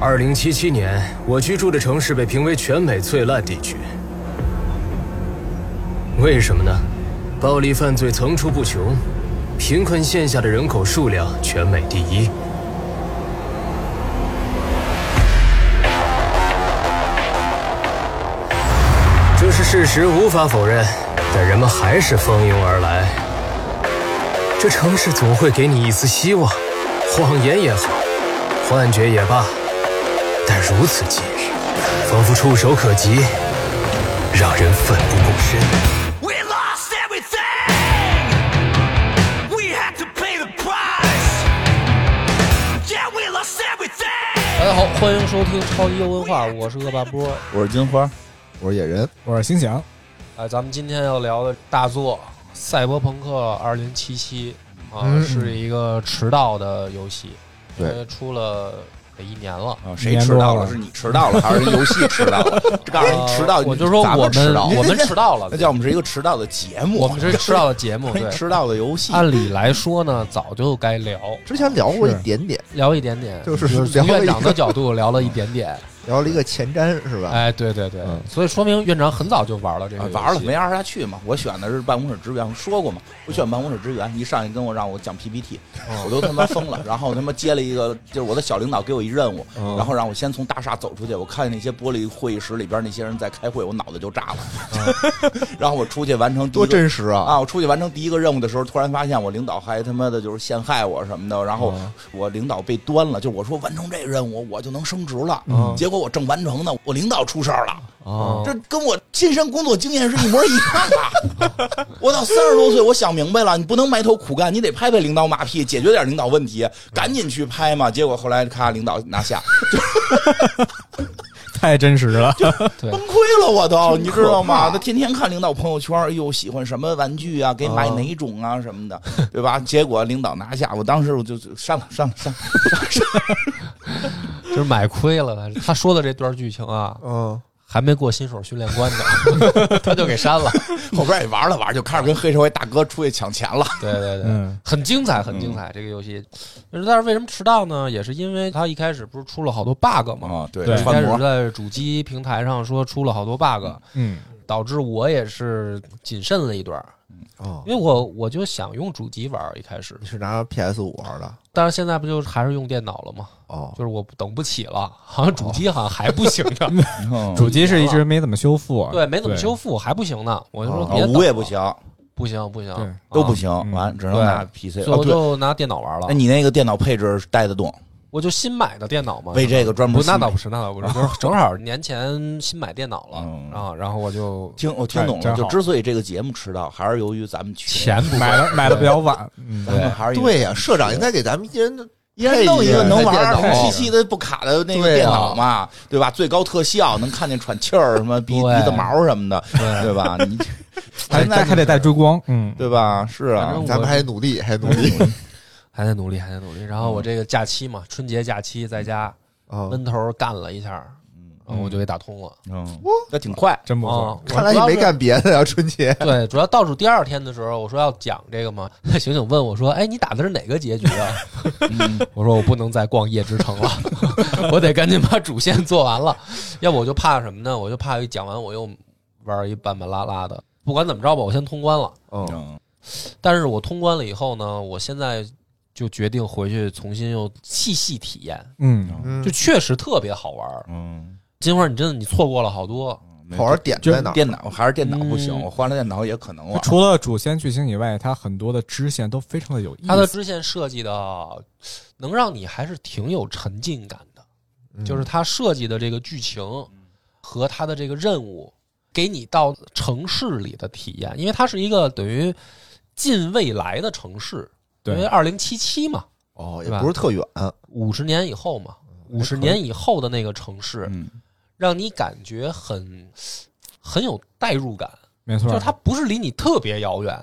二零七七年，我居住的城市被评为全美最烂地区。为什么呢？暴力犯罪层出不穷，贫困线下的人口数量全美第一。这是事实，无法否认，但人们还是蜂拥而来。这城市总会给你一丝希望，谎言也好，幻觉也罢，但如此近日，仿佛触手可及，让人奋不顾身。 We lost everything. We had to pay the price. Yeah, we lost everything. 大家好，欢迎收听超级优文化，我是恶霸波。我是金花，我是野人，我是心想，啊，咱们今天要聊的大作《赛博朋克2077》啊，嗯是一个迟到的游戏，因对为出了得一年了。啊，一谁年迟多到了了？是你迟到了，还是游戏迟到了？告诉啊你迟到，我就说咱我迟到，我们迟到了 那，叫我们是一个迟到的节目，我们 这是迟到的节 目。对，迟到的游戏。按理来说呢，早就该聊之前聊过是一点点，聊一点点，就是从聊了院一长的个角度聊了一点点。聊了一个前瞻是吧？哎，对对对， 嗯所以说明院长很早就玩了这个啊游戏、玩了没玩下去嘛？我选的是办公室职员，我说过嘛，我选办公室职员，一上去跟我让我讲 PPT，我哦都他妈疯了。然后他妈接了一个，就是我的小领导给我一任务，哦然后让我先从大厦走出去。我看见那些玻璃会议室里边那些人在开会，我脑袋就炸了。然后我出去完成第一多个真实啊！啊！我出去完成第一个任务的时候，突然发现我领导还他妈的就是陷害我什么的，然哦后我领导被端了，就我说完成这任务我就能升职了，嗯结果我正完成呢，我领导出事儿了，哦这跟我亲身工作经验是一模一样的。 我到三十多岁，我想明白了，你不能埋头苦干，你得拍拍领导马屁，解决点领导问题，赶紧去拍嘛。结果后来咔，领导拿下，太真实了， 对崩溃了，我都，你知道吗？他天天看领导朋友圈，哎呦，喜欢什么玩具啊，给买哪种啊什么的，对吧？结果领导拿下，我当时我就就删了，删了，删了。就是买亏了。他说的这段剧情啊，嗯，还没过新手训练关呢， 他就给删了。后边也玩了玩，就开始跟黑社会大哥出去抢钱了。对对对，嗯很精彩，很嗯精彩、这个游戏。但是为什么迟到呢？也是因为它一开始不是出了好多 bug 吗？啊，对对一穿开始模在主机平台上说出了好多 bug，嗯，导致我也是谨慎了一段儿，哦，因为我我就想用主机玩儿一开始你，是拿 PS 五玩的但是现在不就还是用电脑了吗？哦？就是我等不起了，好像主机好像还不行呢，嗯主机是一直没怎么修哦复，啊对，没怎么修复还不行呢，我就说哦别等啊五也了不，行，不行不行啊对，都不行，行，嗯完只能拿 PC 最哦。后对，就拿电脑玩了那。你那个电脑配置带得动？我就新买的电脑嘛，为这个专门不，那新买倒不是，那倒不是，就是正好年前新买电脑了嗯啊，然后我就听我听懂哎了，真就好之所以这个节目迟到，还是由于咱们缺钱不买了买的比较 晚，嗯，咱们还是对呀，社长应该给咱们一人一人弄一个能玩配一个儿电脑七七的不卡的那个对啊电脑嘛，对吧？最高特效能看见喘气儿，什么鼻对鼻子毛什么的，对吧？你还现在还还得带追光，嗯，对吧？是反啊正，咱们还努力，还努力还在努力，还在努力。然后我这个假期嘛，春节假期在家啊！闷头干了一下，然后我就给打通了。嗯，那挺快。真不啊错，，我看来你主要没是干别的呀，春节对，主要倒数第二天的时候，我说要讲这个嘛，醒醒问我说：“哎，你打的是哪个结局啊？” 我说：“我不能再逛夜之城了， 我得赶紧把主线做完了，要不我就怕什么呢？我就怕一讲完我又玩一半半拉拉的。不管怎么着吧，我先通关了。哦，嗯，但是我通关了以后呢，我现在就决定回去重新又细细体验，嗯，嗯就确实特别好玩儿。嗯，金花，你真的你错过了好多，好玩点在哪儿？电脑还是电脑不行，嗯我换了电脑也可能玩。除了主线剧情以外，它很多的支线都非常的有意它的思，支线设计的能让你还是挺有沉浸感的，就是它设计的这个剧情和它的这个任务，给你到城市里的体验，因为它是一个等于近未来的城市，因为对，二零七七嘛，哦，是也吧不是特远，五十年以后嘛，五十年以后的那个城市，嗯，让你感觉很很有代入感，没就错，是它不是离你特别遥远，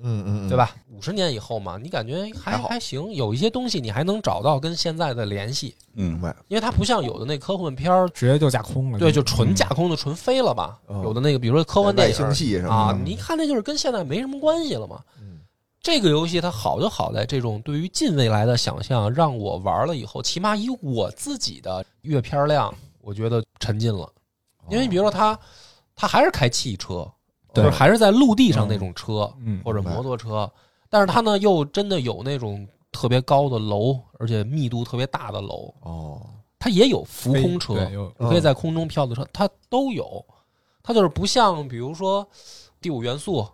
嗯嗯，嗯对？吧？五十年以后嘛，你感觉还还好还行，有一些东西你还能找到跟现在的联系，嗯明，白，因为它不像有的那科幻片儿，直接就架嗯空了，对，就纯架空的、纯飞了吧。哦有的那个，比如说科幻电外影星儿系什么嗯啊的，哦你一看那就是跟现在没什么关系了嘛。这个游戏它好就好在这种对于近未来的想象，让我玩了以后，起码以我自己的阅片量，我觉得沉浸了。哦因为比如说它，它还是开汽车，就对是还是在陆地上那种车，嗯，或者明白摩托车，但是它呢又真的有那种特别高的楼，而且密度特别大的楼，哦，它也有浮空车，对有你可以在空中飘的车，它都有。它就是不像比如说第五元素，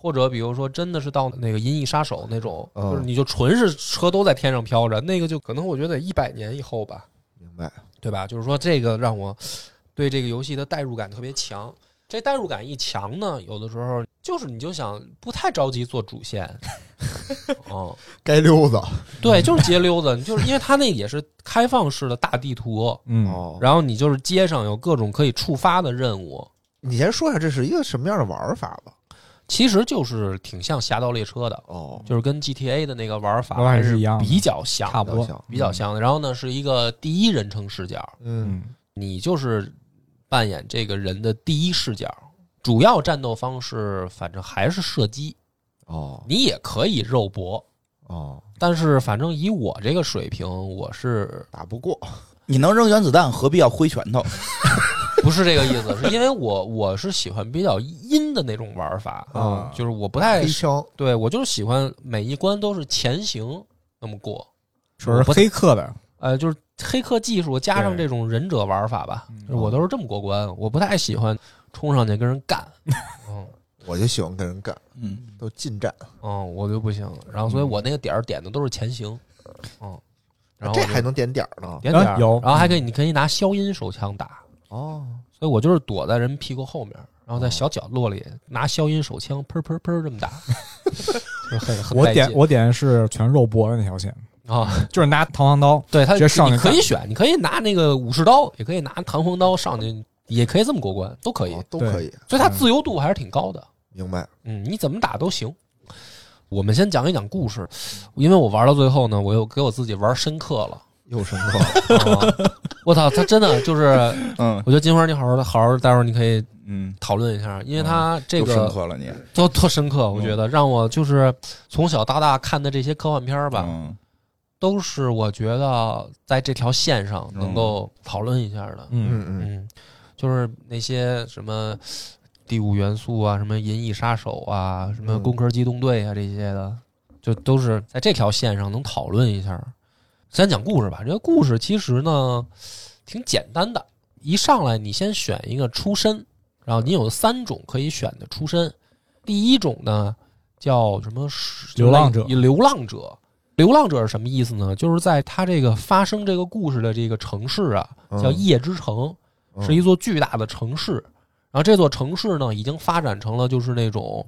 或者比如说真的是到那个银翼杀手那种，嗯就是你就纯是车都在天上飘着，那个就可能我觉得一百年以后吧，明白。对吧？就是说这个让我对这个游戏的代入感特别强。这代入感一强呢，有的时候就是你就想不太着急做主线，嗯，该溜子对，就是街溜子，你就是因为它那也是开放式的大地图，嗯，哦，然后你就是街上有各种可以触发的任务，你先说一下这是一个什么样的玩法吧。其实就是挺像《侠盗猎车》的，哦，就是跟 GTA 的那个玩法玩法还是一样的比较像的，差不多比较像比较像的。然后呢，是一个第一人称视角，嗯，嗯你就是扮演这个人的第一视角。主要战斗方式反正还是射击，哦你也可以肉搏，哦，但是反正以我这个水平，我是打不过，你能扔原子弹，何必要挥拳头？不是这个意思？是因为我我是喜欢比较阴的那种玩法，啊就是我不太黑枪对我就是喜欢每一关都是前行那么过，说是黑客的，呃，就是黑客技术加上这种忍者玩法吧，嗯就是我都是这么过关，我不太喜欢冲上去跟人干，嗯我就喜欢跟人干，嗯，都近战，嗯，我就不行，然后所以嗯我那个点儿点的都是前行，嗯，然后这我就还能点点儿呢。点点儿、啊有然后还可以你可以拿消音手枪打，哦，所以我就是躲在人屁股后面，然哦后在小角落里拿消音手枪砰砰砰这么打， 就是很很我带点劲我点的是全肉搏的那 条线，啊。就是拿螳螂刀，对他，直接上去你可干以选，你可以拿那个武士刀，也可以拿弹簧刀上去，也可以这么过关，都可以。哦都可以，所以嗯它自由度还是挺高的。明白。嗯，你怎么打都行。我们先讲一讲故事，因为我玩到最后呢，我又给我自己玩深刻了。又深刻了，啊我操，他真的就是，嗯我觉得金花，你好好的，好好，待会儿你可以嗯，讨论一下，因为他这又嗯深个刻了你，都特深刻，我觉得让我就是从小到大看的这些科幻片儿吧，嗯都是我觉得在这条线上能够讨论一下的。嗯，嗯嗯，嗯，就是那些什么第五元素啊，什么银翼杀手啊，什么嗯攻壳机动队啊这些的，就都是在这条线上能讨论一下。先讲故事吧，这个故事其实呢挺简单的，一上来你先选一个出身，然后你有三种可以选的出身，第一种呢叫什么流浪者流浪者。流浪者是什么意思呢？就是在他这个发生这个故事的这个城市啊，嗯叫夜之城，嗯是一座巨大的城市。然后这座城市呢，已经发展成了就是那种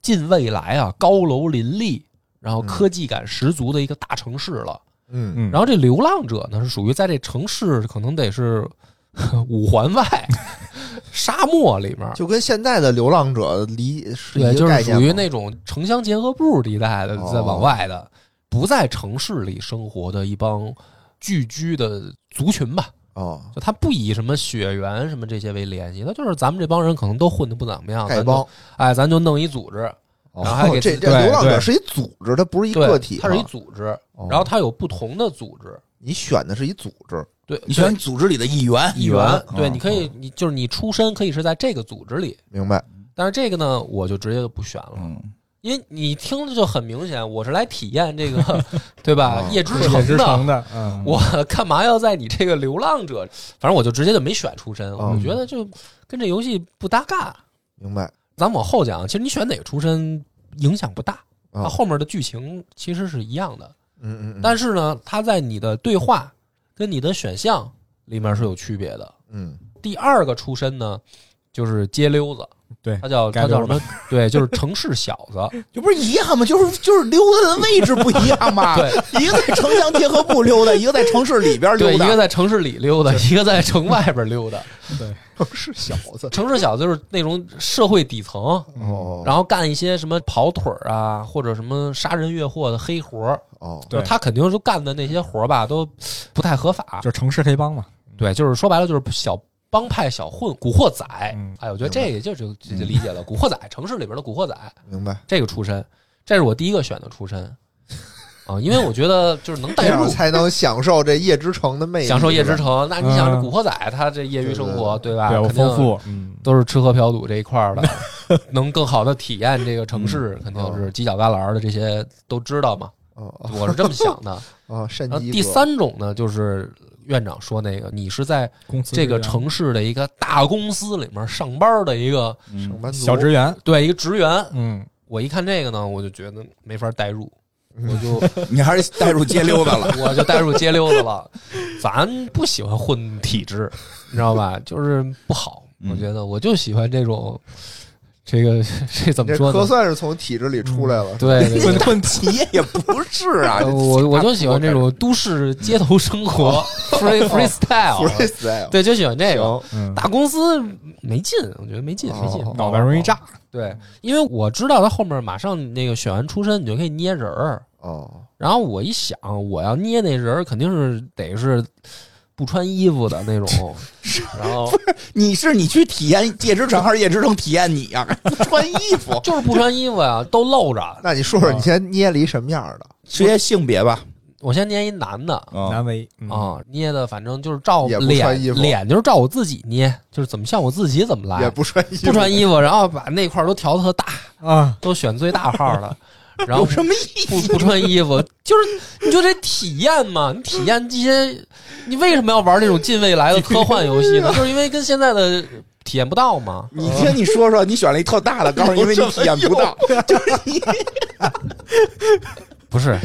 近未来啊，高楼林立，然后嗯科技感十足的一个大城市了。嗯嗯然后这流浪者呢，是属于在这城市可能得是 五环外沙漠里面，嗯就跟现在的流浪者离是一对，个就是概念属于吗那种城乡结合部地带的，哦在往外的，不在城市里生活的一帮聚居的族群吧。哦就他不以什么血缘什么这些为联系，他就是咱们这帮人可能都混的不怎么样，丐咱帮就，哎，咱就弄一组织，哦然 后还给这这对流浪者对是一组织，它不是一对个体，它是一哈组织，哦然后它有不同的组织，你选的是一组织，对，你选组织里的一员，一啊员，对，嗯你可以，哦你就是你出身可以是在这个组织里，明白？但是这个呢，我就直接就不选了，嗯，因为你听着就很明显，我是来体验这 个，对吧？哦夜之也是城成的。的，嗯，我干嘛要在你这个流浪者？反正我就直接就没选出身，我嗯觉得就跟这游戏不搭嘎。明白？咱往后讲，其实你选哪个出身影响不大，它啊后面的剧情其实是一样的。嗯嗯，但是是呢，它在你的对话跟你的选项里面是有区别的。嗯第二个出身呢，就是街溜子，对他叫街他溜叫子什么？对，就是城市小 子。这不是一样吗？就是就是溜达的位置不一样嘛，对一个在城乡结合部溜达，一个在城市里边对，溜一达个。在城市里溜达，一个在城外边溜达。对，嗯 是小子城市小子就是那种社会底层，哦嗯然后干一些什么跑腿儿啊，或者什么杀人越货的黑活儿。哦，对就他肯定是干的那些活儿吧，都不太合法。就是城市黑帮嘛，对，就是说白了就是小帮派、小混、古惑仔。嗯哎，我觉得这个就就就就理解了，古惑仔城市里边的古惑仔明白？这个出身。这是我第一个选的出身啊，因为我觉得就是能这代入样，才能享受这夜之城的魅力，享受夜之城。那你想，嗯这古惑仔他这业余生活对吧？对我啊肯定丰富，嗯，都是吃喝嫖赌这一块儿 的，能更好的体验这个城市，嗯肯定是犄角旮旯儿的这些都知道 嘛。哦我是这么想 的。哦，善然后机第三种呢，就是院长说那个，你是在公司这个职员城市的一个大公司里面上班的一个嗯上班族小职员，对一个职员。嗯，我一看这个呢，我就觉得没法代入，我就你还是带入街溜达了。 我就代入街溜子了。咱不喜欢混体制，你知道吧？就是不好，我觉得我就喜欢这种，这个 这怎你么这说核呢？算是从体制里出来了， 对，对对混混体你也不是啊，呃 这我我就喜欢这种都市街头生活，free freestyle， freestyle 啊对，就喜欢这个。嗯大公司没劲，我觉得没劲，没劲，哦脑袋容易炸，对，因为我知道他后面马上那个选完出身，你就可以捏人儿。哦，然后我一想，我要捏那人儿，肯定是得是不穿衣服的那 种。然后，你是你去体验夜之城还是夜之城体验你呀、 不穿衣服就是不穿衣服呀，都露着。那你说说你先捏了一什么样的？直接性别吧。我先捏一男的啊、啊，难为啊，捏的反正就是照嗯也不脸穿衣服脸就是照我自己捏，就是怎么像我自己怎么来，也不穿衣服，哎不穿衣服，然后把那块儿都调的特大，啊，都选最大号 的，然后有什么意不不穿衣服，就是你就得体验嘛，你体验这些，你为什么要玩这种近未来的科幻游戏 呢？就是因为跟现在的体验不到嘛。你听你说说，你选了一特大的，告诉你因为你体验不 到，就是你不是，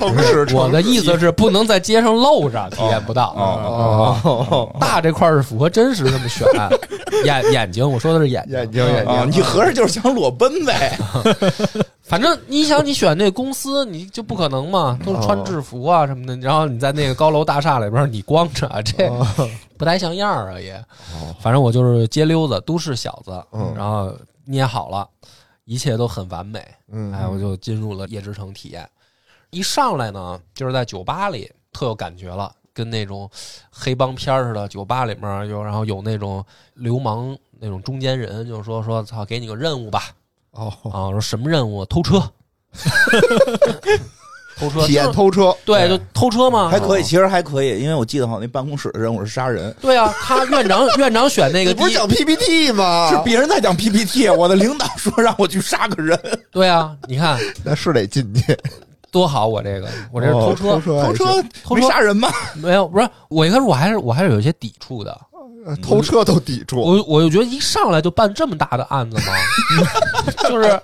城市我的意思是不能在街上露着，体验不到。哦，大这块儿是符合真实这么选， 眼眼睛，我说的是眼睛。眼睛眼啊，睛，你合着就是想裸奔呗？反正你想，你选那公司，你就不可能哦嘛，都是穿制服啊什么的。然后你在那个高楼大厦里边儿，你光着 这哦不太像样儿啊也。反正我就是街溜子，都市小子，嗯然后捏好了，一切都很完美。嗯哎，我就进入了夜之城体验。一上来呢，就是在酒吧里特有感觉了，跟那种黑帮片儿似的，酒吧里面儿有，然后有那种流氓那种中间人，就是说说操，给你个任务吧，哦，啊，我说什么任务？偷车， 偷车，体验哎就是偷车，对，就偷车嘛，还可以，其实还可以，因为我记得好像那办公室的任务是杀人，对啊，他院长院长选那个你不第是一，讲 PPT 吗？是别人在讲 PPT，我的领导说让我去杀个人，对啊，你看那是得进去，多好，我这个我这是哦偷车，偷车偷车偷车哎没杀人吗？没有，不是我一开始我还是我还是有一些抵触的，呃偷车都抵触，嗯我我就觉得一上来就办这么大的案子 吗？就是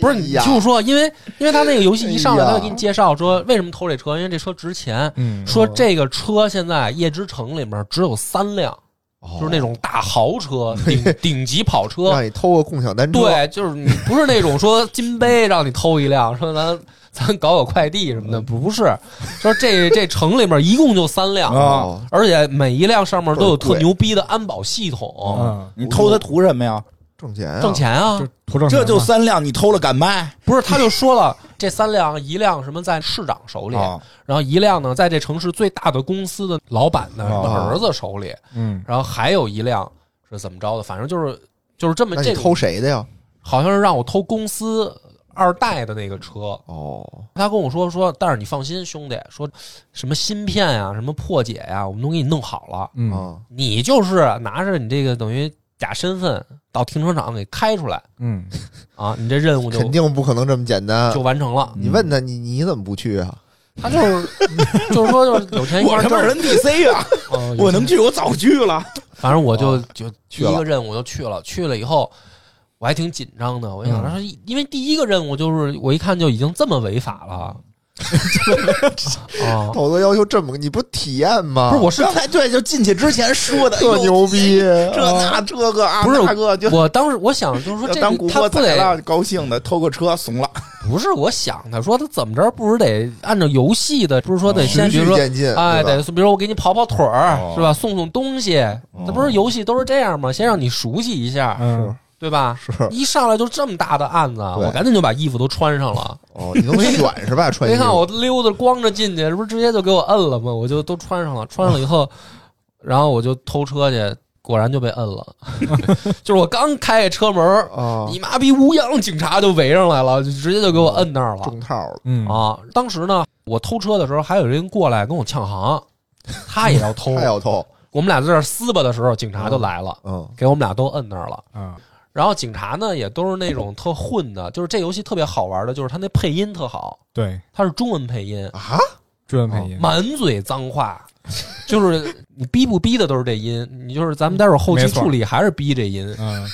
不是哎你呀听我说，因为因为他那个游戏一上来哎呀他就给你介绍说为什么偷这车，因为这车值钱，嗯，说这个车现在夜之城里面只有三辆。就是那种大豪 车，顶顶级跑车哦让，你偷个共享单车，对，就是你不是那种说金杯让你偷一辆，说咱咱搞搞快递什么的，不是，说这这城里面一共就三辆，哦而且每一辆上面都有倍儿特贵牛逼的安保系统，嗯， 你偷他图什么呀？挣钱啊挣，钱啊就，图正这就算三辆，你偷了敢 卖？不是，他就说了， 这三辆，一辆什么在市长手里，啊然后一辆呢在这城市最大的公司的老板的啊哦儿子手里，嗯，然后还有一辆是怎么着的，反正就是就是这么那这你个偷谁的呀？好像是让我偷公司二代的那个车，哦，他跟我说说，但是你放心，兄弟，说什么芯片呀、什么破解呀、我们都给你弄好了。嗯啊，你就是拿着你这个等于假身份到停车场给开出来嗯，啊，你这任务就肯定不可能这么简单就。完成了。你问他，你你怎么不去啊？他就是 就是说就是有钱哎一我块他妈挣是，NPC 啊！嗯我能，去，我早去了。反正我就就第了一个任务我就去了，去了以后。我还挺紧张的，我想说，因为第一个任务就是我一看就已经这么违法了，啊，道德要求这么，你不体验吗？不是我是 刚才对，就进去之前说的，特哎呦牛逼，这那这个啊，不是那个就我当时我想就是说要这当古个惑他不仔得了，高兴的偷个车怂了，不是我想的，说他怎么着，不是得按照游戏的，不是说得先循比如序说，渐进，哎，对得吧比如说我给你跑跑腿儿哦，是吧？送送东西，那不是游戏都是这样吗？先让你熟悉一下，嗯，对吧？是一上来就这么大的案子，啊对我赶紧就把衣服都穿上了。哦，你能选是吧？穿 衣没服看我溜达光着进去， 这不是直接就给我摁了吗？我就都穿上了，穿上了以后，然后我就偷车去，果然就被摁 了。就是我刚开开车门儿，啊，你妈逼乌泱，警察就围上来了，就直接就给我摁那儿了。中套了，嗯，啊，当时呢，我偷车的时候，还有人过来跟我呛行，他也要偷 太。要偷，我们俩在这儿撕巴的时候，警察就来了，嗯给我们俩都摁那儿了。啊，然后警察呢，也都是那种特混的，就是这游戏特别好玩的，就是它那配音特好，对，它是中文配音，啊，中文配音，满嘴脏话， 就是你逼不逼的都是这音，你就是咱们待会儿后期没错处理还是逼这音，嗯，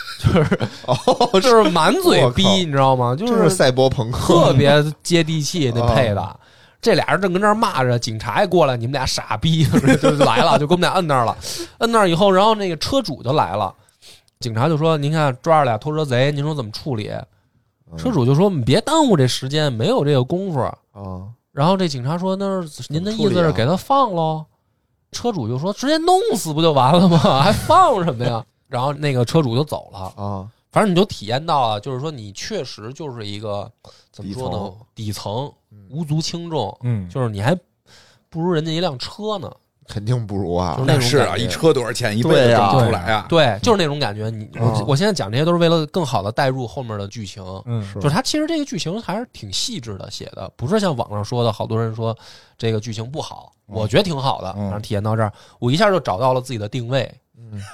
就哦，是满嘴我靠逼，你知道吗？就真是赛博朋特克，别接地气那配的。这俩人正跟那儿骂着，警察也过来，你们俩傻逼 就来了，就给我们俩摁那儿了。摁那儿以后，然后那个车主就来了，警察就说：“您看抓着俩偷车贼，您说怎么处理？”车主就说：“你别耽误这时间，没有这个功夫。啊，”然后这警察说：“那是您的怎意么处思理啊是给他放喽？”车主就说：“直接弄死不就完了吗？还放什么呀？”然后那个车主就走了。啊，反正你就体验到了，就是说你确实就是一个怎么说呢，底层无足轻重，嗯，就是你还不如人家一辆车呢，肯定不如啊就是，那那种是啊，感觉一车多少钱，一辈子对挣啊不出来啊。对，就是那种感觉。你我啊我现在讲这些都是为了更好的带入后面的剧情，嗯是就是它其实这个剧情还是挺细致的写的，不是像网上说的好多人说这个剧情不好，我觉得挺好的。嗯然后体验到这儿，我一下就找到了自己的定位，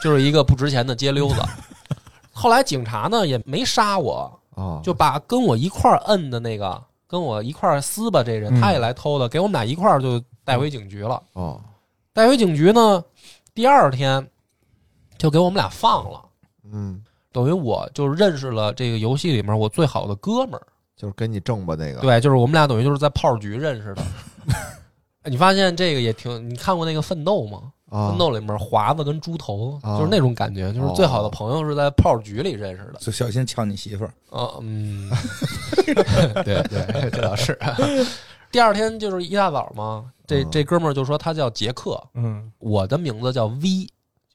就是一个不值钱的街溜子。 后来警察呢也没杀我，啊，就把跟我一块儿摁的那个，跟我一块儿撕吧这人，嗯他也来偷的，给我们俩一块儿就带回警局了。哦，带回警局呢，第二天就给我们俩放了，嗯，等于我就认识了这个游戏里面我最好的哥们儿。就是跟你正吧那个，对，就是我们俩等于就是在炮局认识的。 哎你发现这个也挺，你看过那个《奋斗》吗？《啊奋，斗》里面华子跟猪头啊就是那种感觉，就是最好的朋友是在炮局里认识的。就小心抢你媳妇儿，啊，嗯， 对对， 这倒是。啊第二天就是一大早嘛，这嗯这哥们儿就说他叫杰克，嗯我的名字叫 V，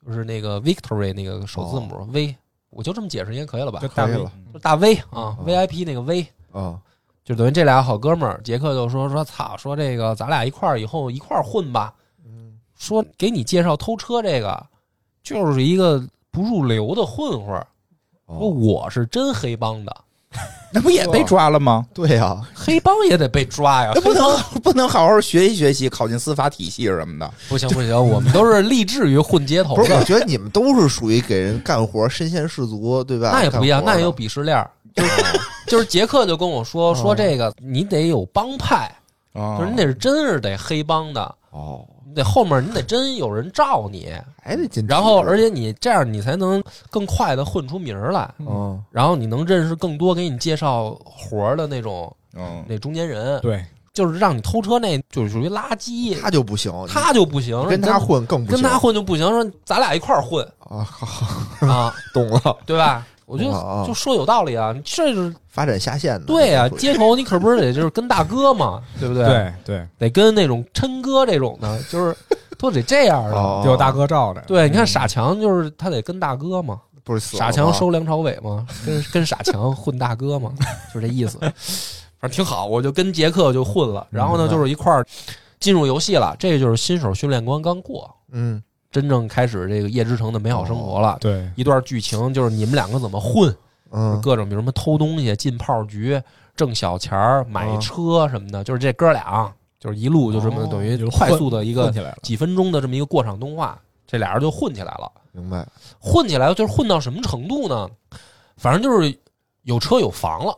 就是那个 Victory 那个首字哦母 V，我就这么解释应该可以了吧就？可大以卫了就大 V 哦啊，VIP 那个 V，啊，就等于这俩好哥们儿。杰克就说说操，说这个咱俩一块儿以后一块儿混吧，嗯说给你介绍偷车这个，就是一个不入流的混混儿，说哦，我是真黑帮的。 那不也被抓了吗？对啊呀，黑帮也得被抓呀！ 那不能不能好好学习学习，考进司法体系什么的。不行不行，我们都是立志于混街头不是，我的，觉得你们都是属于给人干活身先士卒，对吧？那也不一样，干那活也有鄙视链儿。就是杰克就跟我说说这个，你得有帮派，啊就是你得是真是得黑帮的，哦，你得后面你得真有人罩你，还得进体制，然后而且你这样你才能更快的混出名儿来，嗯，然后你能认识更多给你介绍活儿的那种嗯，那中间人，对，就是让你偷车那就是属于垃圾，他就不行，他就不行，你跟他混更不跟行，他混就不行，说咱俩一块儿混啊，好 啊，懂了，对吧？我觉啊得啊就说有道理啊，你这是发展下线的，对啊，这属于街头你可不是得就是跟大哥 嘛，对不对？，对对，得跟那种琛哥这种的，就是都得这样的。哦，有大哥罩 着，啊对，你看傻强就是他得跟大哥嘛，不是死了啊傻吗强收梁朝伟嘛，跟跟傻强混大哥嘛，就是这意思。 反正挺好，我就跟杰克就混了，然后呢明白就是一块儿进入游戏了，这就是新手训练关刚过，嗯，真正开始这个夜之城的美好生活了。对，一段剧情就是你们两个怎么混，嗯各种比如什么偷东西、进炮局、挣小钱儿、买车什么的，就是这哥俩啊，就是一路就这么哦等于快速的嗯一混个起来了，几分钟的这么一个过场动画，这俩人就混起来了。明白，混起来就是混到什么程度呢？反正就是有车有房了。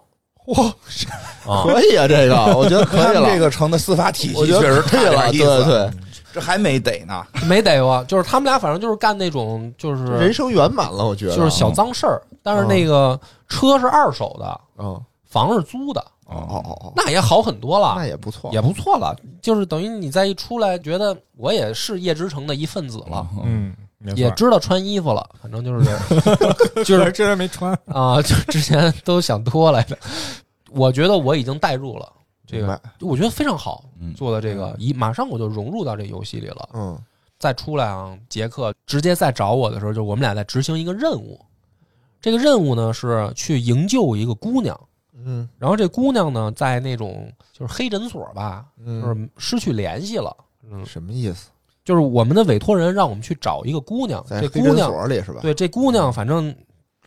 哇啊！可以啊，这个我觉得可他以们了这，个城的司法体系我觉得确实可太以了，点意思对对，这还没逮呢。没逮过，就是他们俩，反正就是干那种就人嗯是生圆满了，我觉得就是小脏事儿，但是那个车是二手的，嗯，哦房是租的，啊哦哦，那也好很多了。那也不错，也不错了，就是等于你再一出来，觉得我也是夜之城的一份子了，嗯，没也错，知道穿衣服了，反正就是就是这人没穿，啊，就之前都想多来的。我觉得我已经代入了这明个白，我觉得非常好嗯做的这个，一马上我就融入到这游戏里了。嗯，再出来啊，杰克直接再找我的时候，就我们俩在执行一个任务，这个任务呢是去营救一个姑娘，嗯然后这姑娘呢在那种就是黑诊所吧，就嗯，是失去联系了。什么意思？就是我们的委托人让我们去找一个姑娘，在这黑姑诊娘所里是吧？嗯对这姑娘反正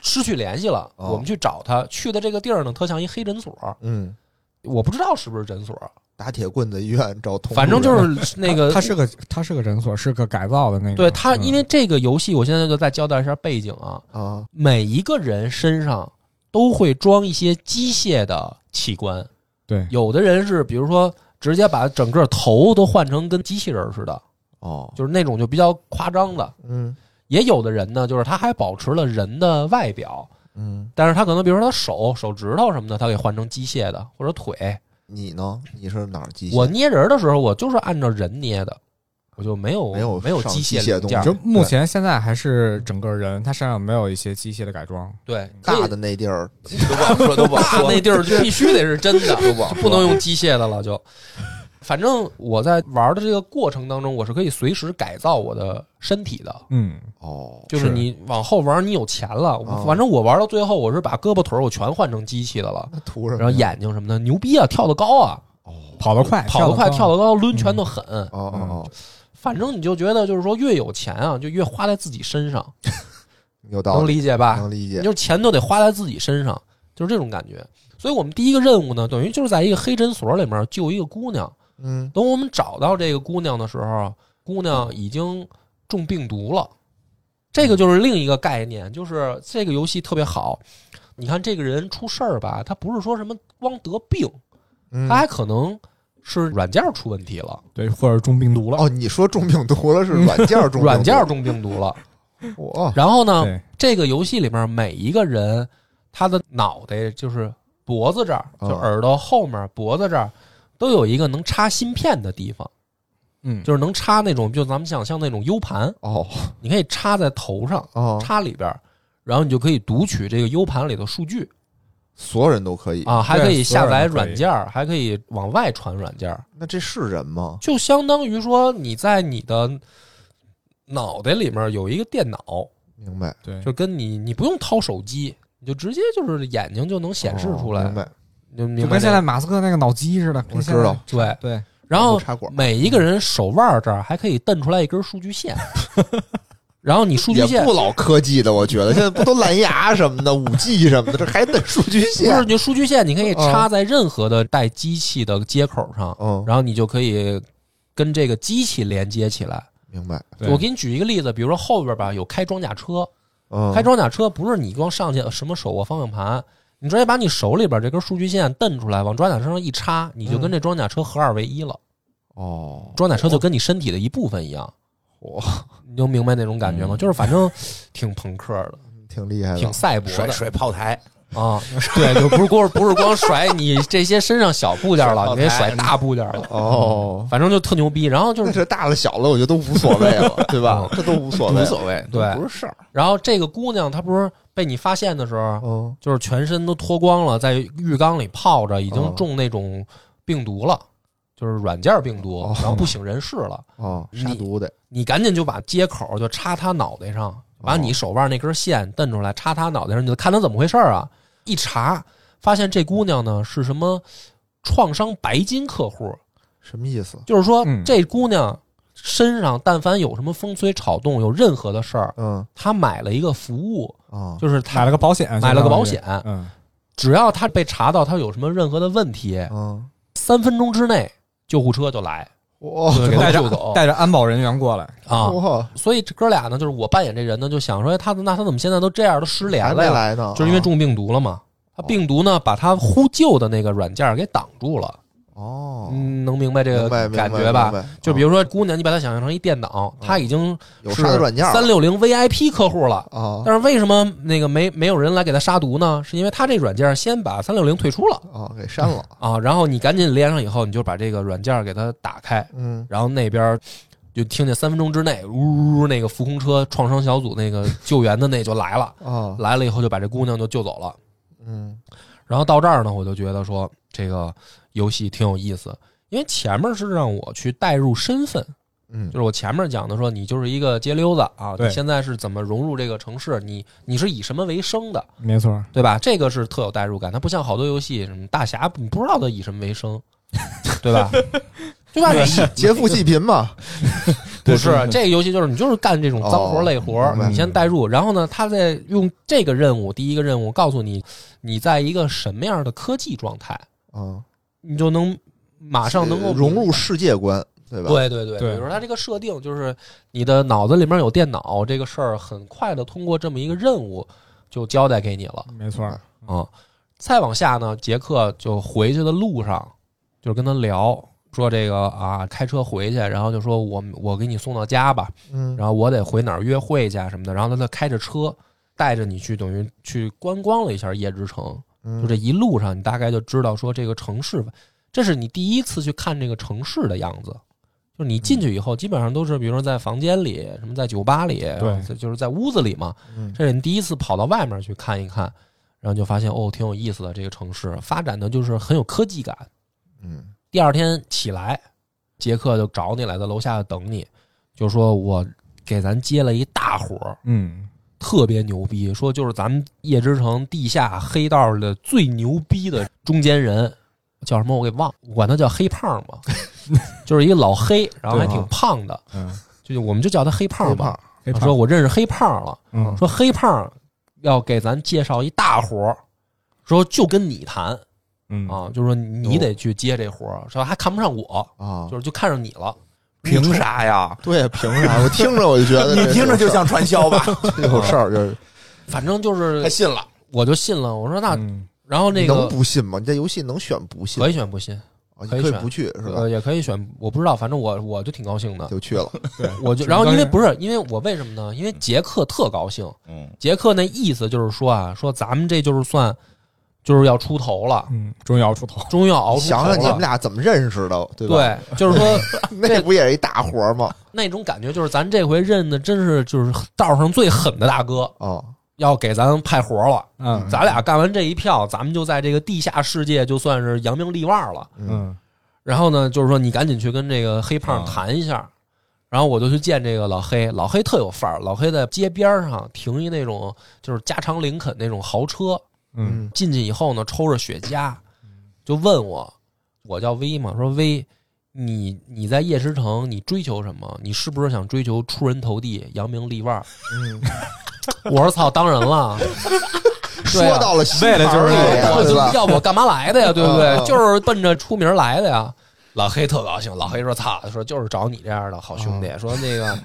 失去联系了，哦我们去找她，去的这个地儿呢，特像一黑诊所，嗯，我不知道是不是诊所，打铁棍子医院找同，反正 就是那个它是个它是个诊所，是个改造的那个。呃对他，嗯因为这个游戏，我现在就再交代一下背景啊，啊，每一个人身上都会装一些机械的器官，对有的人是比如说直接把整个头都换成跟机器人似的，哦，就是那种就比较夸张的。嗯也有的人呢，就是他还保持了人的外表，嗯，但是他可能比如说他手、手指头什么的，他给换成机械的，或者腿。你呢？你是哪儿机械？我捏人的时候，我就是按照人捏的，我就没有没有没有上机机械械零件儿，就东目前现在还是整个人，他身上没有一些机械的改装。对可以大的那地儿，都不好说，都不好大说。那地儿就必须得是真的，都不好说不能用机械的了。就，反正我在玩的这个过程当中，我是可以随时改造我的身体的。嗯，哦，就是你往后玩，你有钱了哦。反正我玩到最后，我是把胳膊腿儿我全换成机器的了，那图什然后么呀？眼睛什么的，牛逼啊，跳得高啊，跑得嗯快，跑得快，跳哎跳得得高，抡拳头狠。哦哦哦，反正你就觉得就是说，越有钱啊，就越花在自己身上，有道嗯能理，理解吧？能理你解。就是钱都得花在自己身上，就是这种感觉。所以我们第一个任务呢，等于就是在一个黑诊所里面救一个姑娘。嗯，等我们找到这个姑娘的时候，啊姑娘已经中病毒了。这个就是另一个概念，就是这个游戏特别好。你看这个人出事儿吧，他不是说什么光得病，嗯他还可能是软件出问题了，对，或者中病毒了。哦，你说中病毒了是软件中嗯软件中病毒了。毒，哦，然后呢，对，这个游戏里面每一个人他的脑袋就是脖子这儿，就哦嗯耳朵后面脖子这儿都有一个能插芯片的地方，嗯，就是能插那种就咱们想像那种 U 盘，哦你可以插在头上，哦，插里边儿，然后你就可以读取这个 U 盘里的数据所有人都可以。啊，还可以下载所有人都可以软件儿，还可以往外传软件儿，那这是人吗？就相当于说你在你的脑袋里面有一个电脑，明白，对，就跟你你不用掏手机，你就直接就是眼睛就能显示出哦来明，白，你就就明白跟现这在个马斯克那个脑机似的。我跟现知在道。。对。对，然后插管每一个人手腕儿这儿还可以蹬出来一根数据线， 然后你数据也线不老科技的，我觉得现在不都蓝牙什么的、 五 G 什么的，这还得数据不是，线。你数据线你可以插在任何的带机器的接口上，嗯然后你就可以跟这个机器连接起来。明白，对我给你举一个例子，比如说后边吧有开装甲车，嗯，开装甲车不是你光上去呃什么手握方向盘，你直接把你手里边这根数据线蹬出来，往装甲车上一插，你嗯就跟这装甲车合二为一了。哦，装甲车就跟你身体的一部分一样，哇，你能明白那种感觉嗯吗？就是反正挺朋克的，挺厉害的，挺赛博哎甩的甩炮 台，啊。对，就不是光不是光甩你这些身上小部件了，甩你得炮台甩大部件了。 哦。反正就特牛逼。然后就那是，这大了小了，我觉得都无所谓了，对吧？嗯这都无所谓，无所谓，对不是事儿。然后这个姑娘她不是被你发现的时候，嗯，就是全身都脱光了，在浴缸里泡着，已哦经中那种病毒了，就是软件病毒，哦然后不省人事了。哦，你杀毒得，你赶紧就把接口就插她脑袋上，把你手腕那根线蹬出来，插她脑袋上，你就看她怎么回事儿啊？一查发现这姑娘呢是什么创伤白金客户，什么意思？就是说、嗯这姑娘身上但凡有什么风吹草动，有任何的事儿。嗯他买了一个服务，啊，就是买他了个保险，买了个保险相，当于。嗯，只要他被查到他有什么任何的问题，嗯，三分钟之内救护车就来哇就给他带救走着嗯带着安保人员过来，啊。哇，所以这哥俩呢，就是我扮演这人呢，就想说，哎他那他怎么现在都这样，都失联还了没呀？来呢，哦就是因为中病毒了嘛。他病毒呢，把他呼救的那个软件给挡住了。哦，嗯，能明白这明个白明白感觉吧明？白哦就比如说姑娘，你把她想象成一电脑，她已经有杀毒软件儿三六零 VIP 客户了。啊但是为什么那个没没有人来给他杀毒呢？是因为他这软件先把三六零退出了啊，给删了，啊，然后你赶紧连上以后，你就把这个软件给它打开，嗯，然后那边就听见三分钟之内，呜呜那个浮空车创伤小组那个救援的那就来了，啊，来了以后就把这姑娘就救走了。嗯，然后到这儿呢，我就觉得说这个游戏挺有意思，因为前面是让我去代入身份，嗯就是我前面讲的说，你就是一个街溜子啊，你对现在是怎么融入这个城市，你你是以什么为生的，没错，对吧？这个是特有代入感，它不像好多游戏，什么大侠，你不知道他 以什么为生，对吧？对吧？劫富济贫嘛，不是这个游戏，就是你就是干这种脏活哦累活，明白你先代入，然后呢，他再用这个任务，第一个任务告诉你你在一个什么样的科技状态，啊，你就能马上能够呃融入世界观，对吧？对对对，对比如说它这个设定就是你的脑子里面有电脑这个事儿，很快的通过这么一个任务就交代给你了没错儿，啊、再往下呢，杰克就回去的路上，就是跟他聊说这个啊，开车回去，然后就说我我给你送到家吧，嗯，然后我得回哪儿约会去啊什么的，然后他就开着车带着你去，等于去观光了一下夜之城。嗯就这一路上，你大概就知道说这个城市，这是你第一次去看这个城市的样子。就是你进去以后，基本上都是比如说在房间里，什么在酒吧里，对就是在屋子里嘛。嗯这是你第一次跑到外面去看一看，然后就发现哦，挺有意思的这个城市，发展的就是很有科技感。嗯第二天起来，杰克就找你来，在楼下等你，就说我给咱接了一大活儿，嗯，特别牛逼，说就是咱们夜之城地下黑道的最牛逼的中间人，叫什么我给忘，我管他叫黑胖吧，就是一个老黑，然后还挺胖的，嗯，就我们就叫他黑胖吧。黑他胖说我认识黑胖了，嗯说黑胖要给咱介绍一大活儿，说就跟你谈嗯啊，就说你得去接这活儿，说还看不上我，啊，就是就看上你了。凭啥呀？对，凭啥？我听着我就觉得 你听着就像传销吧？ 这有事儿，就是反正就是他信了，我就信了，我说那嗯然后那你能个不信吗？你在游戏能选不信可以选不信。啊你可以可以选不去是吧呃，？也可以选，我不知道，反正我我就挺高兴的，就去了，对，我就这然后当因为然不是因为我为什么呢？因为嗯杰克特高兴，嗯，杰克那意思就是说啊，说咱们这就是算就是要出头了，嗯，终于熬出头，终于要熬出头想了。想你们俩怎么认识的，对吧？对，就是说 那不也是一大活儿吗？那种感觉，就是咱这回认的真是就是道上最狠的大哥，啊，要给咱派活了。嗯咱俩干完这一票，咱们就在这个地下世界就算是扬名立万了。嗯然后呢，就是说你赶紧去跟这个黑胖谈一下。然后我就去见这个老黑，老黑特有范儿。老黑在街边上停一那种就是加长林肯那种豪车，嗯进去以后呢，抽着雪茄，就问我，我叫 V 嘛，说 V，你你在夜之城你追求什么？你是不是想追求出人头地、扬名立万？嗯，我说操，当然 了，说对啊到了心为了坎就儿是里这了我对就吧？要我干嘛来 的呀？对不嗯对？嗯就是奔着出名来的呀。老黑特高兴，老黑说：“操，说就是找你这样的好兄弟。”说那 个，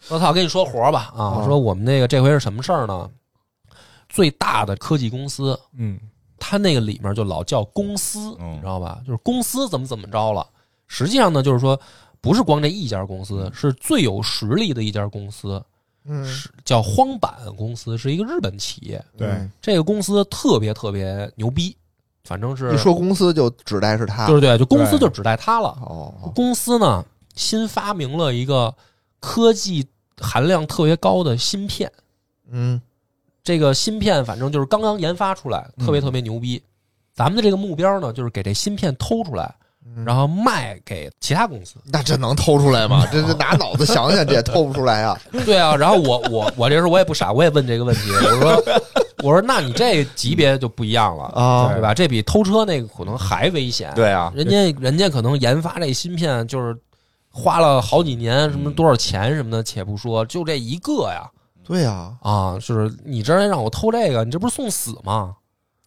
说操，跟你说活儿吧啊！嗯说我们那个这回是什么事儿呢？最大的科技公司，嗯它那个里面就老叫公司，嗯你知道吧？就是公司怎么怎么着了。实际上呢，就是说不是光这一家公司，是最有实力的一家公司，嗯，是叫荒坂公司，是一个日本企业。对嗯这个公司特别特别牛逼，反正是一说啊公司就指代是他就是对，就公司对就指代它了。哦，公司呢新发明了一个科技含量特别高的芯片，嗯这个芯片反正就是刚刚研发出来，特别特别牛逼。咱们的这个目标呢，就是给这芯片偷出来，然后卖给其他公司。那这能偷出来吗？这这拿脑子想想，这也偷不出来啊！对啊，然后我我我这时候我也不傻，我也问这个问题，我说 我说那你这级别就不一样了啊对吧？这比偷车那个可能还危险。对啊，人家人家可能研发这芯片就是花了好几年，什么多少钱什么的，且不说，就这一个呀对呀，啊，是你这儿让我偷这个，你这不是送死吗？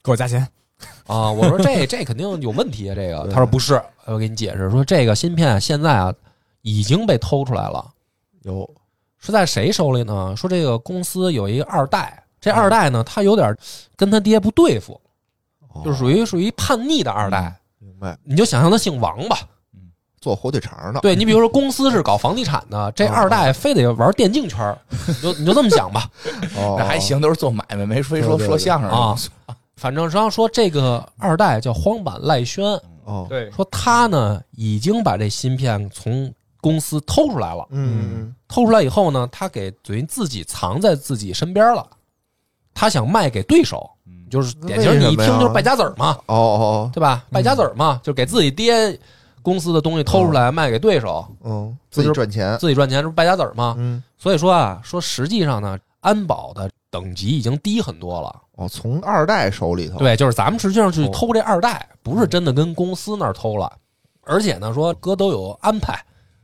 给我加钱，啊，我说这这肯定有问题啊，这个他说不是，我给你解释说这个芯片现在啊已经被偷出来了，有是在谁手里呢？说这个公司有一个二代，这二代呢他有点跟他爹不对付，就是属于属于叛逆的二代，哦明白你就想象他姓王吧。做火腿肠的，对你比如说公司是搞房地产的，这二代非得玩电竞圈儿，你就你就这么想吧哦那还，行，都是做买卖，没非说对对对说相声啊。反正实际上说这个二代叫荒坂赖宣，哦，对，说他呢已经把这芯片从公司偷出来了，嗯，偷出来以后呢，他给等于自己藏在自己身边了，他想卖给对手，就是典型为什你么一听呀嗯就是败家子儿嘛，哦哦，对吧？败家子儿嘛，就给自己爹公司的东西偷出来卖给对手，嗯，自己赚钱，自己赚钱，这不败家子儿吗？嗯，所以说啊，说实际上呢，安保的等级已经低很多了。哦，从二代手里头，哦嗯对，就是咱们实际上去偷这二代，不是真的跟公司那儿偷了，而且呢，说哥都有安排，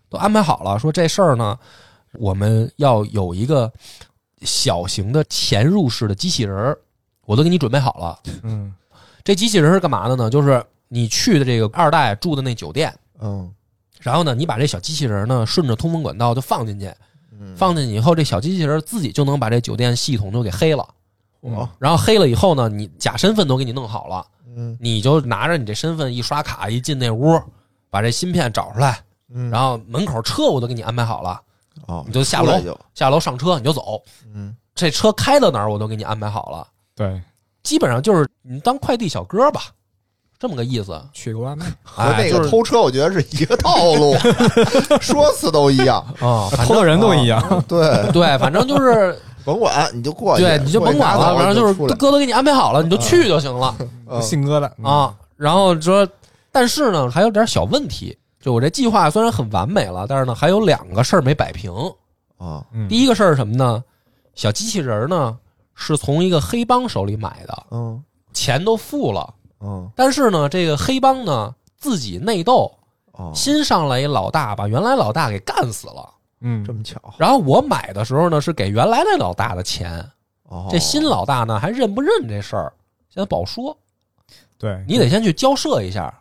都安排好了，说这事儿呢，我们要有一个小型的潜入式的机器人儿，我都给你准备好了。嗯这机器人是干嘛的呢？就是你去的这个二代住的那酒店，嗯然后呢，你把这小机器人呢顺着通风管道就放进去，嗯，放进去以后，这小机器人自己就能把这酒店系统就给黑了。嗯我然后黑了以后呢，你假身份都给你弄好了，嗯你就拿着你这身份一刷卡一进那屋，把这芯片找出来，嗯，然后门口车我都给你安排好了，哦，你就下出来楼就下楼上车你就走，嗯这车开到哪儿我都给你安排好了，对，基本上就是你当快递小哥吧，这么个意思。取个外卖，和哎，那就个是偷车，我觉得是一个套路， 说辞都一样。 啊，反偷正的人都一样。对，对，反正就是甭管你就 过去，对，你就甭管了，反正就是过去拿走就出来哥都给你安排好了，你就去就行了 嗯信鸽的，啊。然后说，但是呢，还有点小问题。就我这计划虽然很完美了，但是呢，还有两个事儿没摆平。啊，嗯第一个事儿是什么呢？小机器人呢是从一个黑帮手里买的，嗯钱都付了，嗯但是呢，这个黑帮呢自己内斗，哦，新上来一老大把原来老大给干死了。嗯这，么巧，然后我买的时候呢是给原来那老大的钱，哦，这新老大呢还认不认这事儿，现在不好说。对，你得先去交涉一下，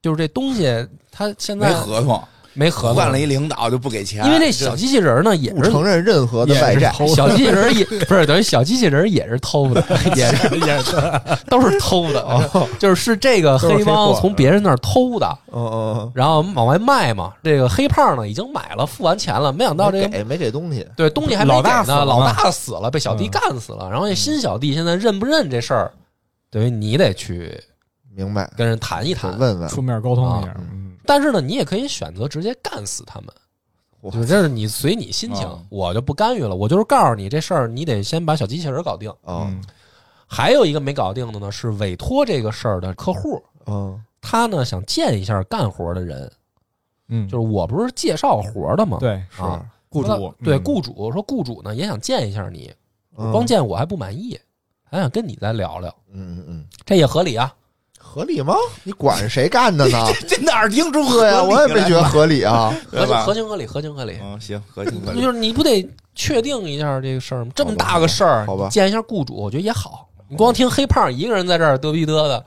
就是这东西它现在没合同，没合同换了一领导就不给钱，因为这小机器人呢也不是承认任何的外债，小机器人也不是等于小机器人也是偷的，也 是也是都是偷的， 就是是这个都是黑黑帮货从别人那儿偷的，嗯嗯，然后往外卖嘛。这个黑胖呢已经买了，付完钱了，没想到这没个给没给东西，对东西还没老给大死呢，了老嘛大死了，被小弟嗯干死了，然后这新小弟现在认不认这事儿，等于你得去明白？跟人谈一得谈。问问，出面沟通一下啊。嗯，但是呢，你也可以选择直接干死他们。我就是这是你随你心情啊，我就不干预了。我就是告诉你这事儿，你得先把小机器人搞定。哦嗯还有一个没搞定的呢，是委托这个事儿的客户，嗯他呢想见一下干活的人，嗯，就是我不是介绍活的吗？对是啊，雇说主他，对嗯雇主说雇主呢也想见一下你，嗯光见我还不满意，还想跟你再聊聊，嗯嗯嗯，这也合理啊。合理吗？你管谁干的呢？这哪儿听出合对呀，啊我也没觉得合理啊。合对情吧合情合理，合情合理。嗯，行，合情呃 合理就。是你不得确定一下这个事儿吗？这么大个事儿，好吧好吧你见一下雇主，我觉得也好。你光听黑胖一个人在这儿嘚逼嘚的，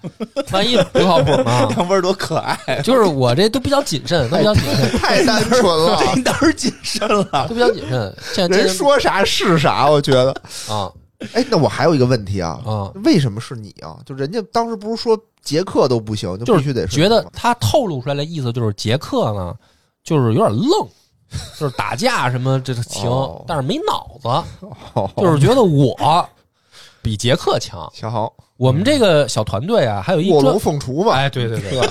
万一不靠谱吗？ 杨波多可爱，就是我这都比较谨慎，都比较谨慎， 太单纯 了，啊这哪儿谨慎了？都比较谨慎。现在哎人说啥是啥，我觉得。啊哎，那我还有一个问题啊，啊，为什么是你啊？就人家当时不是说杰克都不行，就必须是得觉你得吗他透露出来的意思就是杰克呢，就是有点愣，就是打架什么这个行哦，但是没脑子，哦就是觉得我比杰克强。小豪我们这个小团队啊，还有一卧龙专凤雏嘛，哎，对对对，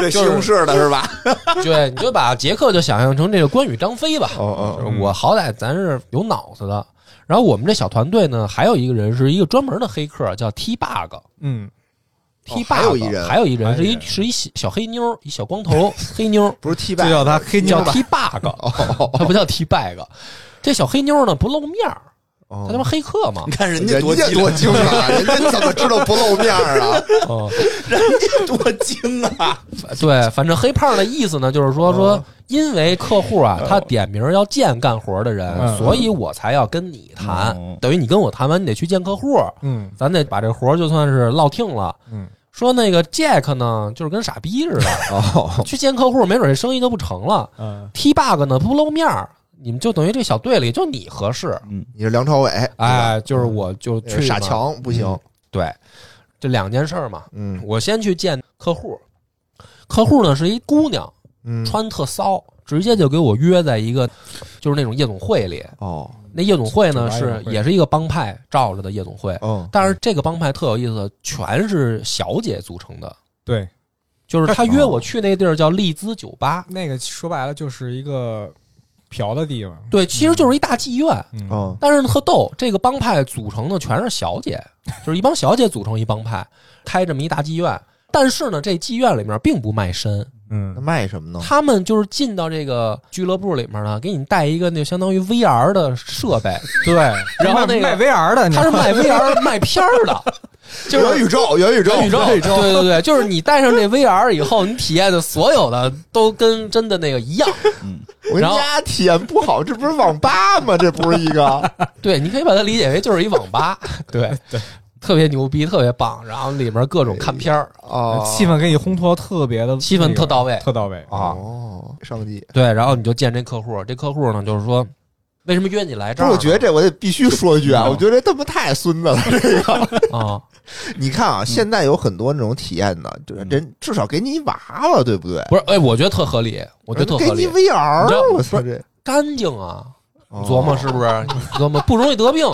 对，西红柿的是吧？ 对，你就把杰克就想象成这个关羽、张飞吧。哦就是我好歹咱是有脑子的。然后我们这小团队呢，还有一个人是一个专门的黑客，叫 T bug。嗯， T bug，、还有一人还有一人还有是一一人是一小小黑妞儿，一小光头黑妞儿，不是 T 就 back，叫他黑妞叫吧。 T bug，他不叫 T bug。这小黑妞儿呢不露面儿，哦他他妈黑客嘛你。看人人家家多多机灵，精啊，人家怎么知道不露面儿啊？哦，多精啊！对，反正黑胖的意思呢，就是说说，因为客户啊，他点名要见干活的人，嗯所以我才要跟你谈嗯。等于你跟我谈完，你得去见客户，嗯咱得把这活儿就算是落听了。嗯，说那个 Jack 呢，就是跟傻逼似的，哦， 去见客户，没准这生意就不成了。嗯， T bug 呢不露面儿，你们就等于这小队里就你合适。你是梁朝伟，哎，就是我就对去吧，嗯呃傻嘛。强不行，对，这两件事儿嘛，嗯我先去见客户，客户呢是一姑娘，嗯，穿特骚，直接就给我约在一个就是那种夜总会里。哦，那夜总会呢酒吧夜是总会哦也是一个帮派罩着的夜总会，嗯但是这个帮派特有意思，全是小姐组成的。对，就是啊他约我去那地儿叫丽兹酒吧，那个说白了就是一个嫖的地方。对，其实就是一大妓院。嗯嗯但是特逗，这个帮派组成的全是小姐，就是一帮小姐组成一帮派，开这么一大妓院。但是呢，这妓院里面并不卖身，嗯那，卖什么呢？他们就是进到这个俱乐部里面呢，给你带一个那相当于 VR 的设备，对，然后那卖卖个 VR 的，你他是卖 VR 卖片儿的，就是元宇宙，元宇宙，元宇宙，对对对，就是你戴上这 VR 以后，你体验的所有的都跟真的那个一样。我跟然你后家体验不好，这不是网吧吗？这不是一 个啊对，你可以把它理解为就是一网吧，对对，特别牛逼，特别棒，然后里面各种看片儿，哎哦，气氛给你烘托特别的，气氛那个特到位特到位啊哦，上帝！对，然后你就见这客户，这客户呢就是说，为什么约你来这不儿是，呢？我觉得这我得必须说一句啊，我觉得这他妈太孙子了。 这个，啊，你看嗯啊，现在有很多那种体验的，就是人至少给你一娃娃，对不对？不是，哎，我觉得特合理，我觉得特给合理，你你知道 VR，我操这！干净啊。哦你琢磨是不是？你琢磨不容易得病，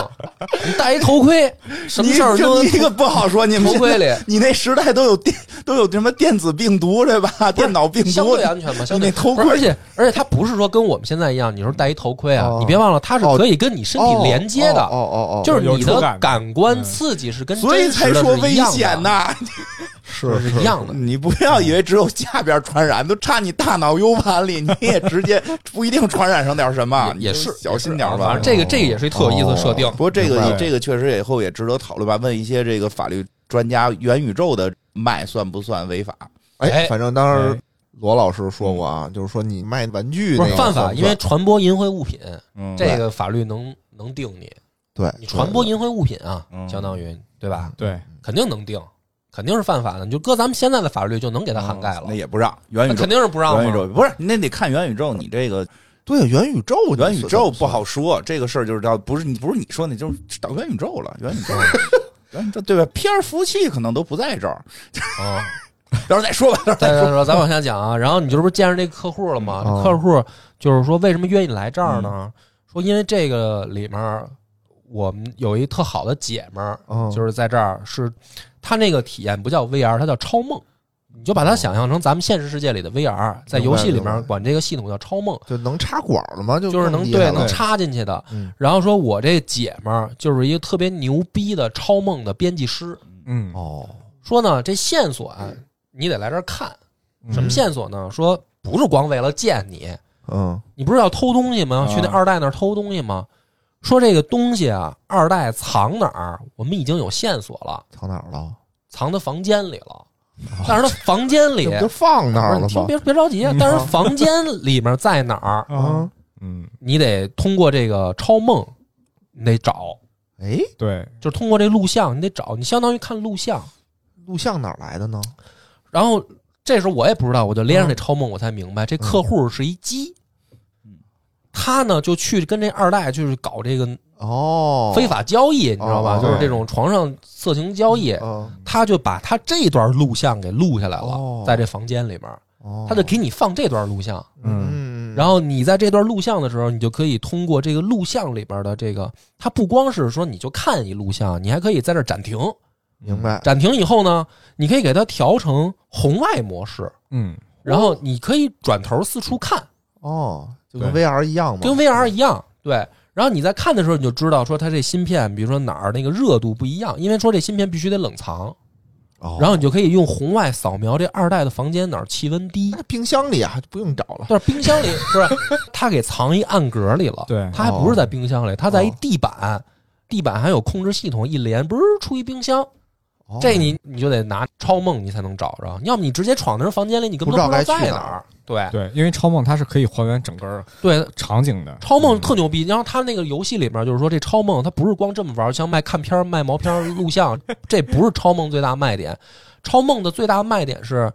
你戴一 头盔，什么你事儿就都你这个不好说，你们头盔现在里你那时代都有电都有什么电子病毒对吧？电脑病相毒对安全嘛，相 你对那头不是盔而且而且它不是说跟我们现在一样，你说戴一头盔啊哦，你别忘了它是可以跟你身体哦连接哦的，哦哦哦，就是你有触的感的感官刺激是跟嗯所以真才实的说是危一样险啊嗯的，呐、 是是一样的。你不要以为只有下边传染，都插你大脑 U 盘里，你也直接不一定传染上点什么，也也是啊你就小心点反吧正。这个这个也是一特有意思的设定不，过这明个白这个确实以后也值得讨论吧？问一些这个法律专家，元宇宙的卖算不算违法？哎，哎嗯反正当时哎罗老师说过啊，就是说你卖玩具不啊那是个犯法，算不因为算传播淫秽物品，嗯这个法律能能定你，对你传播对淫秽物品啊，嗯相当于对吧？对，肯定能定，肯定是犯法的。你就搁咱们现在的法律就能给它涵盖了嗯那，也不让元宇那宙肯，定是不让元宇嘛。宙不是你那得看元宇宙，你这个对元宇宙，元宇宙不好说，这个事儿就是到不是你不是你说那，就是到元宇宙了，元宇宙，元宇宙对吧？PR 服务器可能都不在这儿， 啊。到时候再说 吧。到时候再说说，咱往下讲啊。然后你这不是见着那客户了吗？哦嗯客户就是说，为什么约你来这儿嗯呢？说因为这个里面我们有一特好的姐们儿，哦嗯就是在这儿是，她那个体验不叫 VR，它叫超梦。你就把哦它想象成咱们现实世界里的 VR，在游戏里明白明面白管这个系统叫超梦，就能插管了吗？就就就是能对对能插进去的嗯。然后说我这姐们儿就是一个特别牛逼的超梦的编辑师，嗯，哦，说呢这线索啊，嗯你得来这儿看。什么线索呢？说不是光为了见你，嗯你不是要偷东西吗？啊去那二代那儿偷东西吗？说这个东西啊，二代藏哪儿？我们已经有线索了，藏哪儿了？藏他房间里了。但是他房间里哦这，不就放那不儿是了你听吗？嗯别别着急啊，但是房间里面在哪儿？啊，啊，嗯，你得通过这个超梦，你得找，哎，对，就是通过这录像，你得找，你相当于看录像。录像哪儿来的呢？然后这时候我也不知道，我就嗯连上这超梦，我才明白这客户是一鸡。嗯他呢就去跟这二代就是搞这个哦，非法交易，你知道吧？哦就是这种床上色情交易。嗯，他就把他这段录像给录下来哦了，在这房间里面，哦，他就给你放这段录像，嗯，嗯，然后你在这段录像的时候，你就可以通过这个录像里边的这个，它不光是说你就看一录像，你还可以在这儿暂停，明白暂停以后呢，你可以给它调成红外模式，嗯，然后你可以转头四处看，哦，就跟对 VR 一样嘛，跟 VR 一样，对。然后你在看的时候，你就知道说它这芯片，比如说哪儿那个热度不一样，因为说这芯片必须得冷藏，哦然后你就可以用红外扫描这二代的房间哪儿气温 低。那冰箱里啊，就不用找了。但是冰箱里不是，它给藏一暗格里了。对它还不是在冰箱里，它在一地板，地板还有控制系统一连，不是出一冰箱。哦这你你就得拿超梦你才能找着，要么你直接闯那人房间里，你根本不知道不知道该去在哪哪儿儿。对对，因为超梦它是可以还原整个对，场景的，嗯超嗯梦特牛逼，然后他那个游戏里面就是说，这超梦它不是光这么玩，像卖看片儿、卖毛片儿、录像， 这不是超梦最大卖点。超梦的最大卖点是，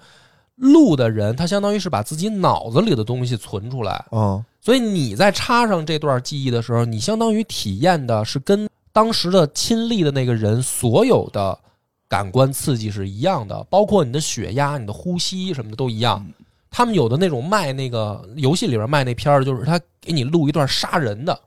录的人他相当于是把自己脑子里的东西存出来，嗯，所以你在插上这段记忆的时候，你相当于体验的是跟当时的亲历的那个人所有的感官刺激是一样的，包括你的血压、你的呼吸什么的都一样。他们有的那种卖那个游戏里边卖那片儿，就是他给你录一段杀人的，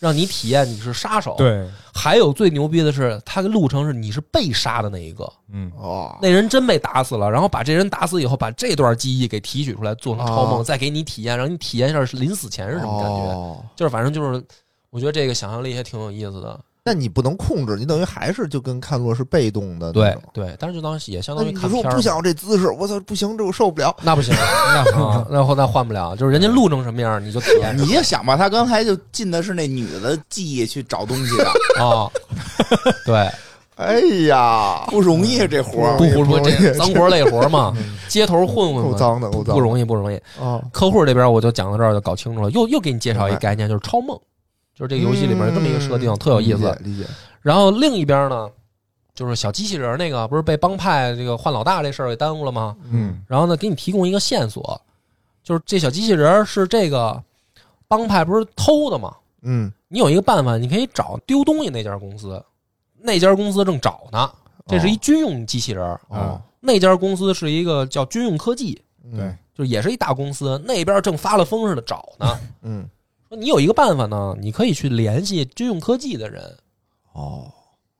让你体验你是杀手。，对，还有最牛逼的是，他录成是你是被杀的那一个，嗯，哦，那人真被打死了，然后把这人打死以后，把这段记忆给提取出来做成超梦，哦再给你体验，让你体验一下是临死前是什么感觉。哦就是反正就是，我觉得这个想象力还挺有意思的。那你不能控制，你等于还是就跟看落是被动的那对种。对，但是就当也相那当于你看说片我儿不嘛。想要这姿势，我操，不行，这我受不了。那不行，那 不行，那后那换不了，就是人家录成什么样你就体验你就想吧，他刚才就进的是那女的记忆去找东西的， 啊。对，哎呀，不容易这活儿不。胡说，不容易这脏活累活 嘛，街头混混嗯够嘛，脏的，够脏的，不容易不容易。啊！客户这边我就讲到这儿就搞清楚了，又又给你介绍一概念，就是超梦，就是这个游戏里面有这么一个设定，嗯特有意思。理解理解。然后另一边呢，就是小机器人儿那个不是被帮派这个换老大这事儿给耽误了吗？嗯，然后呢，给你提供一个线索，就是这小机器人儿是这个帮派不是偷的吗？嗯，你有一个办法，你可以找丢东西那家公司，那家公司正找呢。这是一军用机器人儿，啊哦，那家公司是一个叫军用科技，嗯对，就是也是一大公司，那边正发了疯似的找呢。嗯，说你有一个办法呢，你可以去联系军用科技的人，哦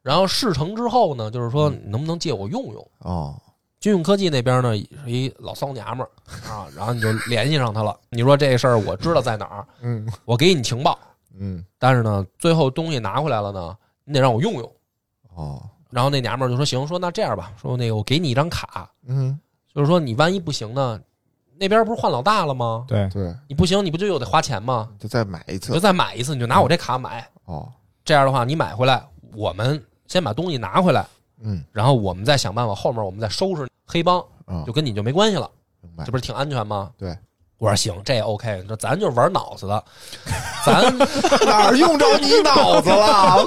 然后事成之后呢，就是说你能不能借我用用？哦，军用科技那边呢是一老骚娘们儿啊，然后你就联系上他了。你说这事儿我知道在哪儿，嗯我给你情报，嗯，但是呢，最后东西拿回来了呢，你得让我用用。哦，然后那娘们儿就说：“行，说那这样吧，说那个我给你一张卡，嗯，就是说你万一不行呢，那边不是换老大了吗？对，对，你不行，你不就又得花钱吗？就再买一你就次。再买一次，你就拿我这卡买。哦，这样的话，你买回来，我们先把东西拿回来，嗯然后我们再想办法，后面我们再收拾黑帮，啊就，跟你就没关系了。明白这。不是挺安全吗？”哎对。我说行，这 OK，这咱就是玩脑子的，咱哪儿 用着你脑子了？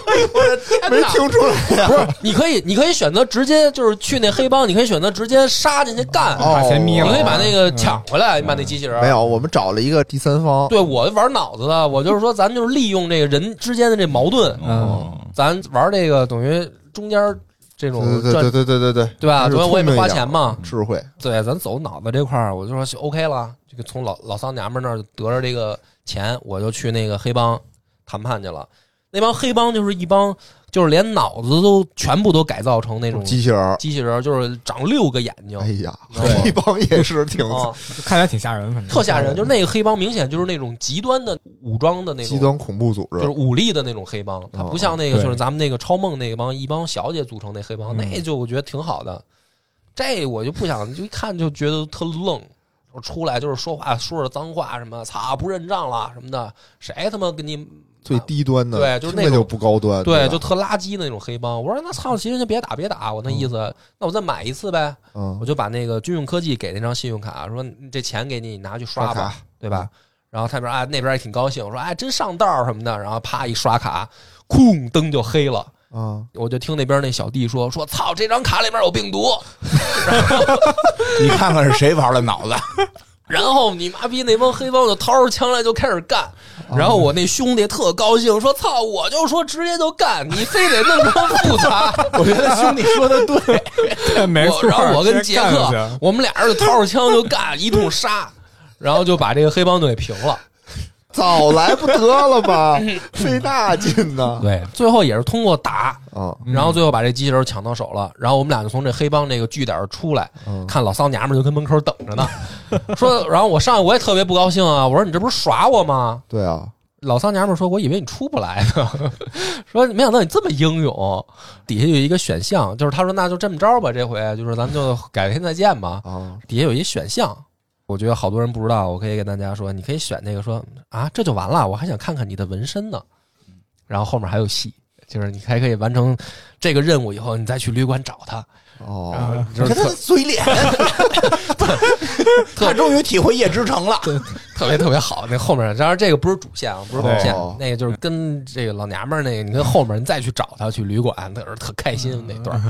没听出来呀？啊不是，你可以，你可以选择直接就是去那黑帮，你可以选择直接杀进去干，哦嗯把钱眯你了，嗯可以把那个抢回来，你把那机器人没有，我们找了一个第三方。对我玩脑子的，我就是说，咱就是利用这个人之间的这矛盾，哦嗯，咱玩这个等于中间这种对这对对对对对对，对吧？就是所以我也没聪明一花点钱嘛，智慧对，咱走脑子这块儿，我就说行 OK 了。这个从老老桑娘们那儿得着这个钱，我就去那个黑帮谈判去了。那帮黑帮就是一帮，就是连脑子都全部都改造成那种机器人儿。机器人，就是长六个眼睛，哎呀，对黑帮也是挺啊，看起来挺吓人，反正特吓人。 就是那个黑帮明显就是那种极端的武装的那种极端恐怖组就是织。武力的那种黑帮，哦他不像那个对就是咱们那个超梦那帮一帮小姐组成那黑帮，嗯那就我觉得挺好的。这我就不想，就一看就觉得特愣。我出来就是说话说着脏话什么，操不认账了什么的，谁他妈跟你最低端的，对就是那听着就种不高端，对对吧，就特垃圾的那种黑帮？我说那操，行行，别打别打，我那意思，那我再买一次呗。嗯我，就把那个军用科技给那张信用卡，说你这钱给你，你拿去刷刷吧，对吧？然后他边啊那边也挺高兴，说哎真上道儿什么的，然后啪一刷卡，哐灯就黑了。 啊，我就听那边那小弟说说操，这张卡里面有病毒。 你看看是谁玩的脑子？ 然后你妈逼那帮黑帮就掏出枪来就开始干，哦然后我那兄弟特高兴说操，我就说直接就干，你非得弄么复杂。 我觉得兄弟说的对，对，没我错。然后我跟杰直接干克下，去我们俩人就掏着枪就干，一通 杀，然后就把这个黑帮队平了。早来不得了吧， 费那 劲呢。对，嗯最后也是通过打，啊，然后最后把这机器人抢到手了。然后我们俩就从这黑帮这个据点出来，看老桑娘们就跟门口等 着呢，说，然后我上去我也特别不高兴啊，我说你这不是耍我吗？对啊，老桑娘们说：“我以为你出不来呢， 说没想到你这么英勇。”底下有一个选项，就是他说：“那就这么着吧，这回就是咱们就改天再见吧。”啊，底下有一选项，我觉得好多人不知道，我可以给大家说，你可以选那个说啊，这就完了，我还想看看你的纹身呢。然后后面还有戏，就是你还可以完成这个任务以后，你再去旅馆找他，然哦，后你就是看他特嘴脸，他终于体会叶之城了。特别特别好。那后面当然这个不是主线啊，不是主线哦，那个就是跟这个老娘们儿那个，你跟后面你再去找他去旅馆，那是特开心那段儿。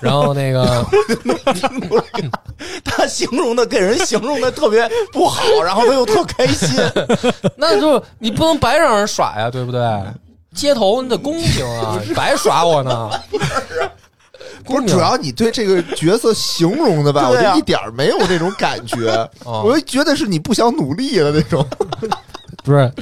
然后那个他形容的给人形容的特别不好，然后他又特开心。那就你不能白让人耍呀，对不对？街头你得公平啊，你白耍我呢。不是，主要你对这个角色形容的吧，我对啊就一点儿没有那种感觉， 哦我就觉得是你不想努力了那种。不是，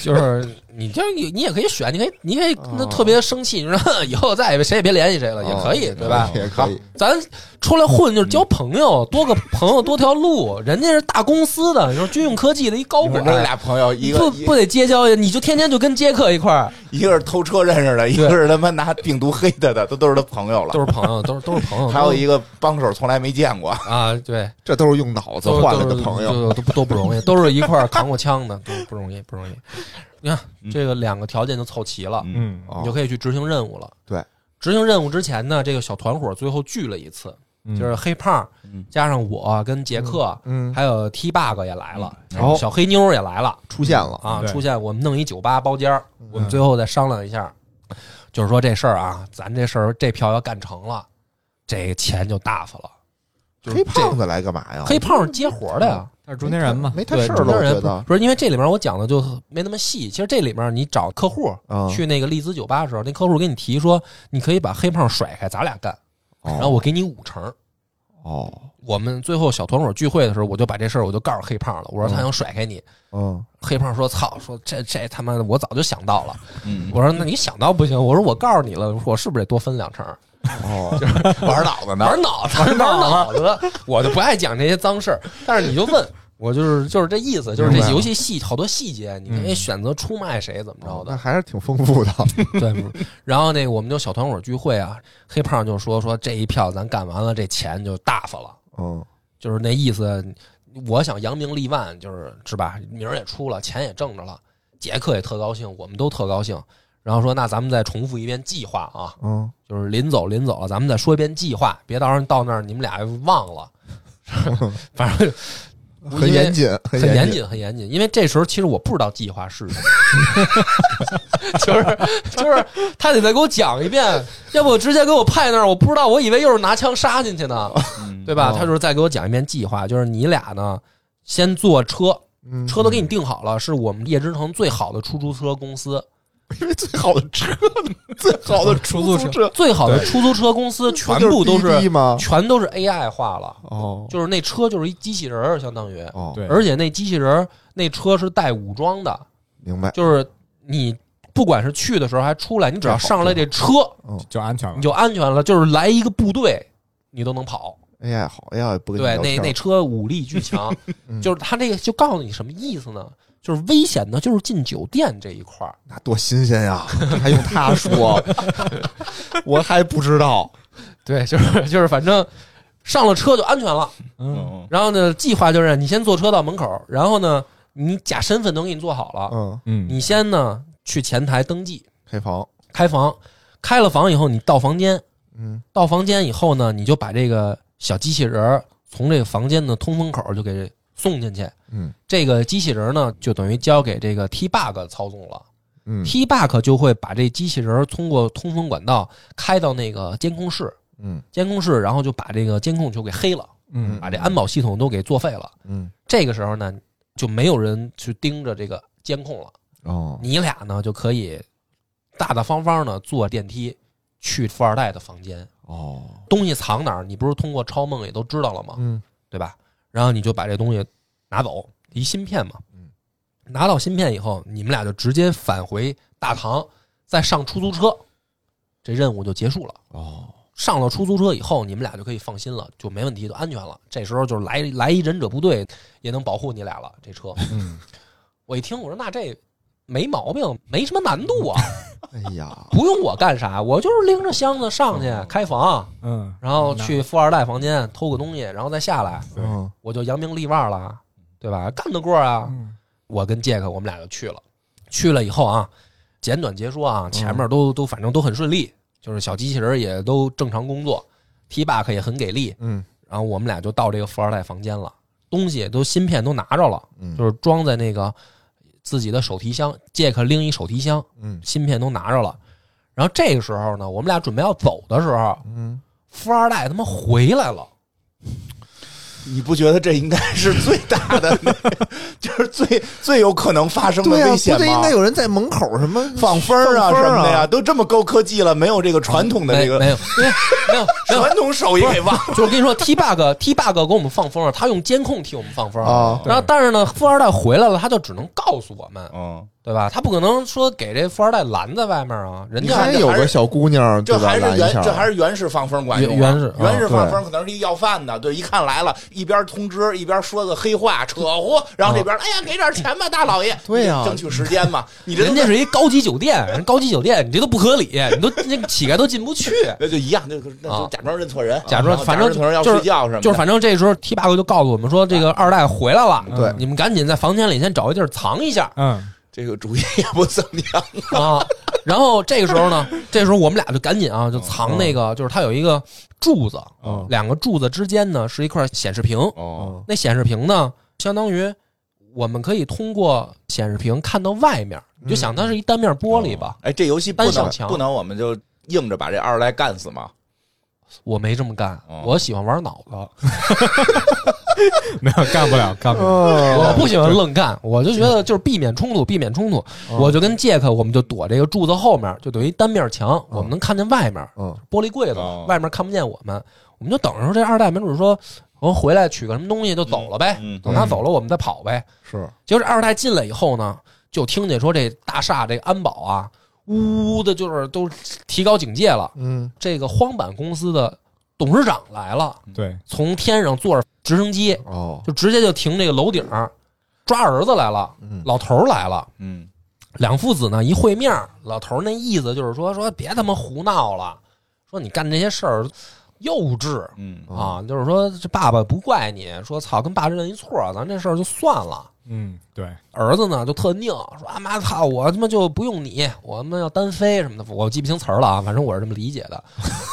就是你就是你，你也可以选，你可以，你可以那特别生气，你说 以后再也谁也别联系谁了，也可以，哦对吧？也可以啊咱出来混就是交朋友，多个朋友多条路。人家是大公司的，你说军用科技的一高管，那俩朋友，一不个不得结交，你就天天就跟杰克一块儿，一个是偷车认识的，一个是他妈拿病毒黑他的，都都是他朋友了。都是朋友，都是都是朋友。还有一个帮手从来没见过，啊，对，这都是用脑子都换来的朋友，友，都都都不容易，都是一块儿扛过枪的，都不容易，不容易。你看这个两个条件就凑齐了，嗯，哦你就可以去执行任务了。对，执行任务之前呢，这个小团伙最后聚了一次，嗯就是黑胖加上我跟杰克，嗯嗯还有 T bug 也来了，哦小黑妞也来了出现了，啊，对出现我们弄一酒吧包间儿，嗯我们最后再商量一下，就是说这事儿啊，咱这事儿这票要干成了，这钱就大发了。就是黑这胖子来干嘛呀？黑胖是接活的呀，他是中间人嘛，没他对，事儿中了，间我人觉得不是因为这里面我讲的就没那么细。其实这里面你找客户啊去那个丽兹酒吧的时候，那客户给你提说，你可以把黑胖甩开，咱俩干，然后我给你五成。哦，我们最后小团伙聚会的时候，我就把这事儿我就告诉黑胖了，我说他想甩开你。嗯，黑胖说：“操，说这这他妈的，我早就想到了。嗯，我说那你想到不行，我说我告诉你了，我说我是不是得多分两成？ 哦， 玩脑子呢。玩脑子，玩脑子，我就不爱讲这些脏事儿。但是你就问我，就是就是这意思，就是这游戏细好多细节，你嗯可以选择出卖谁怎么着的哦哦那。还是挺丰 富的，对，不是然后那个我们就小团伙聚会啊，黑胖就说说这一票咱干完了，这钱就大发了，嗯，就是那意思。我想扬名立万，就是是吧？名儿也出了，钱也挣着了，杰克也特高兴，我们都特高兴。然后说，那咱们再重复一遍计划啊，嗯，就是临走临走了，咱们再说一遍计划，别到时候到那儿你们俩忘了。 反正很严谨，很很严严，谨，很严谨。因为这时候其实我不知道计划是什么， 就是就是他得再给我讲一遍，要不我直接给我派那儿，我不知道，我以为又是拿枪杀进去呢，嗯对哦吧？他就是再给我讲一遍计划，就是你俩呢先坐车，嗯车都给你定好了，是我们夜之城最好的出租车公司，因为最好的车，最好的出租车，最好的出租车公司全部都不就是滴滴是吗？全都是 AI 化了，哦就是那车就是一机器人儿，相当于，哦，对，而且那机器人儿那车是带武装的。明白，就是你不管是去的时候还出来，你只要上来这车，就安全了你。就安全了。就是来一个部队，你都能跑。哎呀，好哎呀，也不跟你对，聊那天那车武力巨 强，嗯就是他这个就告诉你什么意思呢？就是危险的，就是进酒店这一 块儿。那多新鲜 呀，这还用他 说，我还不知道，对，就是就是，反正上了车就安全了。嗯然后呢，计划就是你先坐车到门口，然后呢，你假身份都给你做好了，嗯，嗯，你先呢去前台登记开房，开房，开了房以后你到房间，嗯，到房间以后呢，你就把这个小机器人儿从这个房间的通风口就给送进去。嗯，这个机器人儿呢，就等于交给这个 T bug 操纵了。嗯 T bug 就会把这机器人儿通过通风管道开到那个监控室，嗯监控室，然后就把这个监控就给黑了，嗯把这安保系统都给作废了。嗯，这个时候呢，就没有人去盯着这个监控了。哦，你俩呢就可以大大方方的坐电梯去富二代的房间。哦，东西藏哪儿，你不是通过超梦也都知道了吗？嗯对吧？然后你就把这东西拿走，一芯片嘛。嗯，拿到芯片以后，你们俩就直接返回大堂，再上出租车，这任务就结束了。哦，上了出租车以后，你们俩就可以放心了，就没问题，就安全了。这时候就是来来一忍者部队也能保护你俩了。这车，嗯，我一听我说那这没毛病，没什么难度啊，哎呀，不用我干啥，我就是拎着箱子上去开房，嗯，然后去富二代房间偷个东西，然后再下来，嗯我就扬名立万了，对吧？干得过啊！嗯我跟杰克我们俩就去了，去了以后啊，简短截说啊，前面都、都反正都很顺利，就是小机器人也都正常工作，T Buck 也很给力，嗯然后我们俩就到这个富二代房间了，东西都芯片都拿着了，嗯，就是装在那个自己的手提箱，杰克拎一手提箱，嗯芯片都拿着了。然后这个时候呢，我们俩准备要走的时候，嗯，富二代他妈回来了，你不觉得这应该是最大的，那 就是最最有可能发生的对啊，危不险得应吗该？有人在门口什么放风儿啊放什风么的呀，啊？都这么高科技了，没有这个传统的没这个没有没有没有没 有传统手艺给忘了。就是我跟你说，T bug T bug 给我们放风了，他用监控替我们放风啊然后，但是呢，富二代回来了，他就只能告诉我们，嗯，对吧？他不可能说给这富二代拦在外面啊，人你家看有个小姑娘，这对吧还是拦一原下这还是原始放风管用啊，原原始原始啊放对风可能是一要饭的，对，一看来了，一边通知一边说个黑话扯呼，然后这边哎呀给点钱吧，大老爷，对呀争取时间嘛，你这都人家是一高级酒店，人高级酒店，你这都不合理，你都那个乞丐都进不去。那就一样，那就那就啊假装认错人，假装然后反正认错人要就是睡觉什么的，就是反正这时候 T bug 就告诉我们说，这个二代回来了，嗯对你们赶紧在房间里先找一地儿藏一下嗯，这个主意也不怎么样。啊。然后这个时候呢，这时候我们俩就赶紧啊，就藏那个，就是它有一个柱子，嗯两个柱子之间呢是一块显示屏，哦，那显示屏呢，相当于我们可以通过显示屏看到外面，你就想它是一单面玻璃吧。哎，这游戏不单向能墙不能，我们就硬着把这二代干死吗？我没这么干哦，我喜欢玩脑子，没有干不了，干不了。我哦，不喜欢愣干，我就觉得嗯就是避免冲突，避免冲突。哦我就跟杰克，我们就躲这个柱子后面，就等于单面墙，我们能看见外面嗯，玻璃柜子哦，外面看不见我们，我们就等着说这二代没准说。我回来取个什么东西就走了呗，嗯嗯等他走了我们再跑呗。是结果这二代进来以后呢，就听见说这大厦这安保啊，呜呜的，就是都提高警戒了。嗯这个荒坂公司的董事长来了，对，从天上坐着直升机，哦，就直接就停这个楼顶儿，抓儿子来了，老头儿来了。嗯，两父子呢一会面儿，老头儿那意思就是说说别他妈胡闹了，说你干这些事儿幼稚，嗯啊，就是说这爸爸不怪你，说操跟爸认一错儿，咱这事儿就算了。嗯，对，儿子呢就特拧，说啊妈操，我他妈就不用你，我他妈要单飞什么的，我记不清词儿了啊，反正我是这么理解的。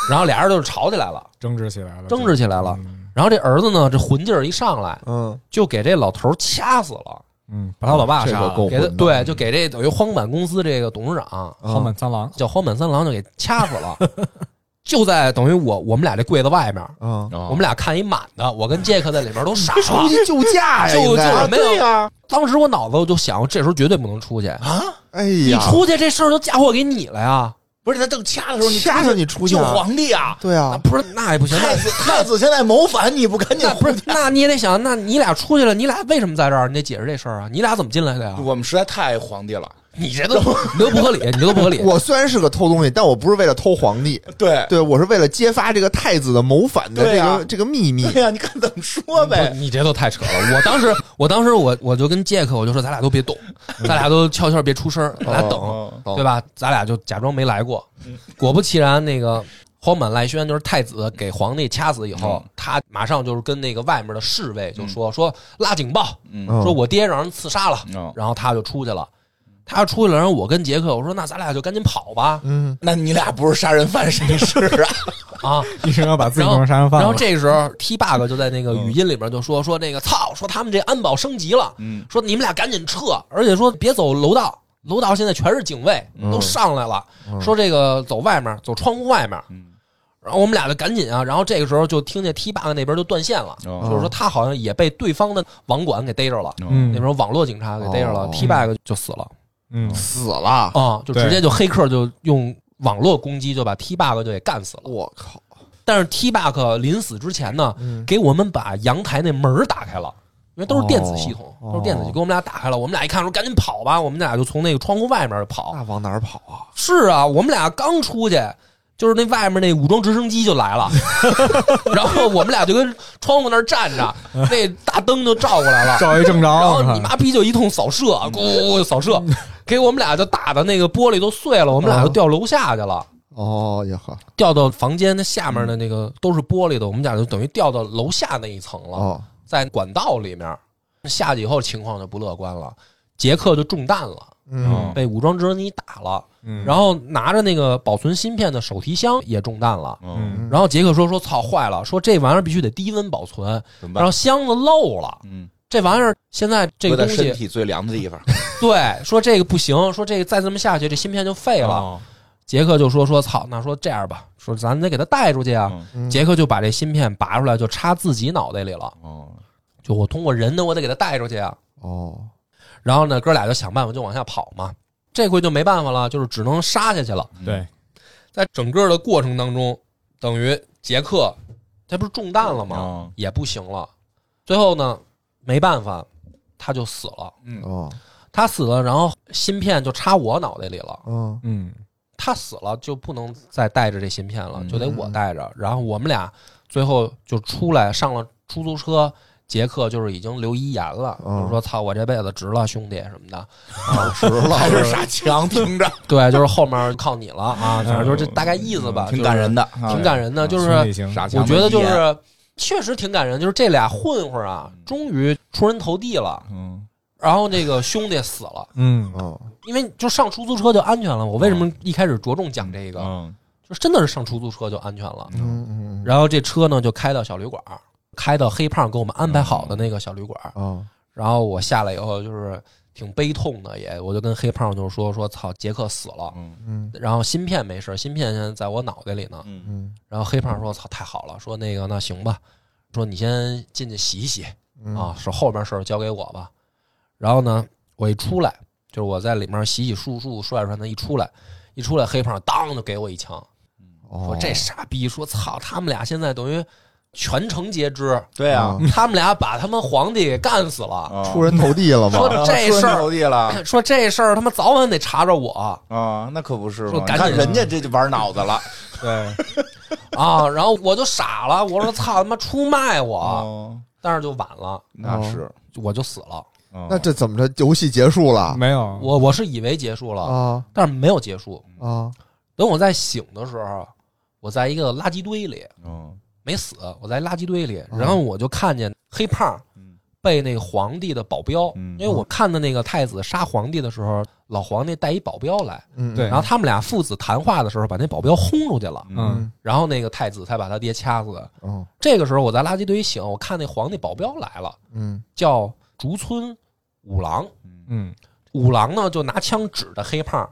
然后俩人就是吵起来了，争执起来了，争执起来了。嗯然后这儿子呢，这魂劲儿一上来，嗯，就给这老头儿掐死了，嗯，把他老爸这杀个了，够给他混的对，就给这等于荒坂公司这个董事长荒坂三郎，叫荒坂三郎，就给掐死了， 就在等于我我们俩这柜子外面，嗯，啊我们俩看一满的，我跟杰克在里面都傻了 出。去救驾哎呀，就应该就没有当时我脑子我就想，这时候绝对不能出去，哎你呀，出去这事儿就嫁祸给你了呀。不是他正掐的时候，你掐着你出去救啊皇帝啊！对啊，啊，不是，那也不行。太那子太子现在谋反，你不赶紧那不是，那你也得想，那你俩出去了，你俩为什么在这儿？你得解释这事儿啊！你俩怎么进来的呀？我们实在太爱皇帝了，你这都你都不合理，你这都不合理。我虽然是个偷东西，但我不是为了偷皇帝，对对我是为了揭发这个太子的谋反的对这啊个这个秘密。 对呀，你看怎么说呗？你这都太扯了！我当时，我当时我我就跟杰克，我就说咱俩都别动，咱俩都悄悄别出声，咱俩等，嗯哦嗯对吧？咱俩就假装没来过。果不其然，那个荒坂赖宣就是太子给皇帝掐死以后嗯，他马上就是跟那个外面的侍卫就说说拉警报，嗯嗯说我爹让人刺杀了，哦然后他就出去了。他出去了，然后我跟杰克我说：“那咱俩就赶紧 跑吧！”嗯，那你俩不是杀人犯谁是啊？啊，医生要把自己 然弄后成杀人犯然后了。这时候 T bug 就在那个语音里边就说说那个操，说他们这安保升级了， 嗯说你们俩赶紧撤，而且说别走楼道，楼道现在全是警卫，都上来了，说这个走外面，走窗户外面。嗯然后我们俩就赶紧啊，然后这个时候就听见 T bug 那边就断线了，哦就是说他好像也被对方的网管给逮着了，嗯那边网络警察给逮着了、哦 t bug 就死了嗯，死了，啊，就直对接就黑客就用网络攻击就把 T bug 就给干死了。我靠，但是 T Buck 临死之前呢，嗯给我们把阳台那门儿打开了，因为都是电子系统，哦都是电子，就给我们俩打开了。我们俩一看说赶紧跑吧，我们俩就从那个窗户外面跑那。往哪儿跑啊？是啊，我们俩刚出去。就是那外面那武装直升机就来 了，然后我们俩就跟窗户那儿站着，嗯那大灯就照过来了，照一正着，然后你看你妈逼就一通扫射，咕咕咕就扫射，嗯给我们俩就打的那个玻璃都碎了，我们俩啊就掉楼下去了。哦，呀呵，掉到房间那下面的那个都是玻璃的，我们俩就等于掉到楼下那一层了，哦，在管道里面下去以后情况就不乐观了，杰克就中弹了，嗯，被武装直升机打了，哦嗯然后拿着那个保存芯片的手提箱也中弹了。嗯然后杰克说：“说操，坏了！说这玩意儿必须得低温保存，怎么办然后？箱子漏了。嗯，这玩意儿现在这搁个在东身 西，体最凉的地方。对，说这个不行，说这个再这么下去，这芯片就废了。哦杰克就说说操，那说这样吧，说咱得给他带出去啊。嗯杰克就把这芯片拔出来，就插自己脑袋里了。哦，就我通过人呢，我得给他带出去啊。哦，然后呢，哥俩就想办法就往下跑嘛。这回就没办法了，就是只能杀下去了。嗯对，在整个的过程当中，等于杰克他不是中弹了吗？哦也不行了。最后呢，没办法，他就死了。哦，他死了，然后芯片就插我脑袋里了。嗯，嗯，他死了就不能再带着这芯片了，嗯就得我带着。然后我们俩最后就出来上了出租车，杰克就是已经留遗言了，嗯就是说操我这辈子值了，兄弟什么的。值了， 还是傻强听 着，对，就是后面靠你了啊，反正就是这大概意思吧，嗯挺感人的，的，挺感人的，就是嗯兄弟情傻强我的觉得就遗言是 确实挺感人，就是这俩混混啊，终于出人头地了，嗯，然后那个兄弟死了，嗯，哦，因为就上出租车就安全了。我为什么一开始着重讲这个？嗯就真的是上出租车就安全了。嗯嗯，嗯然后这车呢就开到小旅馆儿，开到黑胖给我们安排好的那个小旅馆儿。哦，然后我下来以后就是挺悲痛的，也我就跟黑胖就是说说操杰克死了，嗯嗯然后芯片没事，芯片现在在我脑袋里呢。嗯嗯然后黑胖说操太好了，说那个那行吧，说你先进去洗一洗嗯啊，说后边事儿交给我吧。然后呢，我一出来就是我在里面洗洗漱漱涮涮的，一出来一出来黑胖当就给我一枪。说哦，这傻逼，说操，他们俩现在等于全城皆知，对啊，他们俩把他们皇帝给干死嗯了。啊嗯出人头地了说吗？这事顺儿，头地 了说这事儿他妈早晚得查着我啊，那可不是说嘛，赶你看紧人家啊这就玩脑子 了，对，啊！然后我就傻了，我说操他妈出卖嗯我，哦，但是就晚了，那是，我就死了。哦那这怎么着？游戏结束了？没有我我是以为结束了，啊但是没有结束。啊等我再醒的时候，我在一个垃圾堆里哦没死，我在垃圾堆里，然后我就看见黑胖嗯被那皇帝的保镖，嗯因为我看的那个太子杀皇帝的时候，老皇帝带一保镖来，嗯，对然后他们俩父子谈话的时候，把那保镖轰出去了，嗯然后那个太子才把他爹掐死。哦这个时候我在垃圾堆醒，我看那皇帝保镖来了，嗯叫竹村五郎，嗯五郎呢就拿枪指着黑胖，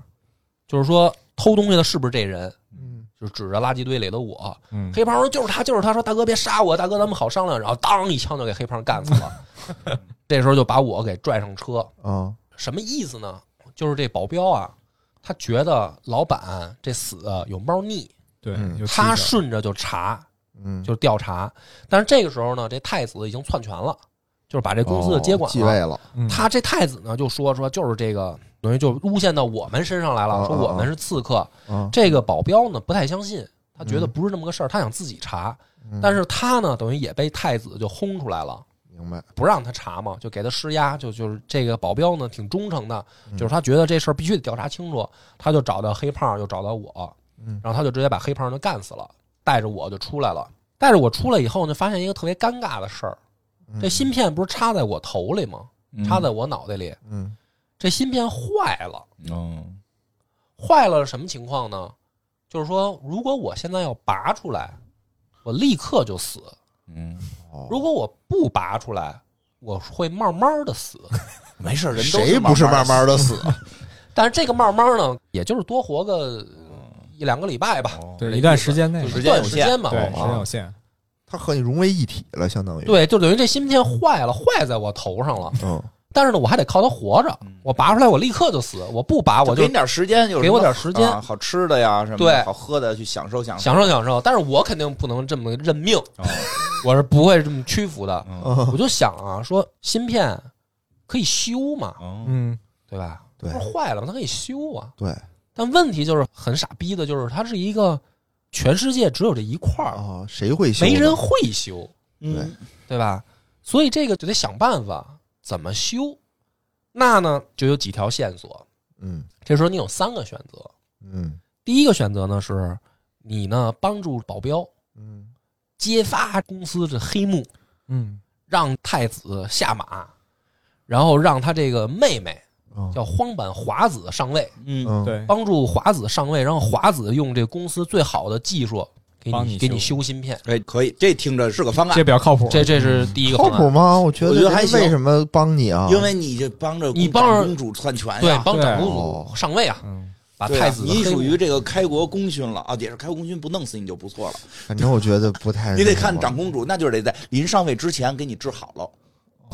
就是说偷东西的是不是这人？嗯就指着垃圾堆里的我，嗯，黑胖说就是他，就是他，说大哥别杀我，大哥咱们好商量。然后当一枪就给黑胖干死 了，这时候就把我给拽上车，啊什么意思呢？就是这保镖啊，他觉得老板这死呃有猫腻，对，嗯有气他质顺着就查，嗯，就调查。但是这个时候呢，这太子已经篡权了，就是把这公司哦的接管啊继了。位了，嗯他这太子呢就说说就是这个等于就诬陷到我们身上来哦了，说哦我们是刺客。啊，这个保镖呢不太相信，他觉得嗯不是那么个事儿，他想自己查。嗯但是他呢等于也被太子就轰出来了。明白，不让他查嘛，就给他施压，就就是这个保镖呢挺忠诚的，嗯就是他觉得这事儿必须得调查清楚，他就找到黑胖，又找到我嗯，然后他就直接把黑胖就干死了，带着我就出来了。带着我出来以后呢，发现一个特别尴尬的事儿，嗯这芯片不是插在我头里吗？插在我脑袋里，嗯这芯片坏了，哦坏了是什么情况呢？就是说，如果我现在要拔出来，我立刻就死；嗯，哦如果我不拔出来，我会慢慢的死。没事，人都谁不是慢慢的死？啊但是这个慢慢呢，也就是多活个一两个礼拜吧， 哦对一段时间内就，是时一间有限段时间嘛。对时间啊有限，它和你融为一体了，相当于，对，就等于这芯片坏了，坏在我头上了。嗯但是呢，我还得靠它活着。我拔出来，我立刻就死；我不拔，啊就我给就你点时间，有什么给我点时间啊好吃的呀，什么对的好喝的，去享受享受。 享受享受。但是我肯定不能这么认命，哦 我是不会这么屈服的。嗯我就想啊，说芯片可以修嘛，哦嗯对吧？对它坏了嘛，它可以修啊。对但问题就是很傻逼的，就是它是一个全世界只有这一块儿，啊，谁会修呢？没人会修。嗯对吧？所以这个就得想办法怎么修。那呢，就有几条线索。嗯这时候你有三个选择。嗯第一个选择呢是，你呢帮助保镖嗯揭发公司这黑幕，嗯让太子下马，然后让他这个妹妹哦叫荒坂华子上位，嗯嗯，对，帮助华子上位，然后华子用这公司最好的技术给帮你你给你修修芯片。哎，可以，这听着是个方案这，比较靠谱，这这是嗯第一个靠方谱案，吗？我觉我觉得还这行为什么帮你啊？因为你这帮着你公帮着公主篡权对呀，，帮哎对长公哦主上位啊。嗯把对啊太子的你黑属幕于这个开国功勋了啊，也是开国功勋不弄死你就不错了。反正我觉得不太。你得看长哦公主，那就是得在临上位之前给你治好了，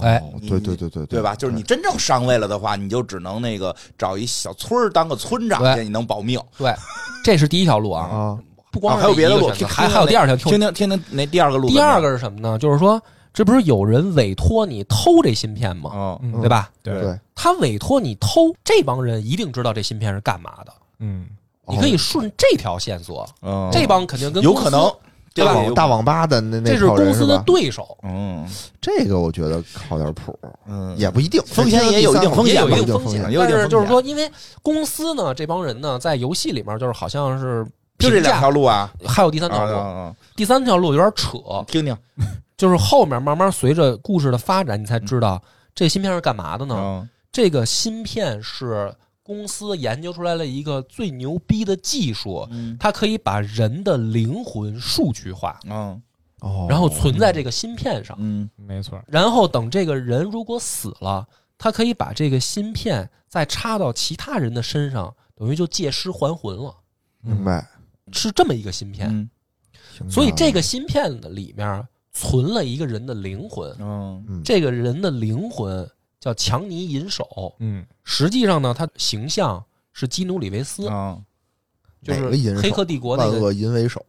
哎，哦，对对对对对吧？就是你真正上位了的话，你就只能那个找一小村儿当个村长对去，你能保命。对，这是第一条路啊，啊，不光啊是还有别的第一个路选择听还听还有那第二条，听听听听听那第二个路怎么第样，二个是什么呢？就是说，这不是有人委托你偷这芯片吗？哦，嗯对吧？对对，他委托你偷，这帮人一定知道这芯片是干嘛的。嗯，哦你可以顺这条线索，哦这帮肯定跟哦嗯有公司可能，对大吧？哦网大网吧的那那这是号人公司的吧对手，嗯这个我觉得靠点谱，嗯，也不一定，风险也有一定风也险也有一有一定定风风险。险。有一定但是就是风险说，因为公司呢，这帮人呢，在游戏里面就是好像是就这评两价嗯条，路啊，还有第三啊条啊路，啊，第三条路有点扯，听听。就是后面慢慢随着故事的发展，你才知道这芯片是干嘛的呢？嗯这个芯片是公司研究出来了一个最牛逼的技术，嗯它可以把人的灵魂数据化，嗯哦然后存在这个芯片上。嗯没错，然后等这个人如果死了，它可以把这个芯片再插到其他人的身上，等于就借尸还魂了，明白，啊是这么一个芯片。嗯明白所以这个芯片的里面啊存了一个人的灵魂，嗯嗯这个人的灵魂叫强尼银手，嗯，实际上呢，他形象是基努里维嗯斯，啊，就哪个银是手黑客帝国那万个，哦恶淫为首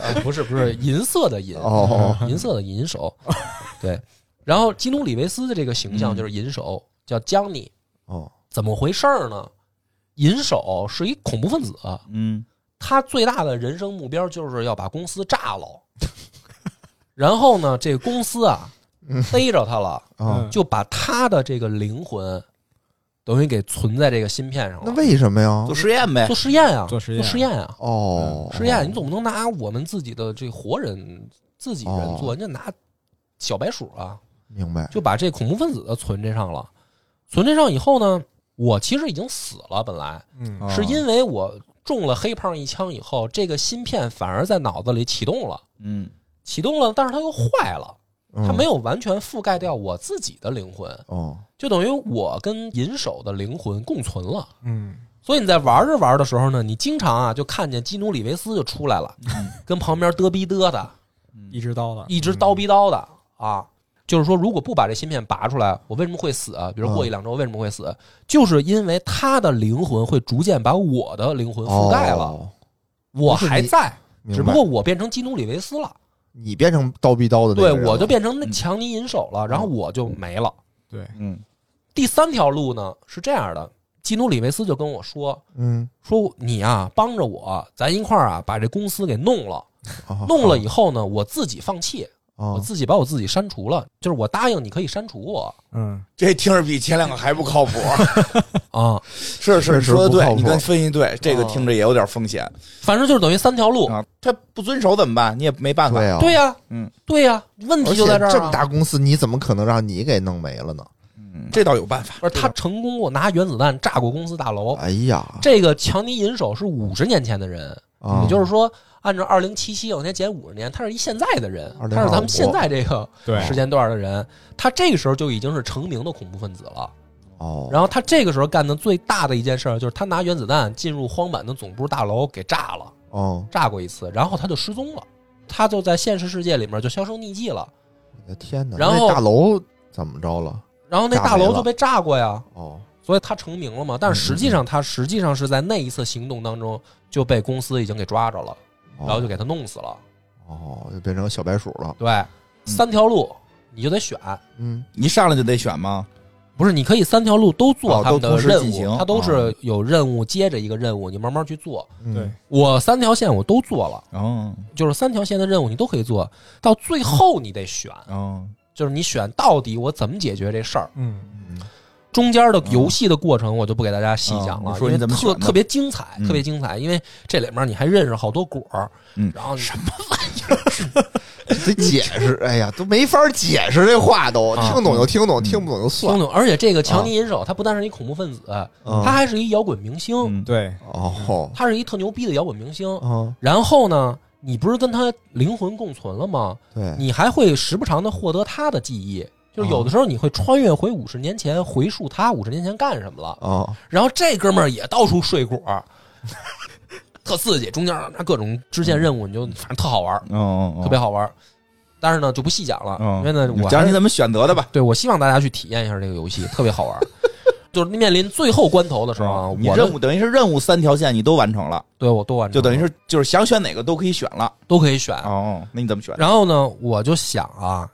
呃不是不是银色的银，嗯哦，银色的银手，对。然后基努里维斯的这个形象就是银手，叫江尼，嗯哦，怎么回事儿呢？银手是一恐怖分子，嗯他最大的人生目标就是要把公司炸了。 然后呢，这个公司啊嗯逮着他了，啊，嗯就把他的这个灵魂等于给存在这个芯片上那了，为什么呀做？实验呗做，实验啊，做实验实验啊，哦，实验，你总不能拿我们自己的这活人自己人做，那拿小白鼠啊，明白，就把这恐怖分子的存这上了。存这上以后呢，我其实已经死了，本来嗯啊是因为我中了黑胖一枪以后，这个芯片反而在脑子里启动了，嗯启动了，但是它又坏了，它他没有完全覆盖掉我自己的灵魂，嗯哦，就等于我跟银手的灵魂共存了。嗯所以你在玩着玩的时候呢，你经常啊就看见基努里维斯就出来了，嗯跟旁边嘚逼嘚的，一只刀了，嗯一直叨逼叨的啊。就是说，如果不把这芯片拔出来，我为什么会死啊？比如过一两周为什么会死？就是因为他的灵魂会逐渐把我的灵魂覆盖了，哦，我还在，明只不白过。我变成基努里维斯了，你变成刀逼刀的那个对人了，我就变成那强尼银手了，然后我就没了。对，嗯第三条路呢是这样的，基努里维斯就跟我说，嗯，说你啊，帮着我，咱一块儿啊，把这公司给弄了。哦弄了以后呢，我自己放弃，我哦，自己把我自己删除了。就是我答应你可以删除我嗯这听着比前两个还不靠谱。啊，是是，确你实说的不靠对，谱你跟分析对，这个哦听着也有点风险反正就是等于三条路。啊他不遵守怎么办？你也没办法对。啊，对呀、嗯，对呀、问题而且就在这儿、啊。这么大公司，你怎么可能让你给弄没了呢？嗯这倒有办法。不是他成功过拿原子弹炸过公司大楼。哎呀，哦这个强尼银手是五十年前的人，啊也就是说，按照二零七七往前减五十年，他是一现在的人， 2025他是咱们现在这个对，啊时间段的人。他这个时候就已经是成名的恐怖分子了。哦，然后他这个时候干的最大的一件事儿，就是他拿原子弹进入荒坂的总部大楼给炸了，哦，炸过一次，然后他就失踪了，他就在现实世界里面就销声匿迹了。我的天哪！然后那大楼怎么着了？然后那大楼就被炸过呀，哦，所以他成名了嘛。但是嗯实际上，他实际上是在那一次行动当中就被公司已经给抓着了，然哦然后就给他弄死了。哦，就变成小白鼠了。对，嗯三条路你就得选，嗯，一上来就得选吗？不是你可以三条路都做哦他们的都同时任进务，行他都是有任务接着一个任务，你慢慢去做。嗯对，我三条线我都做了，哦就是三条线的任务你都可以做到最后，你得选，哦，就是你选到底我怎么解决这事儿。嗯中间的游戏的过程我就不给大家细讲嗯了，你说你因为怎么特选的特别精彩，嗯特别精彩，因为这里面你还认识好多果儿，嗯然后什么得解释。哎呀，都没法解释这话都，啊听懂就听懂，听不懂就算听。懂，而且啊这个强尼银手他不单是一恐怖分子，嗯他还是一摇滚明星，嗯对，哦，他是一特牛逼的摇滚明星。嗯，然后呢，你不是跟他灵魂共存了吗？对，你还会时不常的获得他的记忆，啊就是有的时候你会穿越回五十年前，回溯他五十年前干什么了。哦，然后这哥们儿也到处睡果， 特刺激，中间那各种支线任务，你就反正特好玩儿，哦嗯特别好玩儿。但是呢，就不细讲了，因为呢，我还讲哦是你怎么选择的吧。对我希望大家去体验一下这个游戏，特别 好玩儿。就是面临最后关头的时候啊，哦你我任的务等于是任务三条线你都完成了，对我都完成了，就等于是就是想选哪个都可以选了。都可以选。哦，那你怎么选？然后呢，我就想啊，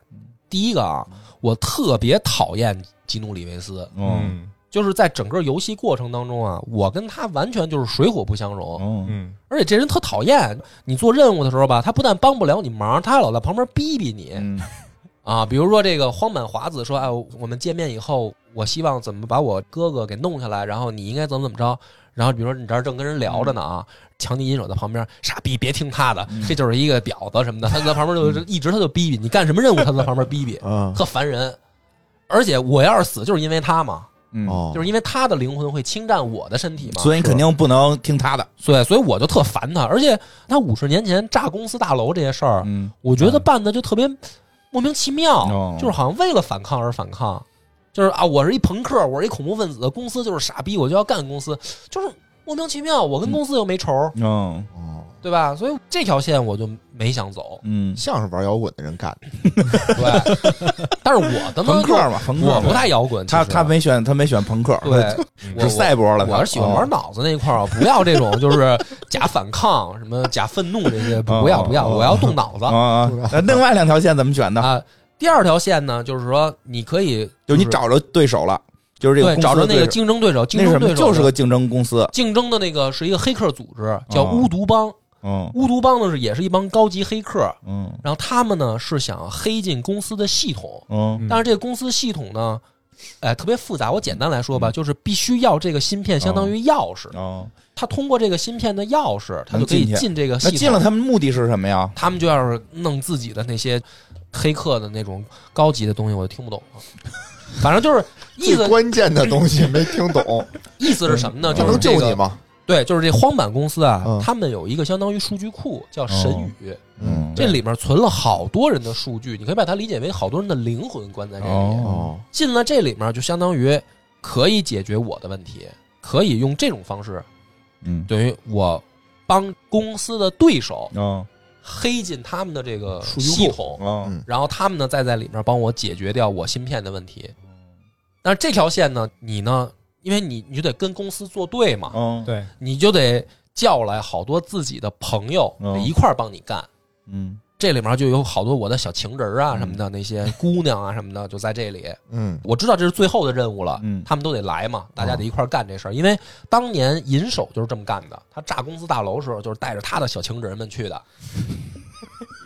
第一个啊，我特别讨厌基努里维斯，哦嗯就是在整个游戏过程当中啊，我跟他完全就是水火不相容，嗯嗯而且这人特讨厌。你做任务的时候吧，他不但帮不了你忙，他还老在旁边逼逼你。嗯啊，比如说这个荒坂华子说：“哎，我们见面以后，我希望怎么把我哥哥给弄下来，然后你应该怎么怎么着。”然后比如说你这儿正跟人聊着呢啊，强尼银手在旁边，傻逼别听他的，嗯这就是一个婊子什么的，他在旁边就一直他就逼逼你干什么任务，他都在旁边逼逼，嗯啊，特烦人。而且我要是死，就是因为他嘛，嗯哦，就是因为他的灵魂会侵占我的身体嘛，所以你肯定不能听他的。所以所以我就特烦他。而且他五十年前炸公司大楼这些事儿，嗯我觉得办的就特别莫名其妙，哦就是好像为了反抗而反抗，就是啊，我是一朋克，我是一恐怖分子，公司就是傻逼，我就要干公司，就是莫名其妙，我跟公司又没仇，嗯，哦，对吧？所以这条线我就没想走嗯，像是玩摇滚的人干的，对。 但是我的呢，朋克嘛，朋克嘛我不太摇滚，他其实啊他没选他没选朋克，对，我 是赛博了他。哦我是喜欢玩脑，脑子那一块儿，啊不要这种就是假反抗、什么假愤怒这些，哦不要不要，我要动脑子啊啊！那另外两条线怎么选 的？啊。第二条线呢，就是说你可以就是你是找着对手了，就是这个对公司找着的那对个手竞争对手，竞那争什对么手就是呢个竞争公司。竞争的那个是一个黑客组织，叫哦巫毒帮。嗯巫毒帮呢是也是一帮高级黑客，嗯然后他们呢是想黑进公司的系统，嗯但是这个公司系统呢，哎，特别复杂。我简单来说吧，就是必须要这个芯片，相当于钥匙。嗯哦，他通过这个芯片的钥匙，他就可以能进去进这个系那统。进了他们目的是什么呀？他们就要是弄自己的那些黑客的那种高级的东西，我就听 不懂了。反正就是意最思关键 的东西没听懂，意思是什么啊呢？他就是能这救个你吗？对，就是这荒坂公司啊，嗯他们有一个相当于数据库叫神宇，嗯，这里面存了好多人的数据，你可以把它理解为好多人的灵魂关在这里。哦哦，进了这里面，就相当于可以解决我的问题，可以用这种方式，嗯等于我帮公司的对手哦黑进他们的这个据库系统，哦嗯然后他们呢再在里面帮我解决掉我芯片的问题。但是这条线呢，你呢，因为你你就得跟公司作对嗯嘛，哦对，你就得叫来好多自己的朋友嗯一块儿帮你干。嗯这里面就有好多我的小情人啊什么的，那些姑娘啊什么的就在这里。嗯，我知道这是最后的任务了，嗯他们都得来嘛，啊大家得一块儿干这事儿。因为当年银手就是这么干的，他炸公司大楼的时候就是带着他的小情人们去 的，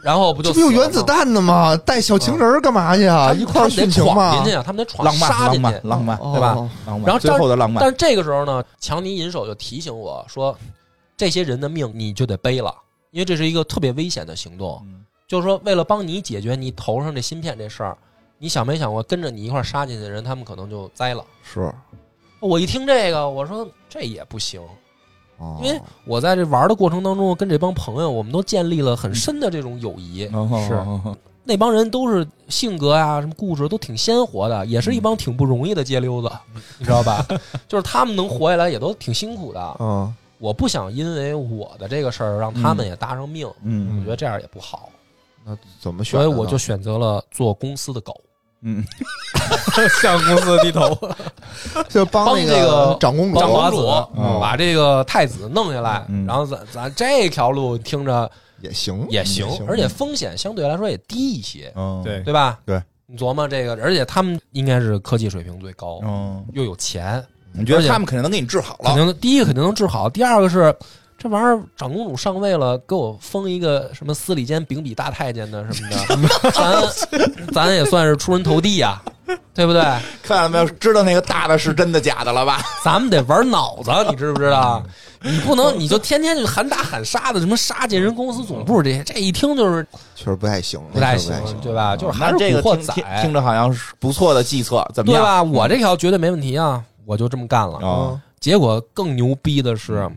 然后不就这不有死了原子吗？弹呢吗？带小情人儿干嘛去啊？他一们块他儿们殉得情闯吗进？去啊，他们得闯浪漫杀浪进去漫。浪漫对吧哦？浪漫，然后最但是后的浪漫但是这个时候呢，强尼银手就提醒我说，这些人的命你就得背了，因为这是一个特别危险的行动。嗯就是说，为了帮你解决你头上这芯片这事儿，你想没想过跟着你一块儿杀进去的人，他们可能就栽了。是，我一听这个，我说这也不行，哦因为我在这玩的过程当中，跟这帮朋友，我们都建立了嗯很深的这种友谊。是哦那帮人都是性格啊，什么故事都挺鲜活的，也是嗯一帮挺不容易的街溜子，你知道 吧？就是他们能活下来也都挺辛苦的。嗯，我不想因为我的这个事儿让他们也搭上命，嗯我觉得这样也不好，那怎么嗯选所的以呢？我就选择了做公司的狗，嗯嗯向公司低头，就帮帮那这个长公主，啊当王子嗯，把这个太子弄下来，嗯然后咱咱这条路听着也行，也行，而且风险相对来说也低一些，嗯对对吧？对，你琢磨这个，而且他们应该是科技水平最高，嗯，又有钱，你觉哦而得且他们肯定能给你治好肯了？定第一肯定能治好，第二个是这玩意儿长公主上位了，给我封一个什么司礼监秉笔大太监的什么的，咱咱也算是出人头地呀、对不对？看到没有？知道那个大的是真的假的了吧？咱们得玩脑子，你知不知道？嗯你不能你就天天就喊打喊杀的，什么杀进人公司总部这些，这一听就是确实不太行，不太确行实不太，对吧？就是 还嗯那是这个古惑听仔，听听着好像是不错的计策，怎么对样？嗯吧？我这条绝对没问题啊，我就这么干了。啊，结果更牛逼的是，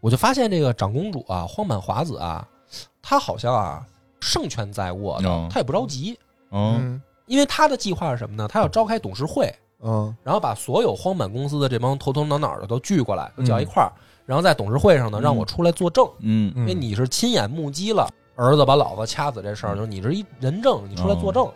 我就发现这个长公主啊，荒坂华子啊，她好像啊胜券在握的，嗯她也不着急。嗯嗯，因为他的计划是什么呢？他要召开董事会，嗯然后把所有荒坂公司的这帮头头脑脑的都聚过来，都叫一块儿，然后在董事会上呢，让我出来作证，嗯因为你是亲眼目击了儿子把老子掐死这嗯事儿，就是你是一人证，你出来哦作证。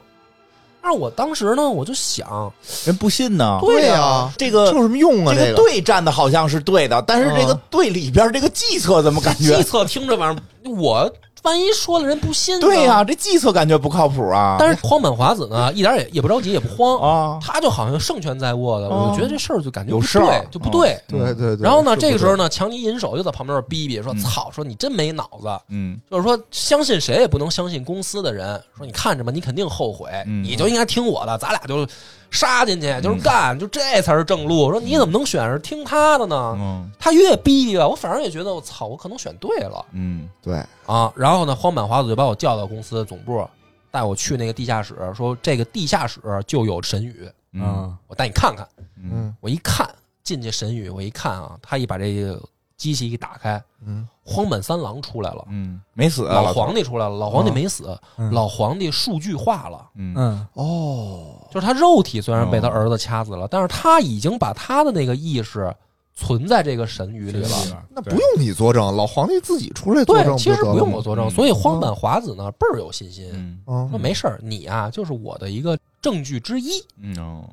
但是我当时呢，我就想，人不信呢，对呀、呀这个这有什么用啊？这这个队站的好像是对的，但是这个队里边这个计策怎么感嗯觉计？策听着玩意儿，我万一说了人不信呢，啊对呀、这计策感觉不靠谱啊。但是荒坂华子呢，一点也也不着急，也不慌啊他就好像胜券在握的，我就觉得这事儿就感觉有不事儿啊对，就不对。嗯对对对。然后呢，是不这个是时候呢，强尼银手就在旁边逼逼说：“操，说你真没脑子，嗯就是说相信谁也不能相信公司的人。说你看着吧，你肯定后悔，嗯你就应该听我的，咱俩就杀进去，就是干，就这才是正路。说你怎么能选是听他的呢？嗯他越逼逼吧，我反而也觉得我操，我可能选对了。”嗯对，啊，然后呢，荒坂华子就把我叫到公司总部，带我去那个地下室，说这个地下室就有神语，嗯啊我带你看看。嗯我一看进去神语，我一看啊，他一把这个机器一打开，嗯，荒坂三郎出来了，嗯，没死哎啊，老头皇帝出来了，老皇帝没死，嗯老皇帝数据化了。嗯嗯哦就是他肉体虽然被他儿子掐死了，但是他已经把他的那个意识存在这个神语里了。那不用你作证，老皇帝自己出来作证对，其实得了不用吗我作证，嗯所以荒坂华子呢倍儿有信心。嗯说嗯，没事儿，你啊就是我的一个证据之一。嗯哦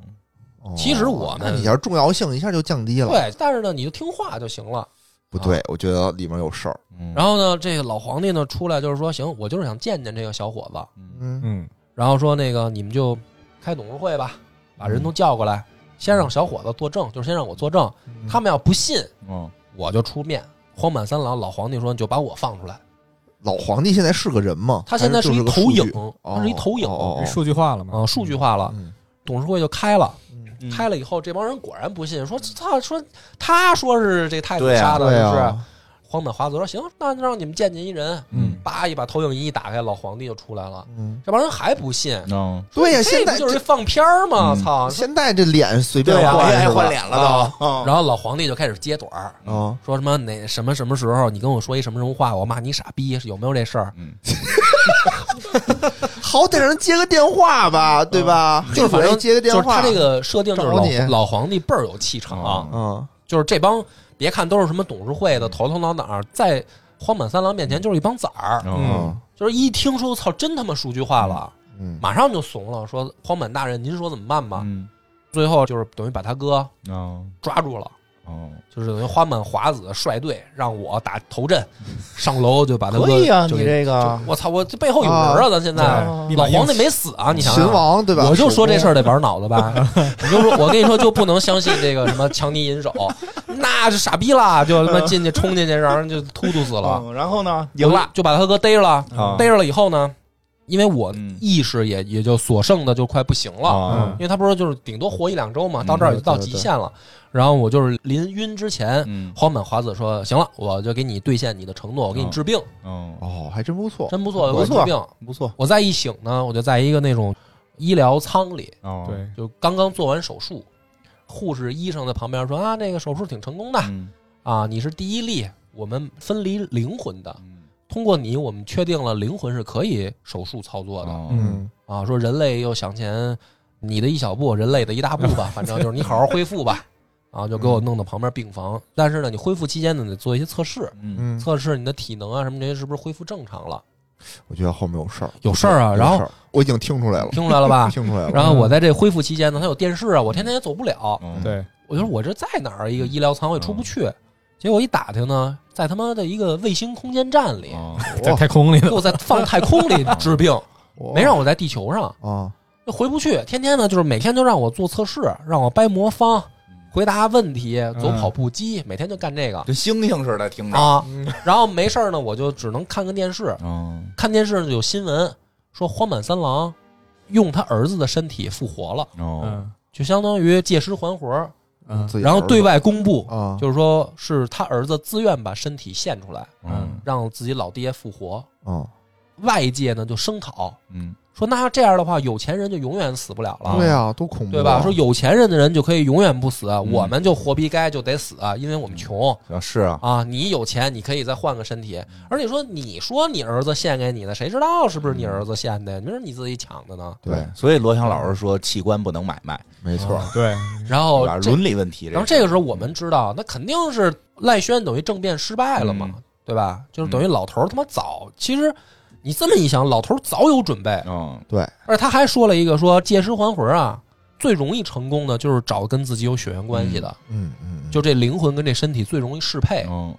哦其实我那们你要是重要性一下就降低了，对，啊但是呢，你就听话就行了。不对？我觉得里面有事儿。嗯，然后呢，这个老皇帝呢出来就是说，行，我就是想见见这个小伙子。嗯嗯然后说那个你们就开董事会吧，把人都嗯叫过来，先让小伙子作证，就是先让我作证。嗯他们要不信，哦我就出面。荒坂三郎，老皇帝说你就把我放出来。老皇帝现在是个人吗？他现在还是一就是个投数影据，他是一投影，哦哦哦数据化了嘛？啊，数据化了。嗯董事会就开了，嗯开了以后，这帮人果然不信，说操，说他说是这太子对啊杀的，对是不是？啊，荒坂华子说：“行，那就让你们见见一人。”嗯，叭一把投影仪一打开，老皇帝就出来了。嗯，这帮人还不信，哦对呀，这现不在就是放片儿吗？嗯操！现在这脸随便啊对呀、换哎是吧换脸了啊都。嗯然后老皇帝就开始接短儿，啊，说什么哪什么什么时候你跟我说一什么什么话，我骂你傻逼，有没有这事儿？嗯好歹让人接个电话吧，对吧？嗯就是反正黑鬼接个电就是他话，这个设定就是找你老老皇帝倍儿有气场，哦嗯，就是这帮别看都是什么董事会的头头脑脑儿，在荒坂三郎面前就是一帮崽儿，嗯哦就是一听说操，真他妈数据化了，嗯马上就怂了，说荒坂大人，您说怎么办吧？嗯最后就是等于把他哥哦抓住了，嗯哦就是等于花满华子率队让我打头阵，嗯上楼就把他哥可以啊，就你给这个就我操，我这背后有人啊！咱现在对老皇帝没死啊！你想秦想，王对吧？我就说这事儿，儿得玩脑子吧。你就说，我跟你说就不能相信这个什么强尼银手，那是傻逼啦！就他妈进去冲进去，让人就突突死了，嗯，然后呢，赢了就把他哥逮着了，啊逮着了以后呢，因为我嗯意识也也就所剩的就快不行啊了。哦因为他不是就是顶多活一两周嘛，到这儿也就到极限了。然后我就是临晕之前，嗯荒坂华子说：“行了，我就给你兑现你的承诺，我给你治病，哦哦，还真不错，真不错，我给不你治错，病。不错”，我再一醒呢，我就在一个那种医疗舱里，哦对，就刚刚做完手术，护士、医生在旁边说：“啊，那个手术挺成功的嗯啊，你是第一例，我们分离灵魂的，嗯通过你，我们确定了灵魂是可以手术操作的。哦嗯啊，说人类又向前你的一小步，人类的一大步吧，反正就是你好好恢复吧。啊，就给我弄到旁边病房。但是呢，你恢复期间呢，得做一些测试，嗯嗯，测试你的体能啊什么这些是不是恢复正常了？我觉得后面有事儿，有事儿啊，然有事后儿我已经听出来了，听出来了吧？ 听出来了，啊然后我在这恢复期间呢，他有电视啊，我天天也走不了。哦对，我就说我这在哪儿一嗯个医疗舱，我也出不去。结果一打听呢，在他妈的一个卫星空间站里，哦在太空里给的我 在放太空里哦治病，没让我在地球上。啊，就回不去，天天呢就是每天就让我做测试，让我掰魔方，嗯回答问题，走跑步机，每天就干这个跟猩猩似的听着啊。嗯 然后没事儿呢，我就只能看看电视，哦看电视有新闻说荒坂三郎用他儿子的身体复活了，哦嗯就相当于借尸还魂，嗯自己然后儿子对外公布，啊，就是说是他儿子自愿把身体献出来，嗯让自己老爹复活。啊，外界呢就声讨嗯说那要这样的话，有钱人就永远死不了了。对啊，多恐怖啊，嗯对吧？说有钱人的人就可以永远不死，我们就活逼该就得死啊，因为我们穷啊是啊，啊。你有钱，你可以再换个身体。而且说，你说你儿子献给你的，谁知道是不是你儿子献的？你说你自己抢的呢？对，所以罗翔老师说器官不能买卖，没错，啊对，然对后吧？哦这伦理问题。然后这个时候我们知道，那肯定是赖轩等于政变失败了嘛，嗯对吧？就是等于老头儿他妈早，其实你这么一想，老头儿早有准备，嗯，而且他还说了一个说借尸还魂啊，最容易成功的就是找跟自己有血缘关系的，嗯嗯，就这灵魂跟这身体最容易适配，嗯，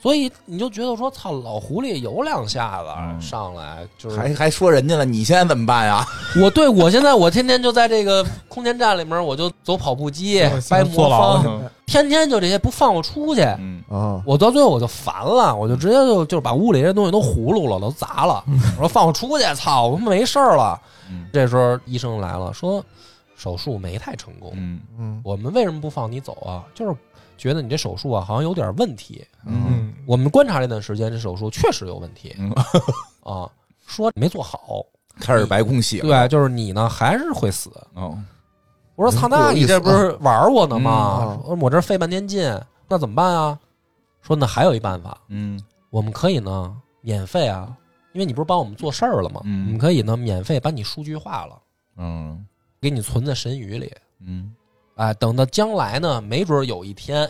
所以你就觉得说操，老狐狸有两下子、嗯上来就是还还说人家了，你现在怎么办呀？我对我现在我天天就在这个空间站里面，我就走跑步机掰魔坐牢方，了，天天就这些不放我出去。嗯，啊，我到最后我就烦了，我就直接就就是把屋里这些东西都葫芦了，都砸了。我说放我出去，操，我没事儿了。嗯这时候医生来了，说手术没太成功，嗯嗯我们为什么不放你走啊？就是觉得你这手术啊好像有点问题。嗯嗯，我们观察这段时间，这手术确实有问题嗯，啊，说没做好，开始白空血了。对，就是你呢还是会死。哦，我说操，那你这不是啊玩我呢吗嗯？说我这费半天劲，那怎么办啊？说那还有一办法，嗯我们可以呢免费啊，因为你不是帮我们做事儿了吗？嗯我们可以呢免费把你数据化了，嗯给你存在神语里，嗯哎，等到将来呢，没准儿有一天，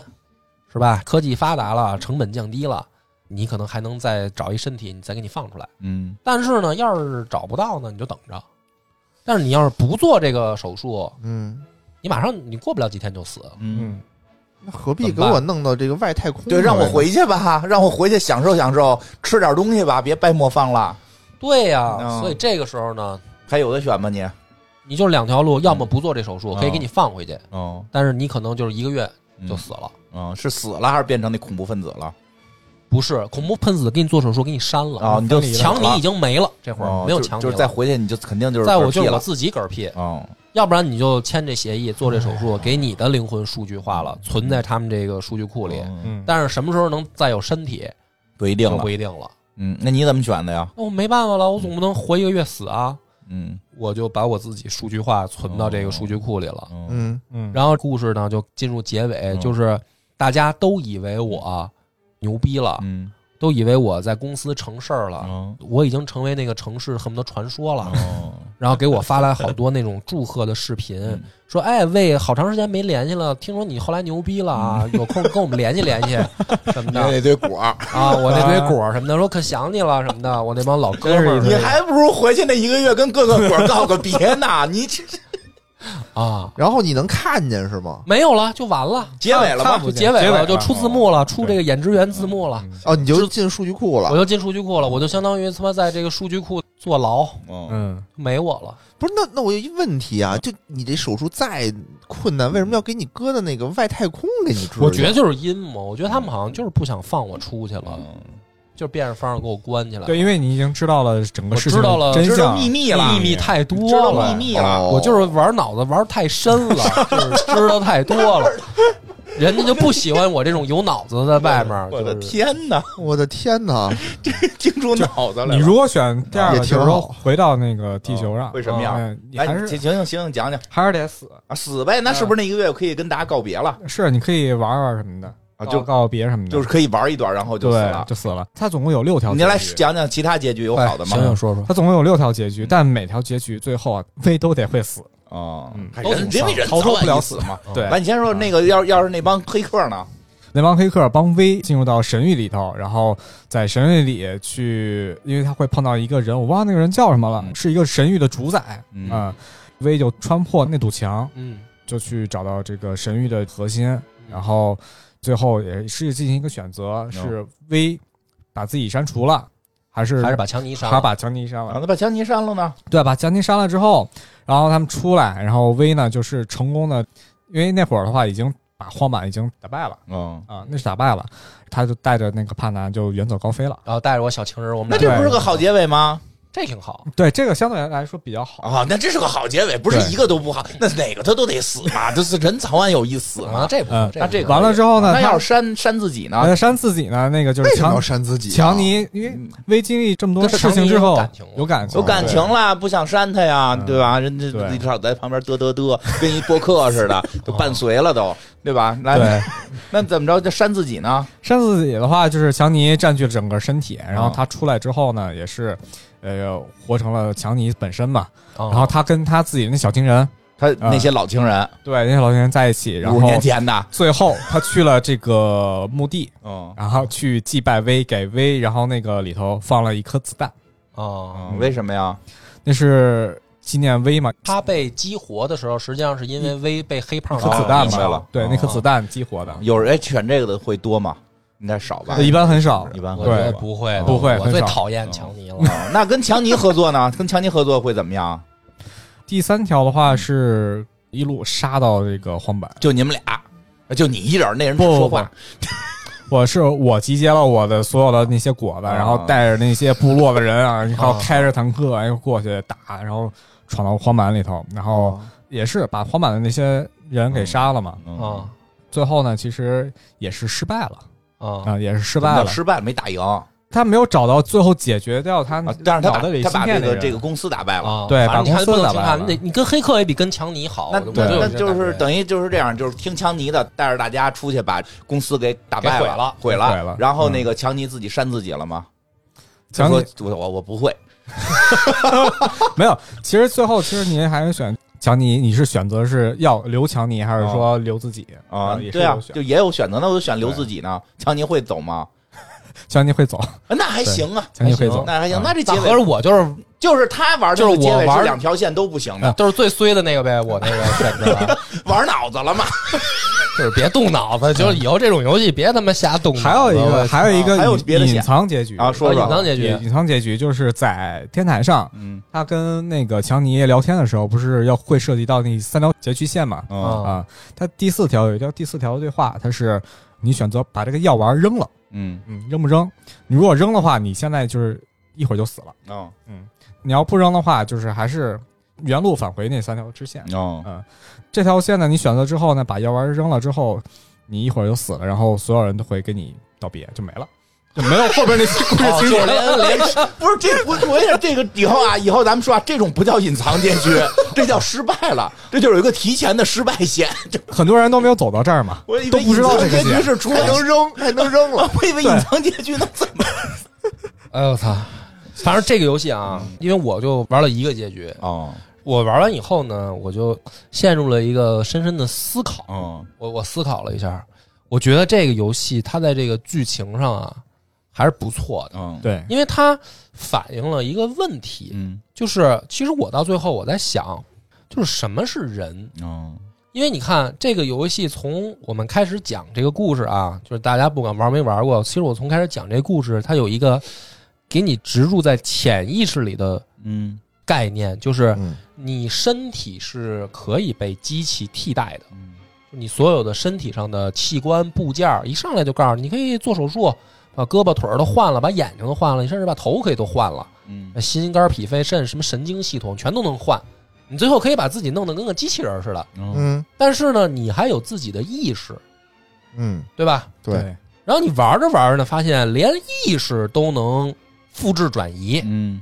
是吧？科技发达了，成本降低了，你可能还能再找一身体，你再给你放出来。嗯但是呢，要是找不到呢，你就等着。但是你要是不做这个手术，嗯，你马上你过不了几天就死。嗯，嗯，那何必给我弄到这个外太空？对，让我，回去吧，让我回去享受享受，吃点东西吧，别掰磨坊了。对呀、嗯所以这个时候呢，还有的选吗你？你就两条路，要么不做这手术，嗯可以给你放回去，哦，但是你可能就是一个月就死了。嗯，是死了还是变成那恐怖分子了？不是恐怖喷子给你做手术，给你删了啊，你就死墙了你已经没了，这会哦儿没有就墙你就了。是再回去你就肯定就是在我嗝屁就是我了。自己嗝屁，哦，要不然你就签这协议做这哎手术，给你的灵魂数据化了，存在他们这个数据库里。嗯嗯，但是什么时候能再有身体不一定就了不。一定了。嗯，那你怎么选的呀？那我没办法了，我总不能活一个月死啊！嗯我就把我自己数据化存到这个数据库里了。嗯嗯嗯，然后故事呢就进入结尾，嗯就是大家都以为我牛逼了，嗯都以为我在公司成事儿了，哦我已经成为那个城市恨不得传说了。哦然后给我发来好多那种祝贺的视频，嗯说：“哎，喂，好长时间没联系了，听说你后来牛逼了啊， 有空跟我们联系联系，什么 的那堆果儿，啊，我那堆果儿什么的，说可想你了什么的，我那帮老哥们儿你还不如回去那一个月跟各个果告个别呢。你 这啊，然后你能看见是吗？没有了，就完了，结尾了看吗不结尾结尾了，了就出字幕了，出这个演职员字幕了，哦，你就进数据库我了。就进数据库了，我就相当于他妈在这个数据库坐牢，嗯嗯，没我了。”不是，那那我有一问题啊，就你这手术再困难，为什么要给你搁到那个外太空给你治？我觉得就是阴谋，我觉得他们好像就是不想放我出去了，就是变着法儿给我关起来。对，因为你已经知道了整个我事知情道了真知道相秘密了，秘密太多了，知道秘密了。哦我就是玩脑子玩太深了，就是知道太多了，人家就不喜欢我这种有脑子的在外面。 我的就是天哪，我的天哪！听出脑子来了。哎你如果选第二个，也就挺是好说回到那个地球上，为什么呀？嗯你哎，还行是行行行，讲讲还是得死。啊，死呗。那是不是那一个月可以跟大家告别了？是，你可以玩玩什么的啊告就告别什么的，就是可以玩一段，然后就死对，了。就死了。它总共有六条结局，你来讲讲其他结局有好的吗嗯哎？行行说说，它总共有六条结局，但每条结局最后啊， 威都得会死，哦，嗯哎都人挺因为少人逃脱不了死死嘛。对完，，你先说那个，要要是那帮黑客呢？那帮黑客帮威进入到神域里头，然后在神域里去，因为他会碰到一个人，我忘了那个人叫什么了，嗯是一个神域的主宰，嗯啊威就穿破那堵墙，嗯，就去找到这个神域的核心，然后最后也是进行一个选择，是威把自己删除了，还是还是把强尼杀还了是。把强尼删了啊，？那把强尼删了呢？对，把强尼删了之后，然后他们出来，然后威呢就是成功的，因为那会儿的话已经把荒坂已经打败了嗯，啊，那是打败了，他就带着那个帕南就远走高飞了。然后带着我小情人，我们那俩这不是个好结尾吗？这挺好。对这个相对来说比较好。啊，那这是个好结尾，不是对一个都不好，那哪个他都得死嘛，就是人早晚有一死啊，嘛。这不嗯错，那这这个完了之后呢那他要是删删自己呢？呃，删自己呢，那个就是为什么强要删自己啊？强尼，因为微经历这么多跟事情强尼之有后感情了，有感情，嗯有感情了，不想删他呀，嗯对吧？人家对老在旁边嘚嘚嘚，跟一播客似的，就伴随了都，对吧？来，对，那怎么着就删自己呢？扇自己的话，就是强尼占据了整个身体，然后他出来之后呢，也是，呃，活成了强尼本身嘛。然然后他跟他自己那小金人，他那些老情人，对那些老金人在一起，然五后十年前的，最后他去了这个墓地，嗯，然后去祭拜 V，给 V，然后那个里头放了一颗子弹，啊，为什么呀？那是纪念 V 嘛，他被激活的时候，实际上是因为 V 被黑 胖颗子子弹明白嘛啊了，啊对，那颗子弹激活的，有人哎选这个的会多吗？应该少吧，一般很少，一般我会觉得多吧。不会的，不会我很最少讨厌强尼了。 哦那跟强尼合作呢？跟强尼合作会怎么样？第三条的话是一路杀到这个荒坂，就你们俩，就你一人，那人不只嗯说不不话， 我是我集结了我的所有的那些果子，啊然后带着那些部落的人啊，然后开着坦克，然后过去打，然后闯到荒坂里头，然后啊也是把荒坂的那些人给杀了嘛。嗯啊最后呢，其实也是失败了啊、啊，也是失失败了。失败了没打赢，啊他没有找到最后解决掉他但是他脑把袋里他芯把这片的个人这个公司打败了。啊，对反正你把看公司不能打轻败看，了你你跟黑客也比跟强尼好，那我对就那有就这是感觉等于就是这样，就是听强尼的，带着大家出去把公司给打败给毁了毁毁了嗯然后那个强尼自己扇自己了吗？强就尼说我我我不会，没有。其实最后，其实您还是选强尼，你是选择是要留强尼，还是说留自己哦啊也，是对啊有，选就也有选择，那我就选留自己呢。强尼会走吗？强尼会走，啊那还行啊，强尼会走，那还行，那这结那合着尾我就是就是他玩的就是那个结我尾玩是两条线都不行啊的，就是最衰的那个呗，我那个选 择嗯玩脑子了嘛。就是别动脑子，就是以后这种游戏别他妈瞎动脑子。还有一个，还有一个还有隐别的线隐藏结局啊说说隐藏结局隐藏结局就是在天台上，嗯他跟那个强尼聊天的时候，不是要会涉及到那三条结局线嗯嘛？哦啊啊，他第四条有一条第四条的对话，他是你选择把这个药丸扔了，嗯嗯，扔不扔？你如果扔的话，你现在就是一会儿就死了；哦你要不扔的话，就是还是原路返回那三条支线。哦这条线呢，你选择之后呢，把药丸扔了之后，你一会儿就死了，然后所有人都会跟你道别，就没了，就没有后边那些故事情节了。连连哎不是这我我也是这个以后啊，以后咱们说啊，这种不叫隐藏 结局，这叫失败了，这就是有一个提前的失败 线。这很多人都没有走到这儿嘛我以为，都不知道这个隐藏结局点。是除还了 能扔，还能 扔了。我以为隐藏结局能怎么哎呦我操！反正这个游戏啊，因为我就玩了一个结局，哦我玩完以后呢，我就陷入了一个深深的思考。哦我我思考了一下，我觉得这个游戏它在这个剧情上啊还是不错的，哦对，因为它反映了一个问题，嗯就是其实我到最后我在想，就是什么是人？哦因为你看这个游戏从我们开始讲这个故事啊，就是大家不管玩没玩过，其实我从开始讲这故事，它有一个给你植入在潜意识里的嗯概念，就是嗯你身体是可以被机器替代的。你所有的身体上的器官部件儿，一上来就告诉你，你可以做手术，把胳膊腿儿都换了，把眼睛都换了，你甚至把头可以都换了，嗯心肝脾肺肾什么神经系统全都能换。你最后可以把自己弄得跟个机器人儿似的，嗯但是呢，你还有自己的意识，嗯，对吧？对，然后你玩着玩着呢，发现连意识都能复制转移，嗯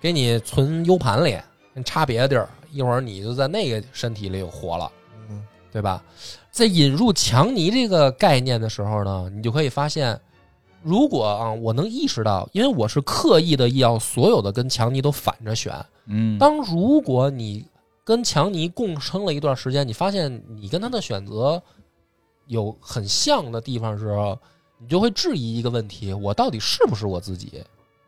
给你存 U 盘里，插别的地儿，一会儿你就在那个身体里有活了，嗯对吧？在引入强尼这个概念的时候呢，你就可以发现，如果啊，我能意识到，因为我是刻意的要所有的跟强尼都反着选。嗯当如果你跟强尼共生了一段时间，你发现你跟他的选择有很像的地方的时候，你就会质疑一个问题：我到底是不是我自己？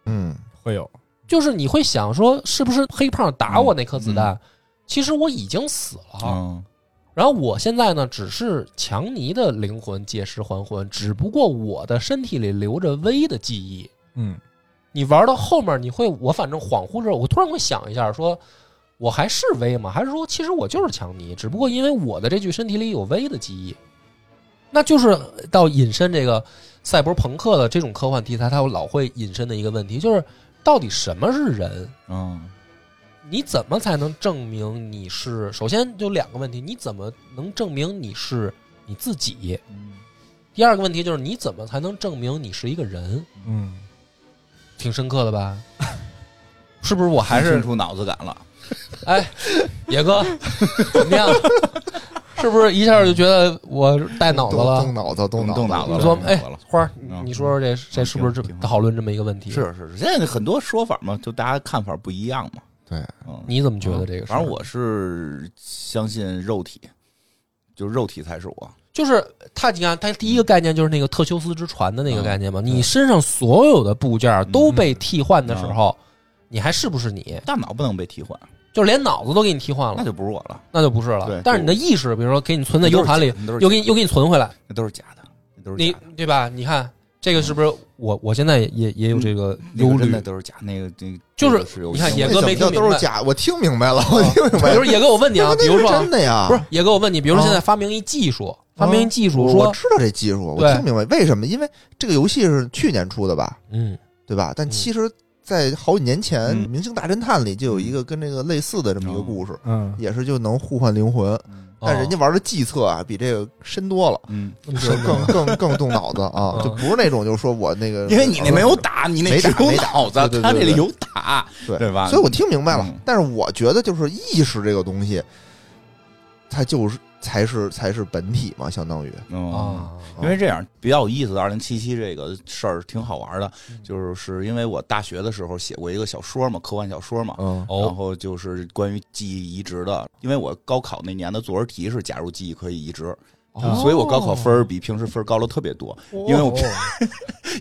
嗯会有就是你会想说，是不是黑胖打我那颗子弹？其实我已经死了，嗯然后我现在呢，只是强尼的灵魂借尸还魂，只不过我的身体里留着微的记忆。嗯，你玩到后面，你会，我反正恍惚着，我突然会想一下说。我还是微吗？还是说，其实我就是强尼，只不过因为我的这具身体里有微的记忆，那就是到引申这个赛博朋克的这种科幻题材，它老会引申的一个问题，就是到底什么是人？嗯，你怎么才能证明你是？首先就两个问题，你怎么能证明你是你自己？第二个问题就是你怎么才能证明你是一个人？嗯，挺深刻的吧？ 是不是我还是出脑子感了。哎，野哥怎么样？是不是一下就觉得我带脑子动了动？脑子，动动子，动脑子你了琢磨，哎动脑子了，花儿，嗯你说说这这是不是这挺好讨论这么一个问题？是是是，现在很多说法嘛，就大家看法不一样嘛。对，嗯，你怎么觉得这个事儿？反正我是相信肉体，就肉体才是我。就是他，你看他第一个概念就是那个特修斯之船的那嗯个概念嘛，你身上所有的部件都被替换嗯的时候，你还是不是你？大脑不能被替换，就连脑子都给你替换那了，就不是我了，那就不是对了。但是你的意识，比如说给你存在 U 盘里，都是假的又给你又给你存回来，那都是假的，那都是你假的。对吧？你看这个是不是我我现在也也有这个嗯那忧个真的虑？都是假，那个那个就是那个是有你看有野那哥怎么没叫听都明是白哦假，我听明白了，我听明白比 了如，野哥，我问你啊， 那比如说啊真的呀，不是野哥，我问你，比如说现在发明一技术，发明一技术我说嗯我，知道这技术，我对听明白为什么？因为这个游戏是去年出的吧，嗯，对吧？但嗯其实，在好几年前，嗯明星大侦探》里就有一个跟这个类似的这么一个故事， 嗯，也是就能互换灵魂，但哦人家玩的计策啊，比这个深多 了，嗯，更更更更动脑子啊，嗯就不是那种就是说我那个，因为你那没有打，你那嗯没只打有没打脑子对，对对他这对里有打，对对吧所以我听明白了嗯。但是我觉得就是意识这个东西，它就是才是才是本体嘛，相当于嗯。啊，因为这样比较有意思的，二零七七这个事儿挺好玩的，嗯就是是因为我大学的时候写过一个小说嘛，科幻小说嘛，嗯哦然后就是关于记忆移植的，因为我高考那年的作文题是“假如记忆可以移植”，哦所以我高考分儿比平时分儿高了特别多，因为我哦平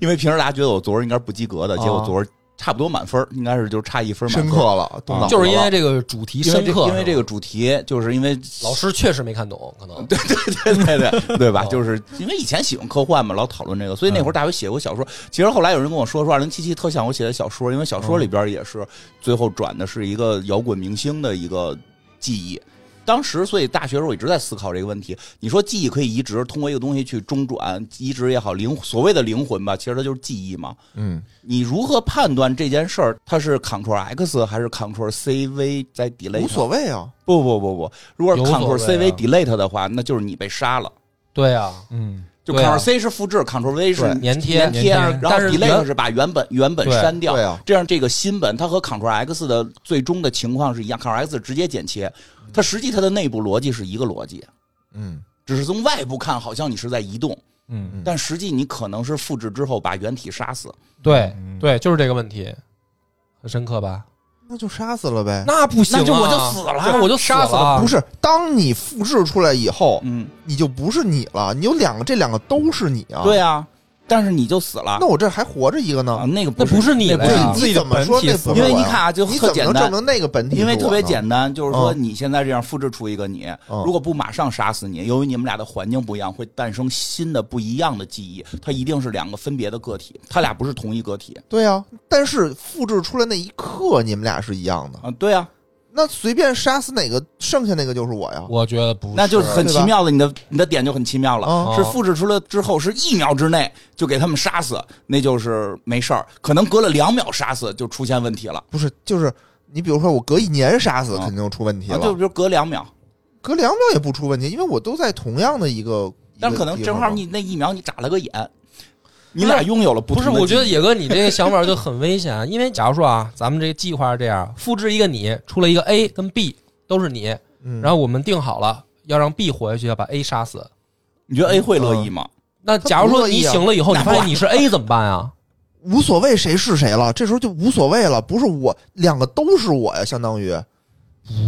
因为平时大家觉得我作文应该是不及格的，结果哦啊作文差不多满分儿，应该是就差一分满深分。刻了，动啊脑子了啊哦就是因为这个主题因为深这刻，因为这个主题，就是因为老师确实没看懂，可能对对对对对对吧？哦嗯就是因为以前喜欢科幻嘛，老讨论这个，所以那会儿大学写过小说。其实后来有人跟我说说，二零七七特像我写的小说，因为小哦说里边也是最后转的是一个摇滚明星的一个记忆。当时，所以大学时候我一直在思考这个问题。你说记忆可以移植，通过一个东西去中转移植也好，灵所谓的灵魂吧，其实它就是记忆嘛。嗯，你如何判断这件事儿它是 Ctrl X 还是 Ctrl C V 在 delay？无所谓啊，不不不不，如果是有所 Ctrl C 谓 V 啊 delete 的话，那就是你被杀了。对啊，嗯，就对啊 Ctrl C 是复制，Ctrl V 是对粘贴粘贴，粘然贴后但是 delete 原是把原本原本对删掉对。啊，这样，这个新本它和 Ctrl X 的最终的情况是一样，Ctrl X 直接剪切，它实际它的内部逻辑是一个逻辑，嗯，只是从外部看好像你是在移动，嗯，但实际你可能是复制之后把原体杀死。对嗯对，就是这个问题，很深刻吧？那就杀死了呗。啊那不行啊，那就我就死了对我就杀死了，不是，当你复制出来以后，嗯，你就不是你了，你有两个，这两个都是你啊。对啊，但是你就死了那。我这还活着一个啊呢，那个那不是是你啊那了不是呀你自己你的怎么本说体那死不了是因为我你呀看啊就你特怎么简能单证明那个本体？啊因为特别，简单，就是说你现在这样复制出一个你，嗯如果不马上杀死你，由于你们俩的环境不一样，会诞生新的不一样的记忆，它一定是两个分别的个体，它俩不是同一个体对呀、但是复制出来那一刻，你们俩是一样的。啊。对啊，那随便杀死哪个，剩下那个就是我呀。我觉得不是，那就是很对奇吧妙的，你的你的点就很奇妙了，啊是复制出来之后是一秒之内就给他们杀死，那就是没事儿，可能隔了两秒杀死就出现问题了，不是，就是你比如说，我隔一年杀死，嗯肯定就出问题啊了。就比如隔两秒，隔两秒也不出问题，因为我都在同样的一个。但一是个可能地正方好嘛你那一秒你眨了个眼，你俩拥有了不哎不是？同的我觉得记忆野哥，你这个想法就很危险，因为假如说啊， 咱们这个计划是这样，复制一个你，出了一个 A 跟 B 都是你，嗯然后我们定好了要让 B 活下去，要把 A 杀死。你觉得 A 会乐嗯意吗？那假如他说不乐你意啊醒了以后，你那发现不你是 A 怎么办啊？无所谓谁是谁了，这时候就无所谓了，不是我两个都是我呀，相当于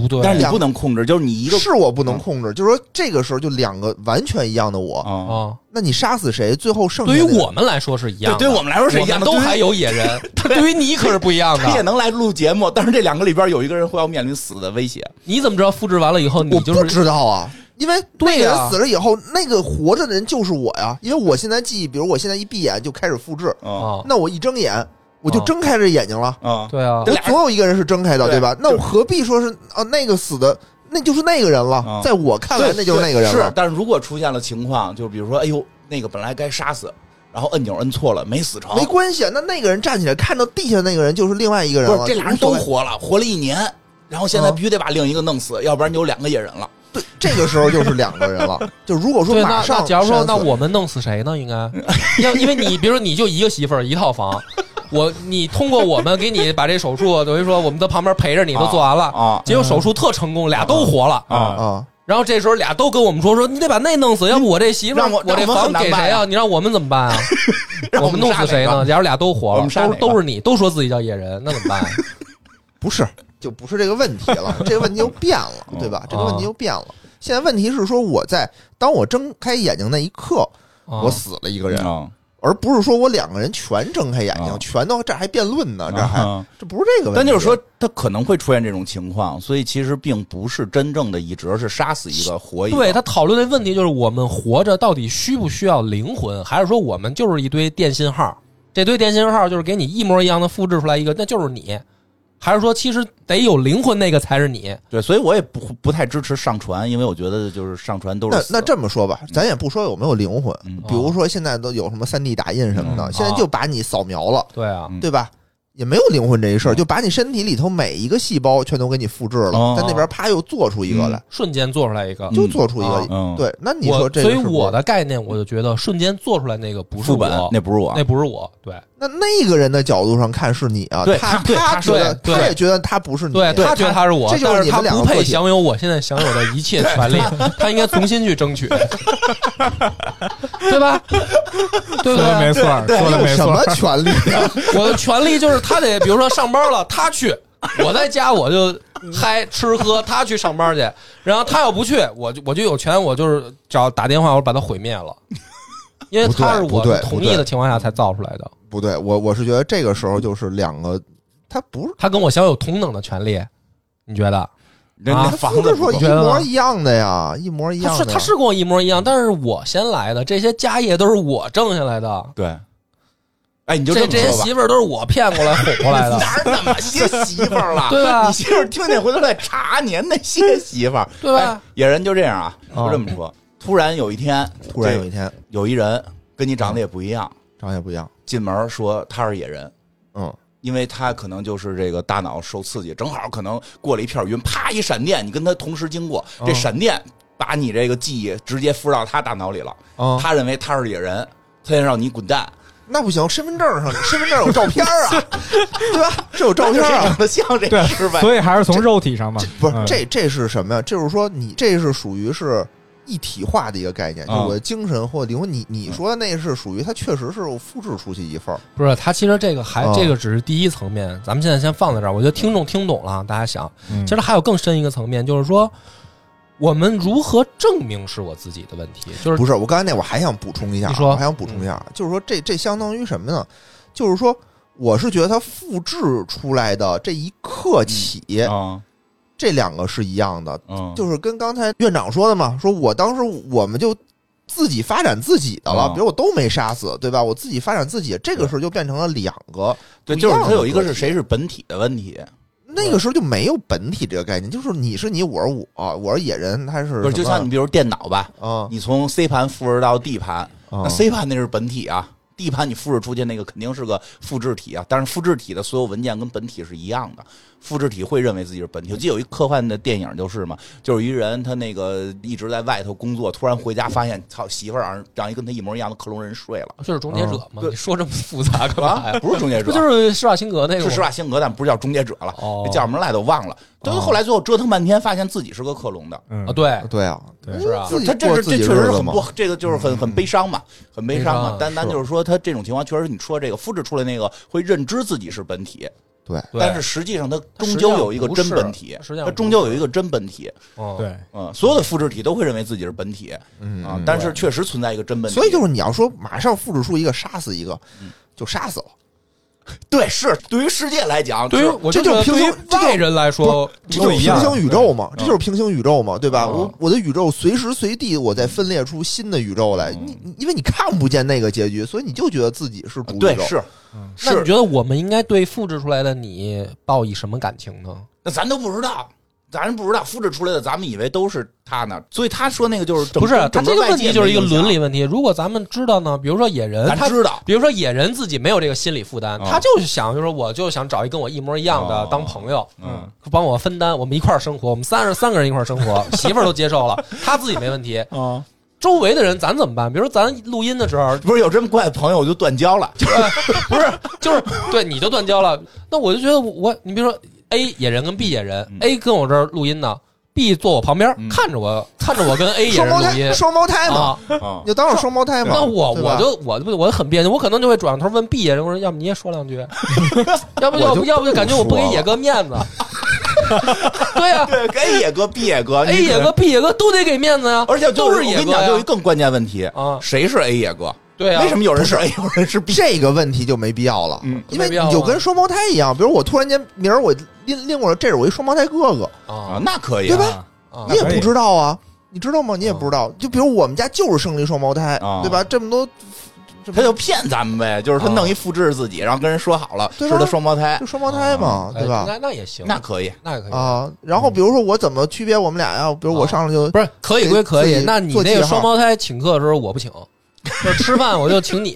不对，但是你两不能控制，就是你一个嗯是我不能控制，就是说这个时候就两个完全一样的我，啊，啊，那你杀死谁，最后剩下对于的我们来说是一样的，对对我们来说是一样的我们都对于还有野 人，但对于你可是不一样他也的。能来录节目，但是这两个里边有一个人会要面临死的威胁。你怎么知道复制完了以后你我就不是知道啊，因为那对个呀人死了以后，那个活着的人就是我呀，因为我现在记忆，比如我现在一闭眼就开始复制，啊啊？那我一睁眼我就哦睁开这眼睛了，啊，对啊我对俩人总有一个人是睁开的，对对吧？那我何必说是啊那个死的，那就是那个人了啊，在我看来那就是那个人是了，，但是如果出现了情况，就比如说，哎呦，那个本来该杀死，然后按钮摁错了，没死成，没关系啊。那那个人站起来看到地下那个人就是另外一个人不了，是这俩人无所都谓。活了，活了一年，然后现嗯在必须得把另一个弄死，要不然你有两个野人了。对，这个时候就是两个人 了。就如果说对，马那上那删除，假如说，那我们弄死谁呢？应该，要因为你，比如说你就一个媳妇儿一套房，我你通过我们给你把这手术，等于说我们在旁边陪着你都做完了啊结果手术特成功，俩都活了嗯啊，啊，然后这时候俩都跟我们说说，你得把那弄死，要不我这媳妇儿让我这让我们房很难给办谁呀啊？你让我们怎么办啊？ 让我我们们弄杀死谁哪呢？个假如俩都活我了，们杀都哪个都是你，都说自己叫野人，那怎么办啊？不是，就不是这个问题了，这个问题又变了，对吧？这个问题又变了。现在问题是说，我在当我睁开眼睛那一刻，啊我死了一个人，嗯啊，而不是说我两个人全睁开眼睛，啊全都这还辩论呢，这还啊这不是这个问题。但就是说，他可能会出现这种情况，所以其实并不是真正的移植，而是杀死一个活一个。对他讨论的问题就是我们活着到底需不需要灵魂，还是说我们就是一堆电信号？这堆电信号就是给你一模一样的复制出来一个，那就是你，还是说其实得有灵魂那个才是你？对，所以我也不不太支持上传，因为我觉得就是上传都是那死那这啊么说吧，咱也不说有没有灵魂，嗯比如说现在都有什么三 D 打印什么的，现在就把你扫描了，对啊，对吧？也没有灵魂这一事儿，就把你身体里头每一个细胞全都给你复制了，哦在那边啪又做出一个来，瞬间做出来一个。就做出一个。嗯对，那你我说这个所以是不是我的概念，我就觉得瞬间做出来那个不是副本我，那不是我，那不是我，对那那个人的角度上看是你啊，对他他对他他觉说得对他也觉得他不是你，啊对，他觉得他是我，这就是但你他们两个不个配体享有我现在享有的一切权利，他应该重新去争取，对吧？对不说的对没？错儿，说的有没什 错么儿，权利啊？我的权利就是他得，比如说上班了，他去；我在家我就嗨吃喝，他去上班去。然后他要不去，我就我就有权，我就是找打电话，我把他毁灭了，因为他是不我对不对同意的情况下才造出来的。不对，我我是觉得这个时候就是两个，他不是他跟我享有同等的权利，你觉得？人啊家他房不子是不说够一模一样的呀，一模一他样是的呀。他是跟我一模一样，但是我先来的，这些家业都是我挣下来的，对。哎，你就这么这些说吧，媳妇儿都是我骗过来哄过来 的，哪儿那么些媳妇儿了？对吧你媳妇儿听见回头来查您那些媳妇儿，对吧哎野人就这样啊，就这么说。突然有一天，突然有这一天有一人跟你长得也不一样，长相不一样，进门说他是野人，嗯，因为他可能就是这个大脑受刺激，正好可能过了一片云，啪一闪电，你跟他同时经过，这闪电把你这个记忆直接敷到他大脑里了。嗯他认为他是野人，他想让你滚蛋，那不行，身份证上身份证有照片啊，对吧？这有照片那就是啊长，得像这对个失败。所以还是从肉体上嘛，不是嗯这这是什么呀？就是说你这是属于是一体化的一个概念，就啊我的精神或灵魂。你你说的那是属于它确实是复制出去一份儿，不是，他其实这个还、哦这个只是第一层面，咱们现在先放在这儿。我觉得听众听懂了啊，大家想，嗯其实还有更深一个层面，就是说我们如何证明是我自己的问题，就是不是？我刚才那我还想补充一下啊，你说嗯我还想补充一下，就是说这这相当于什么呢？就是说我是觉得它复制出来的这一刻起，嗯嗯啊，这两个是一样的，嗯，就是跟刚才院长说的嘛，说我当时我们就自己发展自己的了，嗯比如我都没杀死，对吧？我自己发展自己，这个时候就变成了两个对，不就是样的他有一个个是体谁是本体的问题，那个时候就没有本体这个概念，就是你是你，我是我，我是野人，他是不是就像你比如电脑吧，哦啊你从 C 盘复制到 D 盘，啊那 C 盘那是本体啊，D 盘你复制出去那个肯定是个复制体啊。但是复制体的所有文件跟本体是一样的，复制体会认为自己是本体。我记得有一科幻的电影就是嘛，就是一人他那个一直在外头工作，突然回家发现操媳妇儿让人让一跟他一模一样的克隆人睡了，就是终结嗯者嘛，对你说这么复杂啊干嘛呀？不是终结者，不就是施瓦辛格那个是吗？施瓦辛格，但不是叫终结者了，哦这叫什么来都忘了。最后后来最后折腾半天，发现自己是个克隆的。嗯啊，对，对啊，对是啊自己他这过是自这己确日实是子很嘛不，这个就是很很悲伤嘛，很嗯悲悲伤伤嘛啊。单单是就是说，他这种情况确实你说这个复制出来那个会认知自己是本体，对，对但是实际上它终实际究上有一个不真是本体实际，上它不终究有一个真本体。嗯，对，嗯，所有的复制体都会认为自己是本体嗯啊嗯，但是确实存在一个真本体。所以就是你要说马上复制出一个杀死一个，就杀死了。对，是对于世界来讲，对于是我这就觉就得对是平行于外人来说，这就是平行宇宙嘛，这就是平行宇宙嘛，对吧？嗯我我的宇宙随时随地我在分裂出新的宇宙来，你你因为你看不见那个结局，所以你就觉得自己是主宇宙。对是嗯那你是，觉得我们应该对复制出来的你抱以什么感情呢？那咱都不知道。咱不知道复制出来的，咱们以为都是他呢，所以他说那个就是整不是整他整这个个外问界题就是一个没影响伦理问题。如果咱们知道呢，比如说野人，咱他知道比如说野人自己没有这个心理负担，他就是想，就是说我就想找一跟我一模一样的嗯哦当朋友，嗯，帮我分担，我们一块儿生活，我们三十三个人一块儿生 活，媳妇儿都接受了，他自己没问题，啊，周围的人咱怎么办？比如说咱录音的时候，不是有这么怪的朋友，我就断交了。不是，就是对你就断交了。那我就觉得我，你比如说 A 野人跟 B 野人、a 嗯跟我这儿录音呢，B 坐我旁边、看着我，看着我跟 A 野双人胞录音胎，双胞胎嘛，啊。啊你就当是双胞胎嘛。那我对吧我就我就我很别扭，我可能就会转过头问 B 野人，我说要不你也说两 句，要不我要就不要不就感觉我不给野哥面 子。对 呀、对，给野哥、毕野啊哥 a 野哥、，B 野哥都得给面子呀、而且都就是我野跟哥你讲，呀就有一更关键问题啊谁是 A 野哥？对啊呀、为什么有人是 A，有人是 B？这个问题就没必要了，嗯因为没必要啊你就跟双胞胎一样，比如我突然间明儿我拎拎过来，这是我一双胞胎哥哥，啊啊，那可以对啊吧？啊你也可以不知道啊，你知道吗？你也不知道。就比如我们家就是生了一双胞胎啊，对吧？这么多，这他么就骗咱们呗，就是他弄一复制自己，然后跟人说好了对是吧他双胞胎就，双胞胎嘛，哎对吧？那那也行，那可以。那也可以。啊，然后比如说我怎么区别我们俩呀？比如我啊上来就不是可以给归可自以，己那你做那记个号双胞胎请客的时候我不请，就是吃饭我就请 你，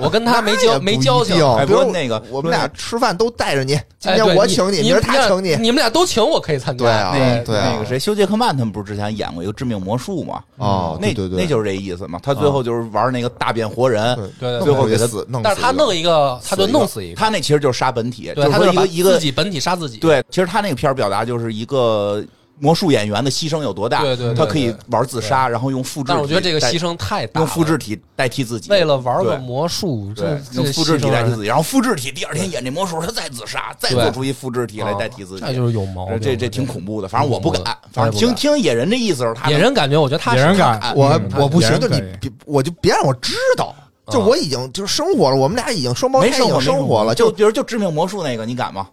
我跟他没交没交情。定哎比如不过那个我们俩吃饭都带着你，今哎天对我你请你明儿他们请俩你你们俩都请我可以参加。对啊哎对啊那个谁，休·杰克曼他们不是之前演过一个《致命魔术》吗？哦那那就是这意思嘛。他最后就是玩那个大变活人，对对弄最后死给他死弄死一个，但是他弄一个，他就弄死一个，他那其实就是杀本体，对是他就说一是把个一个自己本体杀自己。对，其实他那个片儿表达就是一个魔术演员的牺牲有多大，对对对他可以玩自杀，然后用复制体代，但是我觉得这个牺牲太大了，用复制体代替自己，为了玩个对魔术，这对，这用复制牺体牲代替人自己，然后复制体第二天演这魔术，他再自杀，再对啊做出一复制体来代替自己，那就是有毛这病。这这挺恐怖的。反正我不敢挺恐怖，的反正我也听不敢听野人这意思是，他野人感觉，我觉得他野是人敢看，我嗯我不别行，人就可你以别，我就别让我知道，就啊我已经就是生活了，我们俩已经双胞胎没已生活经没生活了，就就比如就致命魔术那个，你敢吗？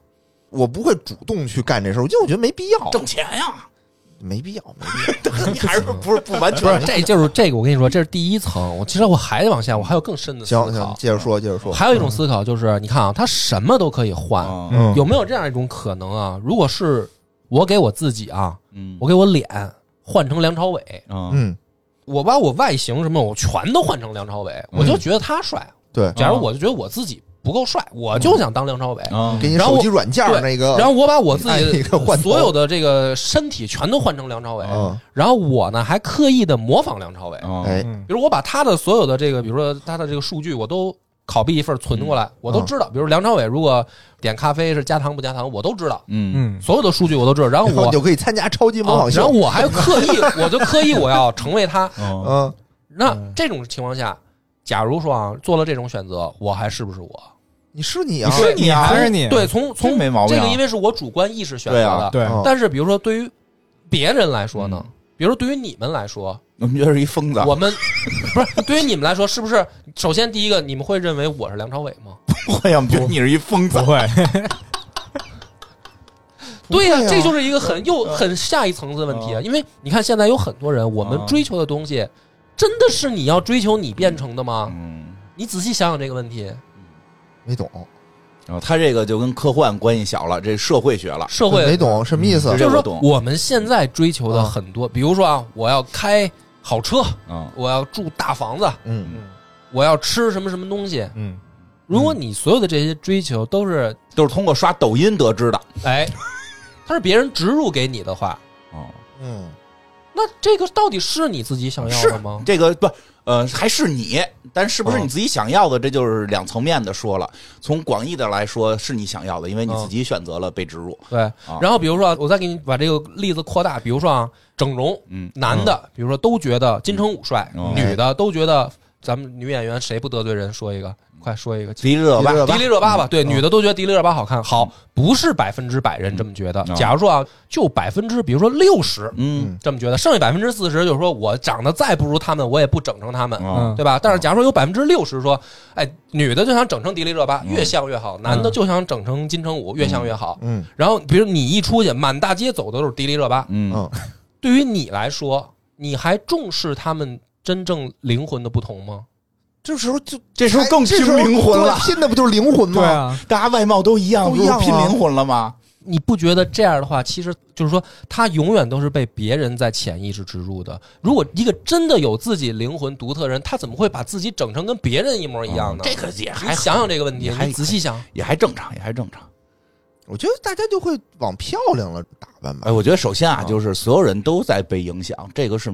我不会主动去干这事儿，因为我觉得没必要，挣钱 呀，没必要，没必要。你还是不是不完不是全？这就是这个，我跟你说，这是第一层。我其实我还得往下，我还有更深的思行考行，。接着说，接着说，还有一种思考就是，你看啊，他什么都可以换，嗯嗯有没有这样一种可能啊？如果是我给我自己啊，嗯我给我脸换成梁朝伟，嗯嗯，我把我外形什么我全都换成梁朝伟，我嗯就觉得他帅。对，假如我就觉得我自己不够帅，我就想当梁朝伟。啊给你然后手机软件儿对那个，然后我把我自按己一个换的头所有的这个身体全都换成梁朝伟，嗯然后我呢还刻意的模仿梁朝伟，啊哎，比如我把他的所有的这个，比如说他的这个数据，我都拷贝一份存过来，我都知道。比如梁朝伟如果点咖啡是加糖不加糖，我都知道，嗯嗯，所有的数据我都知道。然后然后哦我你就可以参加超级模啊仿然后秀，我还刻 意，我就刻意我要成为他。啊嗯，那这种情况下，假如说啊，做了这种选择，我还是不是我？你是你啊，是你还是你？对，从从这没毛病啊这个因为是我主观意识选择的。对，嗯但是比如说对于别人来说呢，比如说对于你们来说，我嗯们觉得是一啊疯子，我们不是对于你们来说，是不是首先第一个，你们会认为我是梁朝伟吗？我想觉得你是一疯子不。会，不会对呀、啊这就是一个很又很下一层次的问题啊！因为你看，现在有很多人，我们啊追求的东西，真的是你要追求你变成的吗？嗯，你仔细想想这个问题，没懂，然后他这个就跟科幻关系小了，这社会学了，社没会懂什么意思就嗯？是这我说懂，我们现在追求的啊很多，比如说啊，我要开好车，嗯啊我要住大房子，嗯，我要吃什么什么东西。嗯，如果你所有的这些追求都是都是通过刷抖音得知的。哎，它是别人植入给你的话，啊，嗯，那这个到底是你自己想要是的吗？这个不呃，还是你，但是不是你自己想要的，这就是两层面的说了。从广义的来说，是你想要的，因为你自己选择了被植入。对，然后比如说，我再给你把这个例子扩大，比如说啊，整容，嗯男的，比如说都觉得金城武帅，嗯女的都觉得咱们女演员谁不得罪人？说一个，快说一个。迪丽热巴，嗯迪丽热巴吧，对，女的都觉得迪丽热巴好看。好，不是百分之百人这么觉得。嗯假如说啊，就百分之，比如说六十嗯这么觉得，剩下百分之四十就是说我长得再不如他们，我也不整成他们。嗯啊对吧？但是假如说有百分之六十说，哎，女的就想整成迪丽热嗯巴，越像越好；男的就想整成金城武，越像越好。嗯，然后比如你一出去，满大街走的都是迪丽热巴。嗯嗯对于你来说，你还重视他们真正灵魂的不同吗？这时候就这时候更这拼时候灵魂对啊了。拼的不就是灵魂 吗？对啊，大家外貌都一样，都一样啊不是拼灵魂了吗？你不觉得这样的话，其实就是说，他永远都是被别人在潜意识植入的。如果一个真的有自己灵魂独特人，他怎么会把自己整成跟别人一模一样呢？嗯这个也还你想想这个问题，还你仔细想，也还正常，也还正常。我觉得大家就会往漂亮了打扮吧哎，。我觉得首先啊，啊就是所有人都在被影响，这个是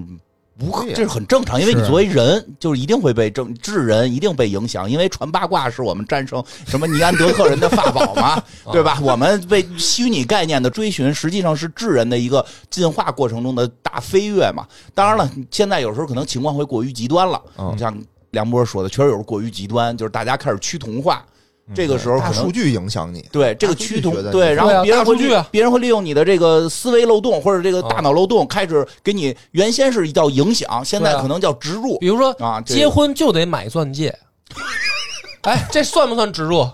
不可，对这呀是很正常，因为你是作为人，就是一定会被政治人一定被影响，因为传八卦是我们战胜什么尼安德特人的法宝嘛，对吧？我们被虚拟概念的追寻，实际上是智人的一个进化过程中的大飞跃嘛。当然了，现在有时候可能情况会过于极端了，嗯像梁波说的，确实有时候过于极端，就是大家开始趋同化，这个时候可大能数据影响你，对这个大数趋据同学的，对，你然对啊后别人大会数据利啊哦别人会利用你的这个思维漏洞或者这个大脑漏洞，开始给你原先是叫影响，现在对啊可能叫植入比如说啊。这个结婚就得买钻戒。哎，这算不算植入？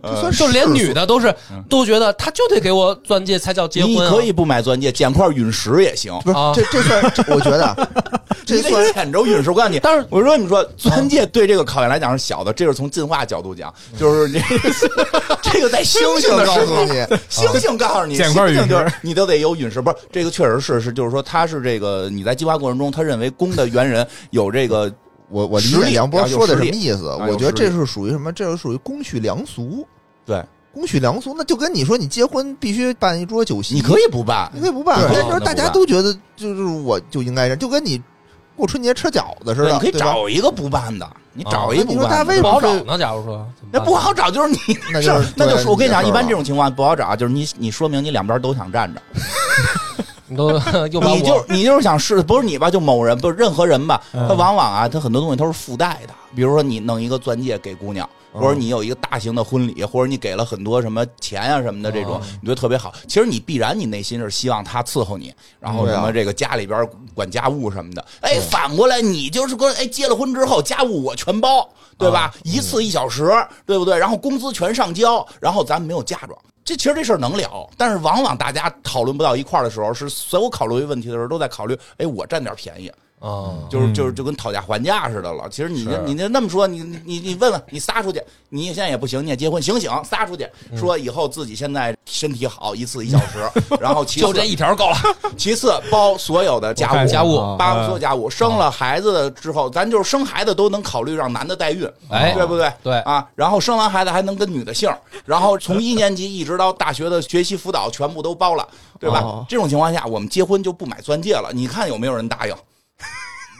这算就连世俗女的都是都觉得她就得给我钻戒才叫结嗯你婚、啊。可以不买钻戒，捡块陨石也行。不是啊这这算，这我觉得啊这你算得捡着陨石，我告诉你，但是我说你说钻戒对这个考验来讲是小的，这是从进化角度讲，就是 这这个在猩猩的时告诉候，你，猩猩告诉你，捡块猩猩陨石就是你都得有陨石。不是这个，确实是是，就是说他是这个你在进化过程中，他认为公的猿人有这个我我理实解力梁波要有说的实什力么意思，啊我有觉得实这力是属于什么？这是属于公序良俗，对，公序良俗，那就跟你说你结婚必须办一桌酒席，你可以不办你，可以不办，对啊但是不大家办都觉得就是我就应该这样，就跟你过春节吃饺子似对的，你可以对吧啊找一个不办的，你找一个那你不说大办卫的。不好找呢。假如说那不好，找，就是你 那是就 是那就是对我跟你讲，你的事一儿般这了种情况不好找，就是你你说明你两边都想站着，怎么办呢你都又把我你就你就是想试，不是你吧，就某人，不是任何人吧，嗯他往往啊，他很多东西都是附带的，比如说你弄一个钻戒给姑娘，或嗯者你有一个大型的婚礼，或者你给了很多什么钱啊什么的这嗯种，你觉得特别好。其实你必然你内心是希望他伺候你，然后对啊嗯什么这个家里边管家务什么的。哎，反过来你就是说，哎，结了婚之后家务我全包，对吧？一次一小时，对不对？然后工资全上交，然后咱们没有嫁妆。这其实这事儿能聊，但是往往大家讨论不到一块儿的时候，是所有考虑问题的时候都在考虑，哎，我占点便宜，啊，就是嗯就是就跟讨价还价似的了。其实你这你那那么说，你你你你问问，你撒出去，你现在也不行，你也结婚，醒醒，撒出去，说以后自己现在身体好，一次一小时，然后其次就这一条够了。其次包所有的我家务看家务包所有啊家务，生了孩子之后，咱就是生孩子都能考虑让男的代孕，哎对不对？对啊，然后生完孩子还能跟女的姓儿，然后从一年级一直到大学的学习辅导全部都包了，对吧？哦这种情况下，我们结婚就不买钻戒了，你看有没有人答应？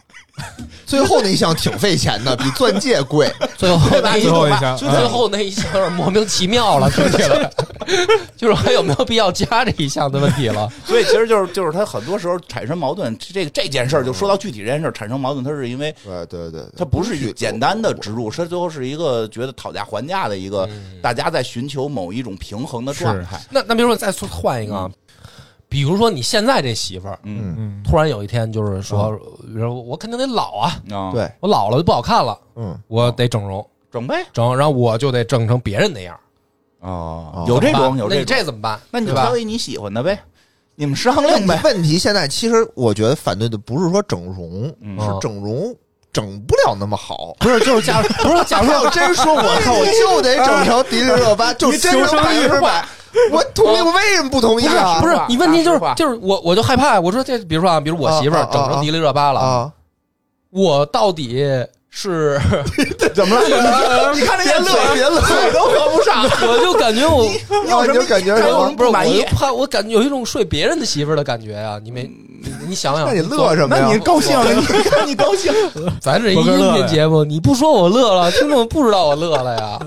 最后那一项挺费钱的，比钻戒 贵。最后那一最后一吧下，就最后那一项有点莫名其妙了，听起来就是还有没有必要加这一项的问题了？所以其实就是就是他很多时候产生矛盾，这这件事儿就说到具体这件事儿产生矛盾，它是因为对对对，它不是一简单的植入，它最后是一个觉得讨价还价的一个，嗯大家在寻求某一种平衡的状态。 那那比如说再说换一个啊，比如说你现在这媳妇儿，嗯嗯，突然有一天就是说，比如说我肯定得老啊，啊，对，我老了就不好看了，嗯，我得整容，整呗整，然后我就得整成别人那样。哦哦有这怎么种办有那你种，这怎么办？那你就对吧挑一你喜欢的呗，你们商问量题呗。问题现在其实我觉得反对的不是说整容，嗯是整容整不了那么好。不是，就是 假如不是假假如如要真说，我靠，我就得整成迪丽热巴，就真成百分之百。我同意，我为什么不同意啊？不是话你问题大就实是话就是我我就害怕，我说这比如说啊，比如我媳妇儿啊啊整成迪丽热巴了，啊，我到底是怎 么了？你看这些乐，别乐，嘴都合不上。我就感觉我你有什你么就感觉还什有么什么不是不我满就意？怕我感觉有一种睡别人的媳妇儿的感觉啊！你没你你想想，那你乐什么呀？嗯嗯那你高兴啊了，你看你高兴。咱这一音频节目，你不说我乐了，听众不知道我乐了 呀。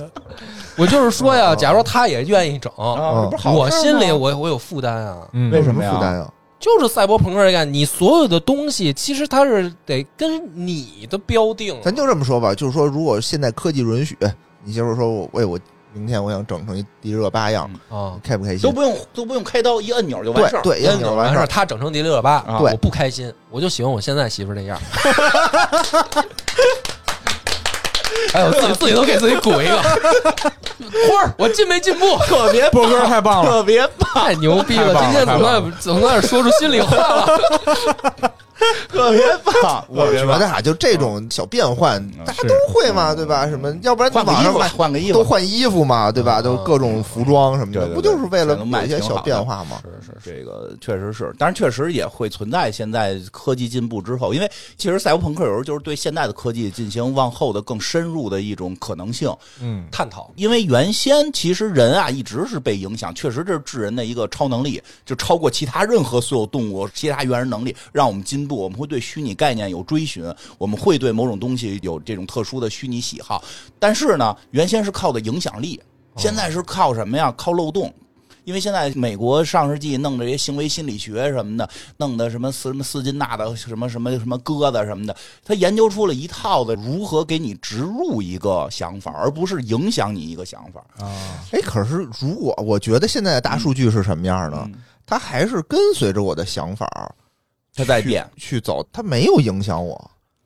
我就是说呀，假如他也愿意整， 啊，这不是哦好事儿吗我心里我我有负担啊。嗯为什么么呀负担啊？就是赛博朋克这概念，你所有的东西其实它是得跟你的标定，咱就这么说吧，就是说，如果现在科技允许，你媳妇儿说我喂我明天我想整成一迪丽热巴样，啊，开不开心？嗯都不用都不用开刀，一摁钮就完事对儿。嗯对，也就完完事儿。他整成迪丽热巴，啊对我不开心，我就喜欢我现在媳妇儿这样。哎呦，我自己自己都给自己鼓一个，花儿，我进没进步？特别波哥太棒了，特别棒。太牛逼了！太棒今天了总算总算是说出心里话了。特别 棒，我觉棒嗯得啊，就这种小变换，大家都会嘛，对吧？什么，要不然换个网衣上服吧，卖换个衣都服吧，嗯换衣服嘛，对吧？都各种服装什么对的，对对不就是为了全都卖有一些挺好小的变化吗？是是，这个确实是，但是确实也会存在现在科技进步之后，因为其实赛博朋克有时候就是对现代的科技进行往后的更深入的一种可能性。嗯，探讨。因为原先其实人啊一直是被影响，确实这是智人的一个超能力，就超过其他任何所有动物、其他猿人能力，让我们进步。我们会对虚拟概念有追寻，我们会对某种东西有这种特殊的虚拟喜好。但是呢，原先是靠的影响力，现在是靠什么呀？靠漏洞。因为现在美国上世纪弄的这些行为心理学什么的，弄的什么斯什么斯金纳的什么什么什么鸽子什么的，他研究出了一套的如何给你植入一个想法，而不是影响你一个想法。哎，可是如果我觉得现在的大数据是什么样嗯呢？它还是跟随着我的想法儿他在变，去走，它没有影响我。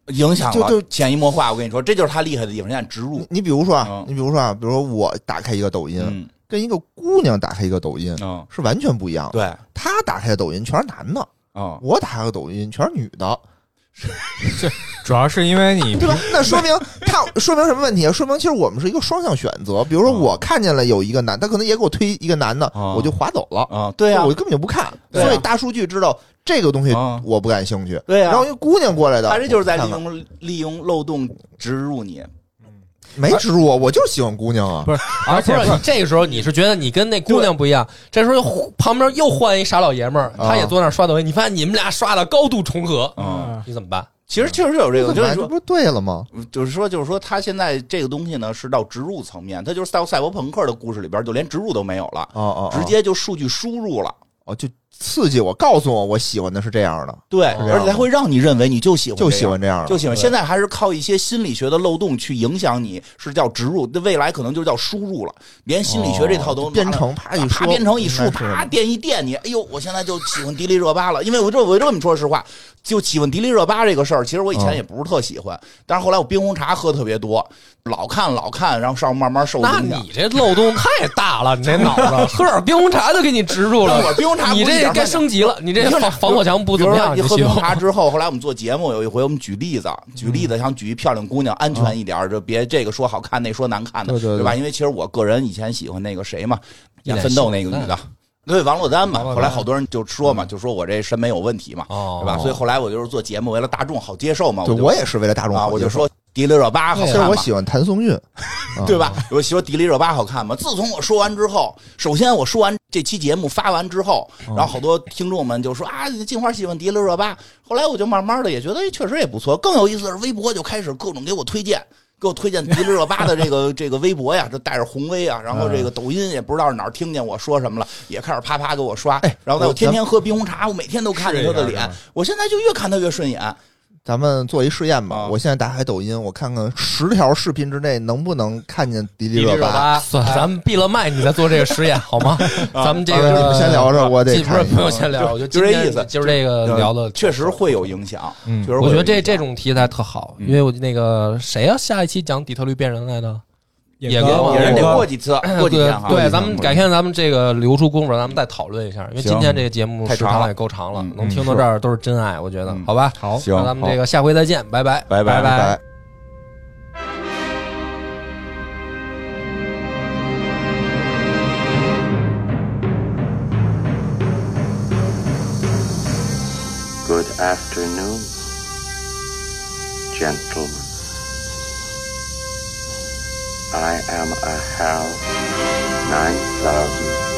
影响就了就潜移默化。我跟你说，这就是他厉害的地方。现在植入你，你比如说啊嗯，你比如说啊，比如说我打开一个抖音，嗯跟一个姑娘打开一个抖音嗯，是完全不一样的。对，她打开的抖音全是男的，嗯，我打开的抖音全是女的， 主要是因为你对吧？ 那 说明她说明什么问题啊？说明其实我们是一个双向选择。比如说我看见了有一个男，他可能也给我推一个男的，啊我就划走了啊对啊我根本就不看。对啊所以大数据知道这个东西啊我不感兴趣。对啊然后一个姑娘过来的，他这就是在我利看看用利用漏洞植入你。没植入我，啊我就是喜欢姑娘啊。不是，而且不不是是你这个时候你是觉得你跟那姑娘不一样，这时候又旁边又换一傻老爷们儿，他也坐那儿刷抖音，你发现你们俩刷的高度重合，嗯，你怎么办？其实确实有这个，本就是来说这不是对了吗？就是说，就是说，他现在这个东西呢，是到植入层面，他就是到赛博朋克的故事里边，就连植入都没有了，哦哦，哦直接就数据输入了。哦就刺激我，告诉我我喜欢的是这样的，对，这样的而且他会让你认为你就喜欢这哦就样，喜欢这样的，就喜欢。现在还是靠一些心理学的漏洞去影响你，是叫植入，那未来可能就叫输入了，连心理学这套都哦编拿了程啪一啪说编程一输，应该是啪电一电你，哎呦，我现在就喜欢迪丽热巴了，因为我这我这么说实话，就喜欢迪丽热巴这个事儿，其实我以前也不是特喜欢，但是后来我冰红茶喝特别多，老看老看，然后上慢慢受那影响。你这漏洞太大了，你这脑 子喝点冰红茶就给你植入了那我。冰红茶不是你一这点该饭升级了，你这冰红茶防防火墙不比怎如么说样你就喝冰行。茶之后，后来我们做节目有一回，我们举例子，啊举例子想举一漂亮姑娘，安全一点儿，就别这个说好看，那说难看的，对对对嗯吧？因为其实我个人以前喜欢那个谁嘛，一演脸奋斗那个女的。对王珞丹嘛，珞丹后来好多人就说嗯嘛，就说我这审美有问题嘛，哦对吧？所以后来我就是做节目，为了大众好接受嘛，对就我也是为了大众啊，好我接就受，说迪丽热巴好看其实嘛，我喜欢谭 松韵，啊啊对吧？我说迪丽热巴好看吗？自从我说完之后，首先我说完这期节目发完之后，嗯然后好多听众们就说啊，金花喜欢迪丽热巴。后来我就慢慢的也觉得，哎，确实也不错。更有意思的是，微博就开始各种给我推荐。给我推荐迪丽热巴的这 个这个微博呀，这带着红威啊，然后嗯这个抖音也不知道哪儿听见我说什么了，也开始啪啪给我刷。哎然后呢，我我天天喝冰红茶，我每天都看见她的是这脸样的，我现在就越看她越顺眼。咱们做一试验吧。啊我现在打开抖音，我看看十条视频之内能不能看见迪丽迪丽热巴。巴，啊哎算，咱们闭了麦，你再做这个实验 好吗？咱们这啊个你们先聊着我得不是看一下不用先聊，我就就这今天意思就是这个呃聊的确实会有影响。嗯确实会嗯我觉有得这影响这种题材特好，因为我那个谁啊，下一期讲底特律变人来的，也哥也嘛也人得我过几次，过几天哈。哦对，对咱们改天咱们这个留出功夫，咱们再讨论一下，因为今天这个节目太时长长了也够长了嗯，能听到这儿都是真爱，我觉得嗯，好吧？好行那咱们好这个下回再见，拜拜，拜拜拜拜拜。 Good afternoon, gentlemen. I am a HAL 9000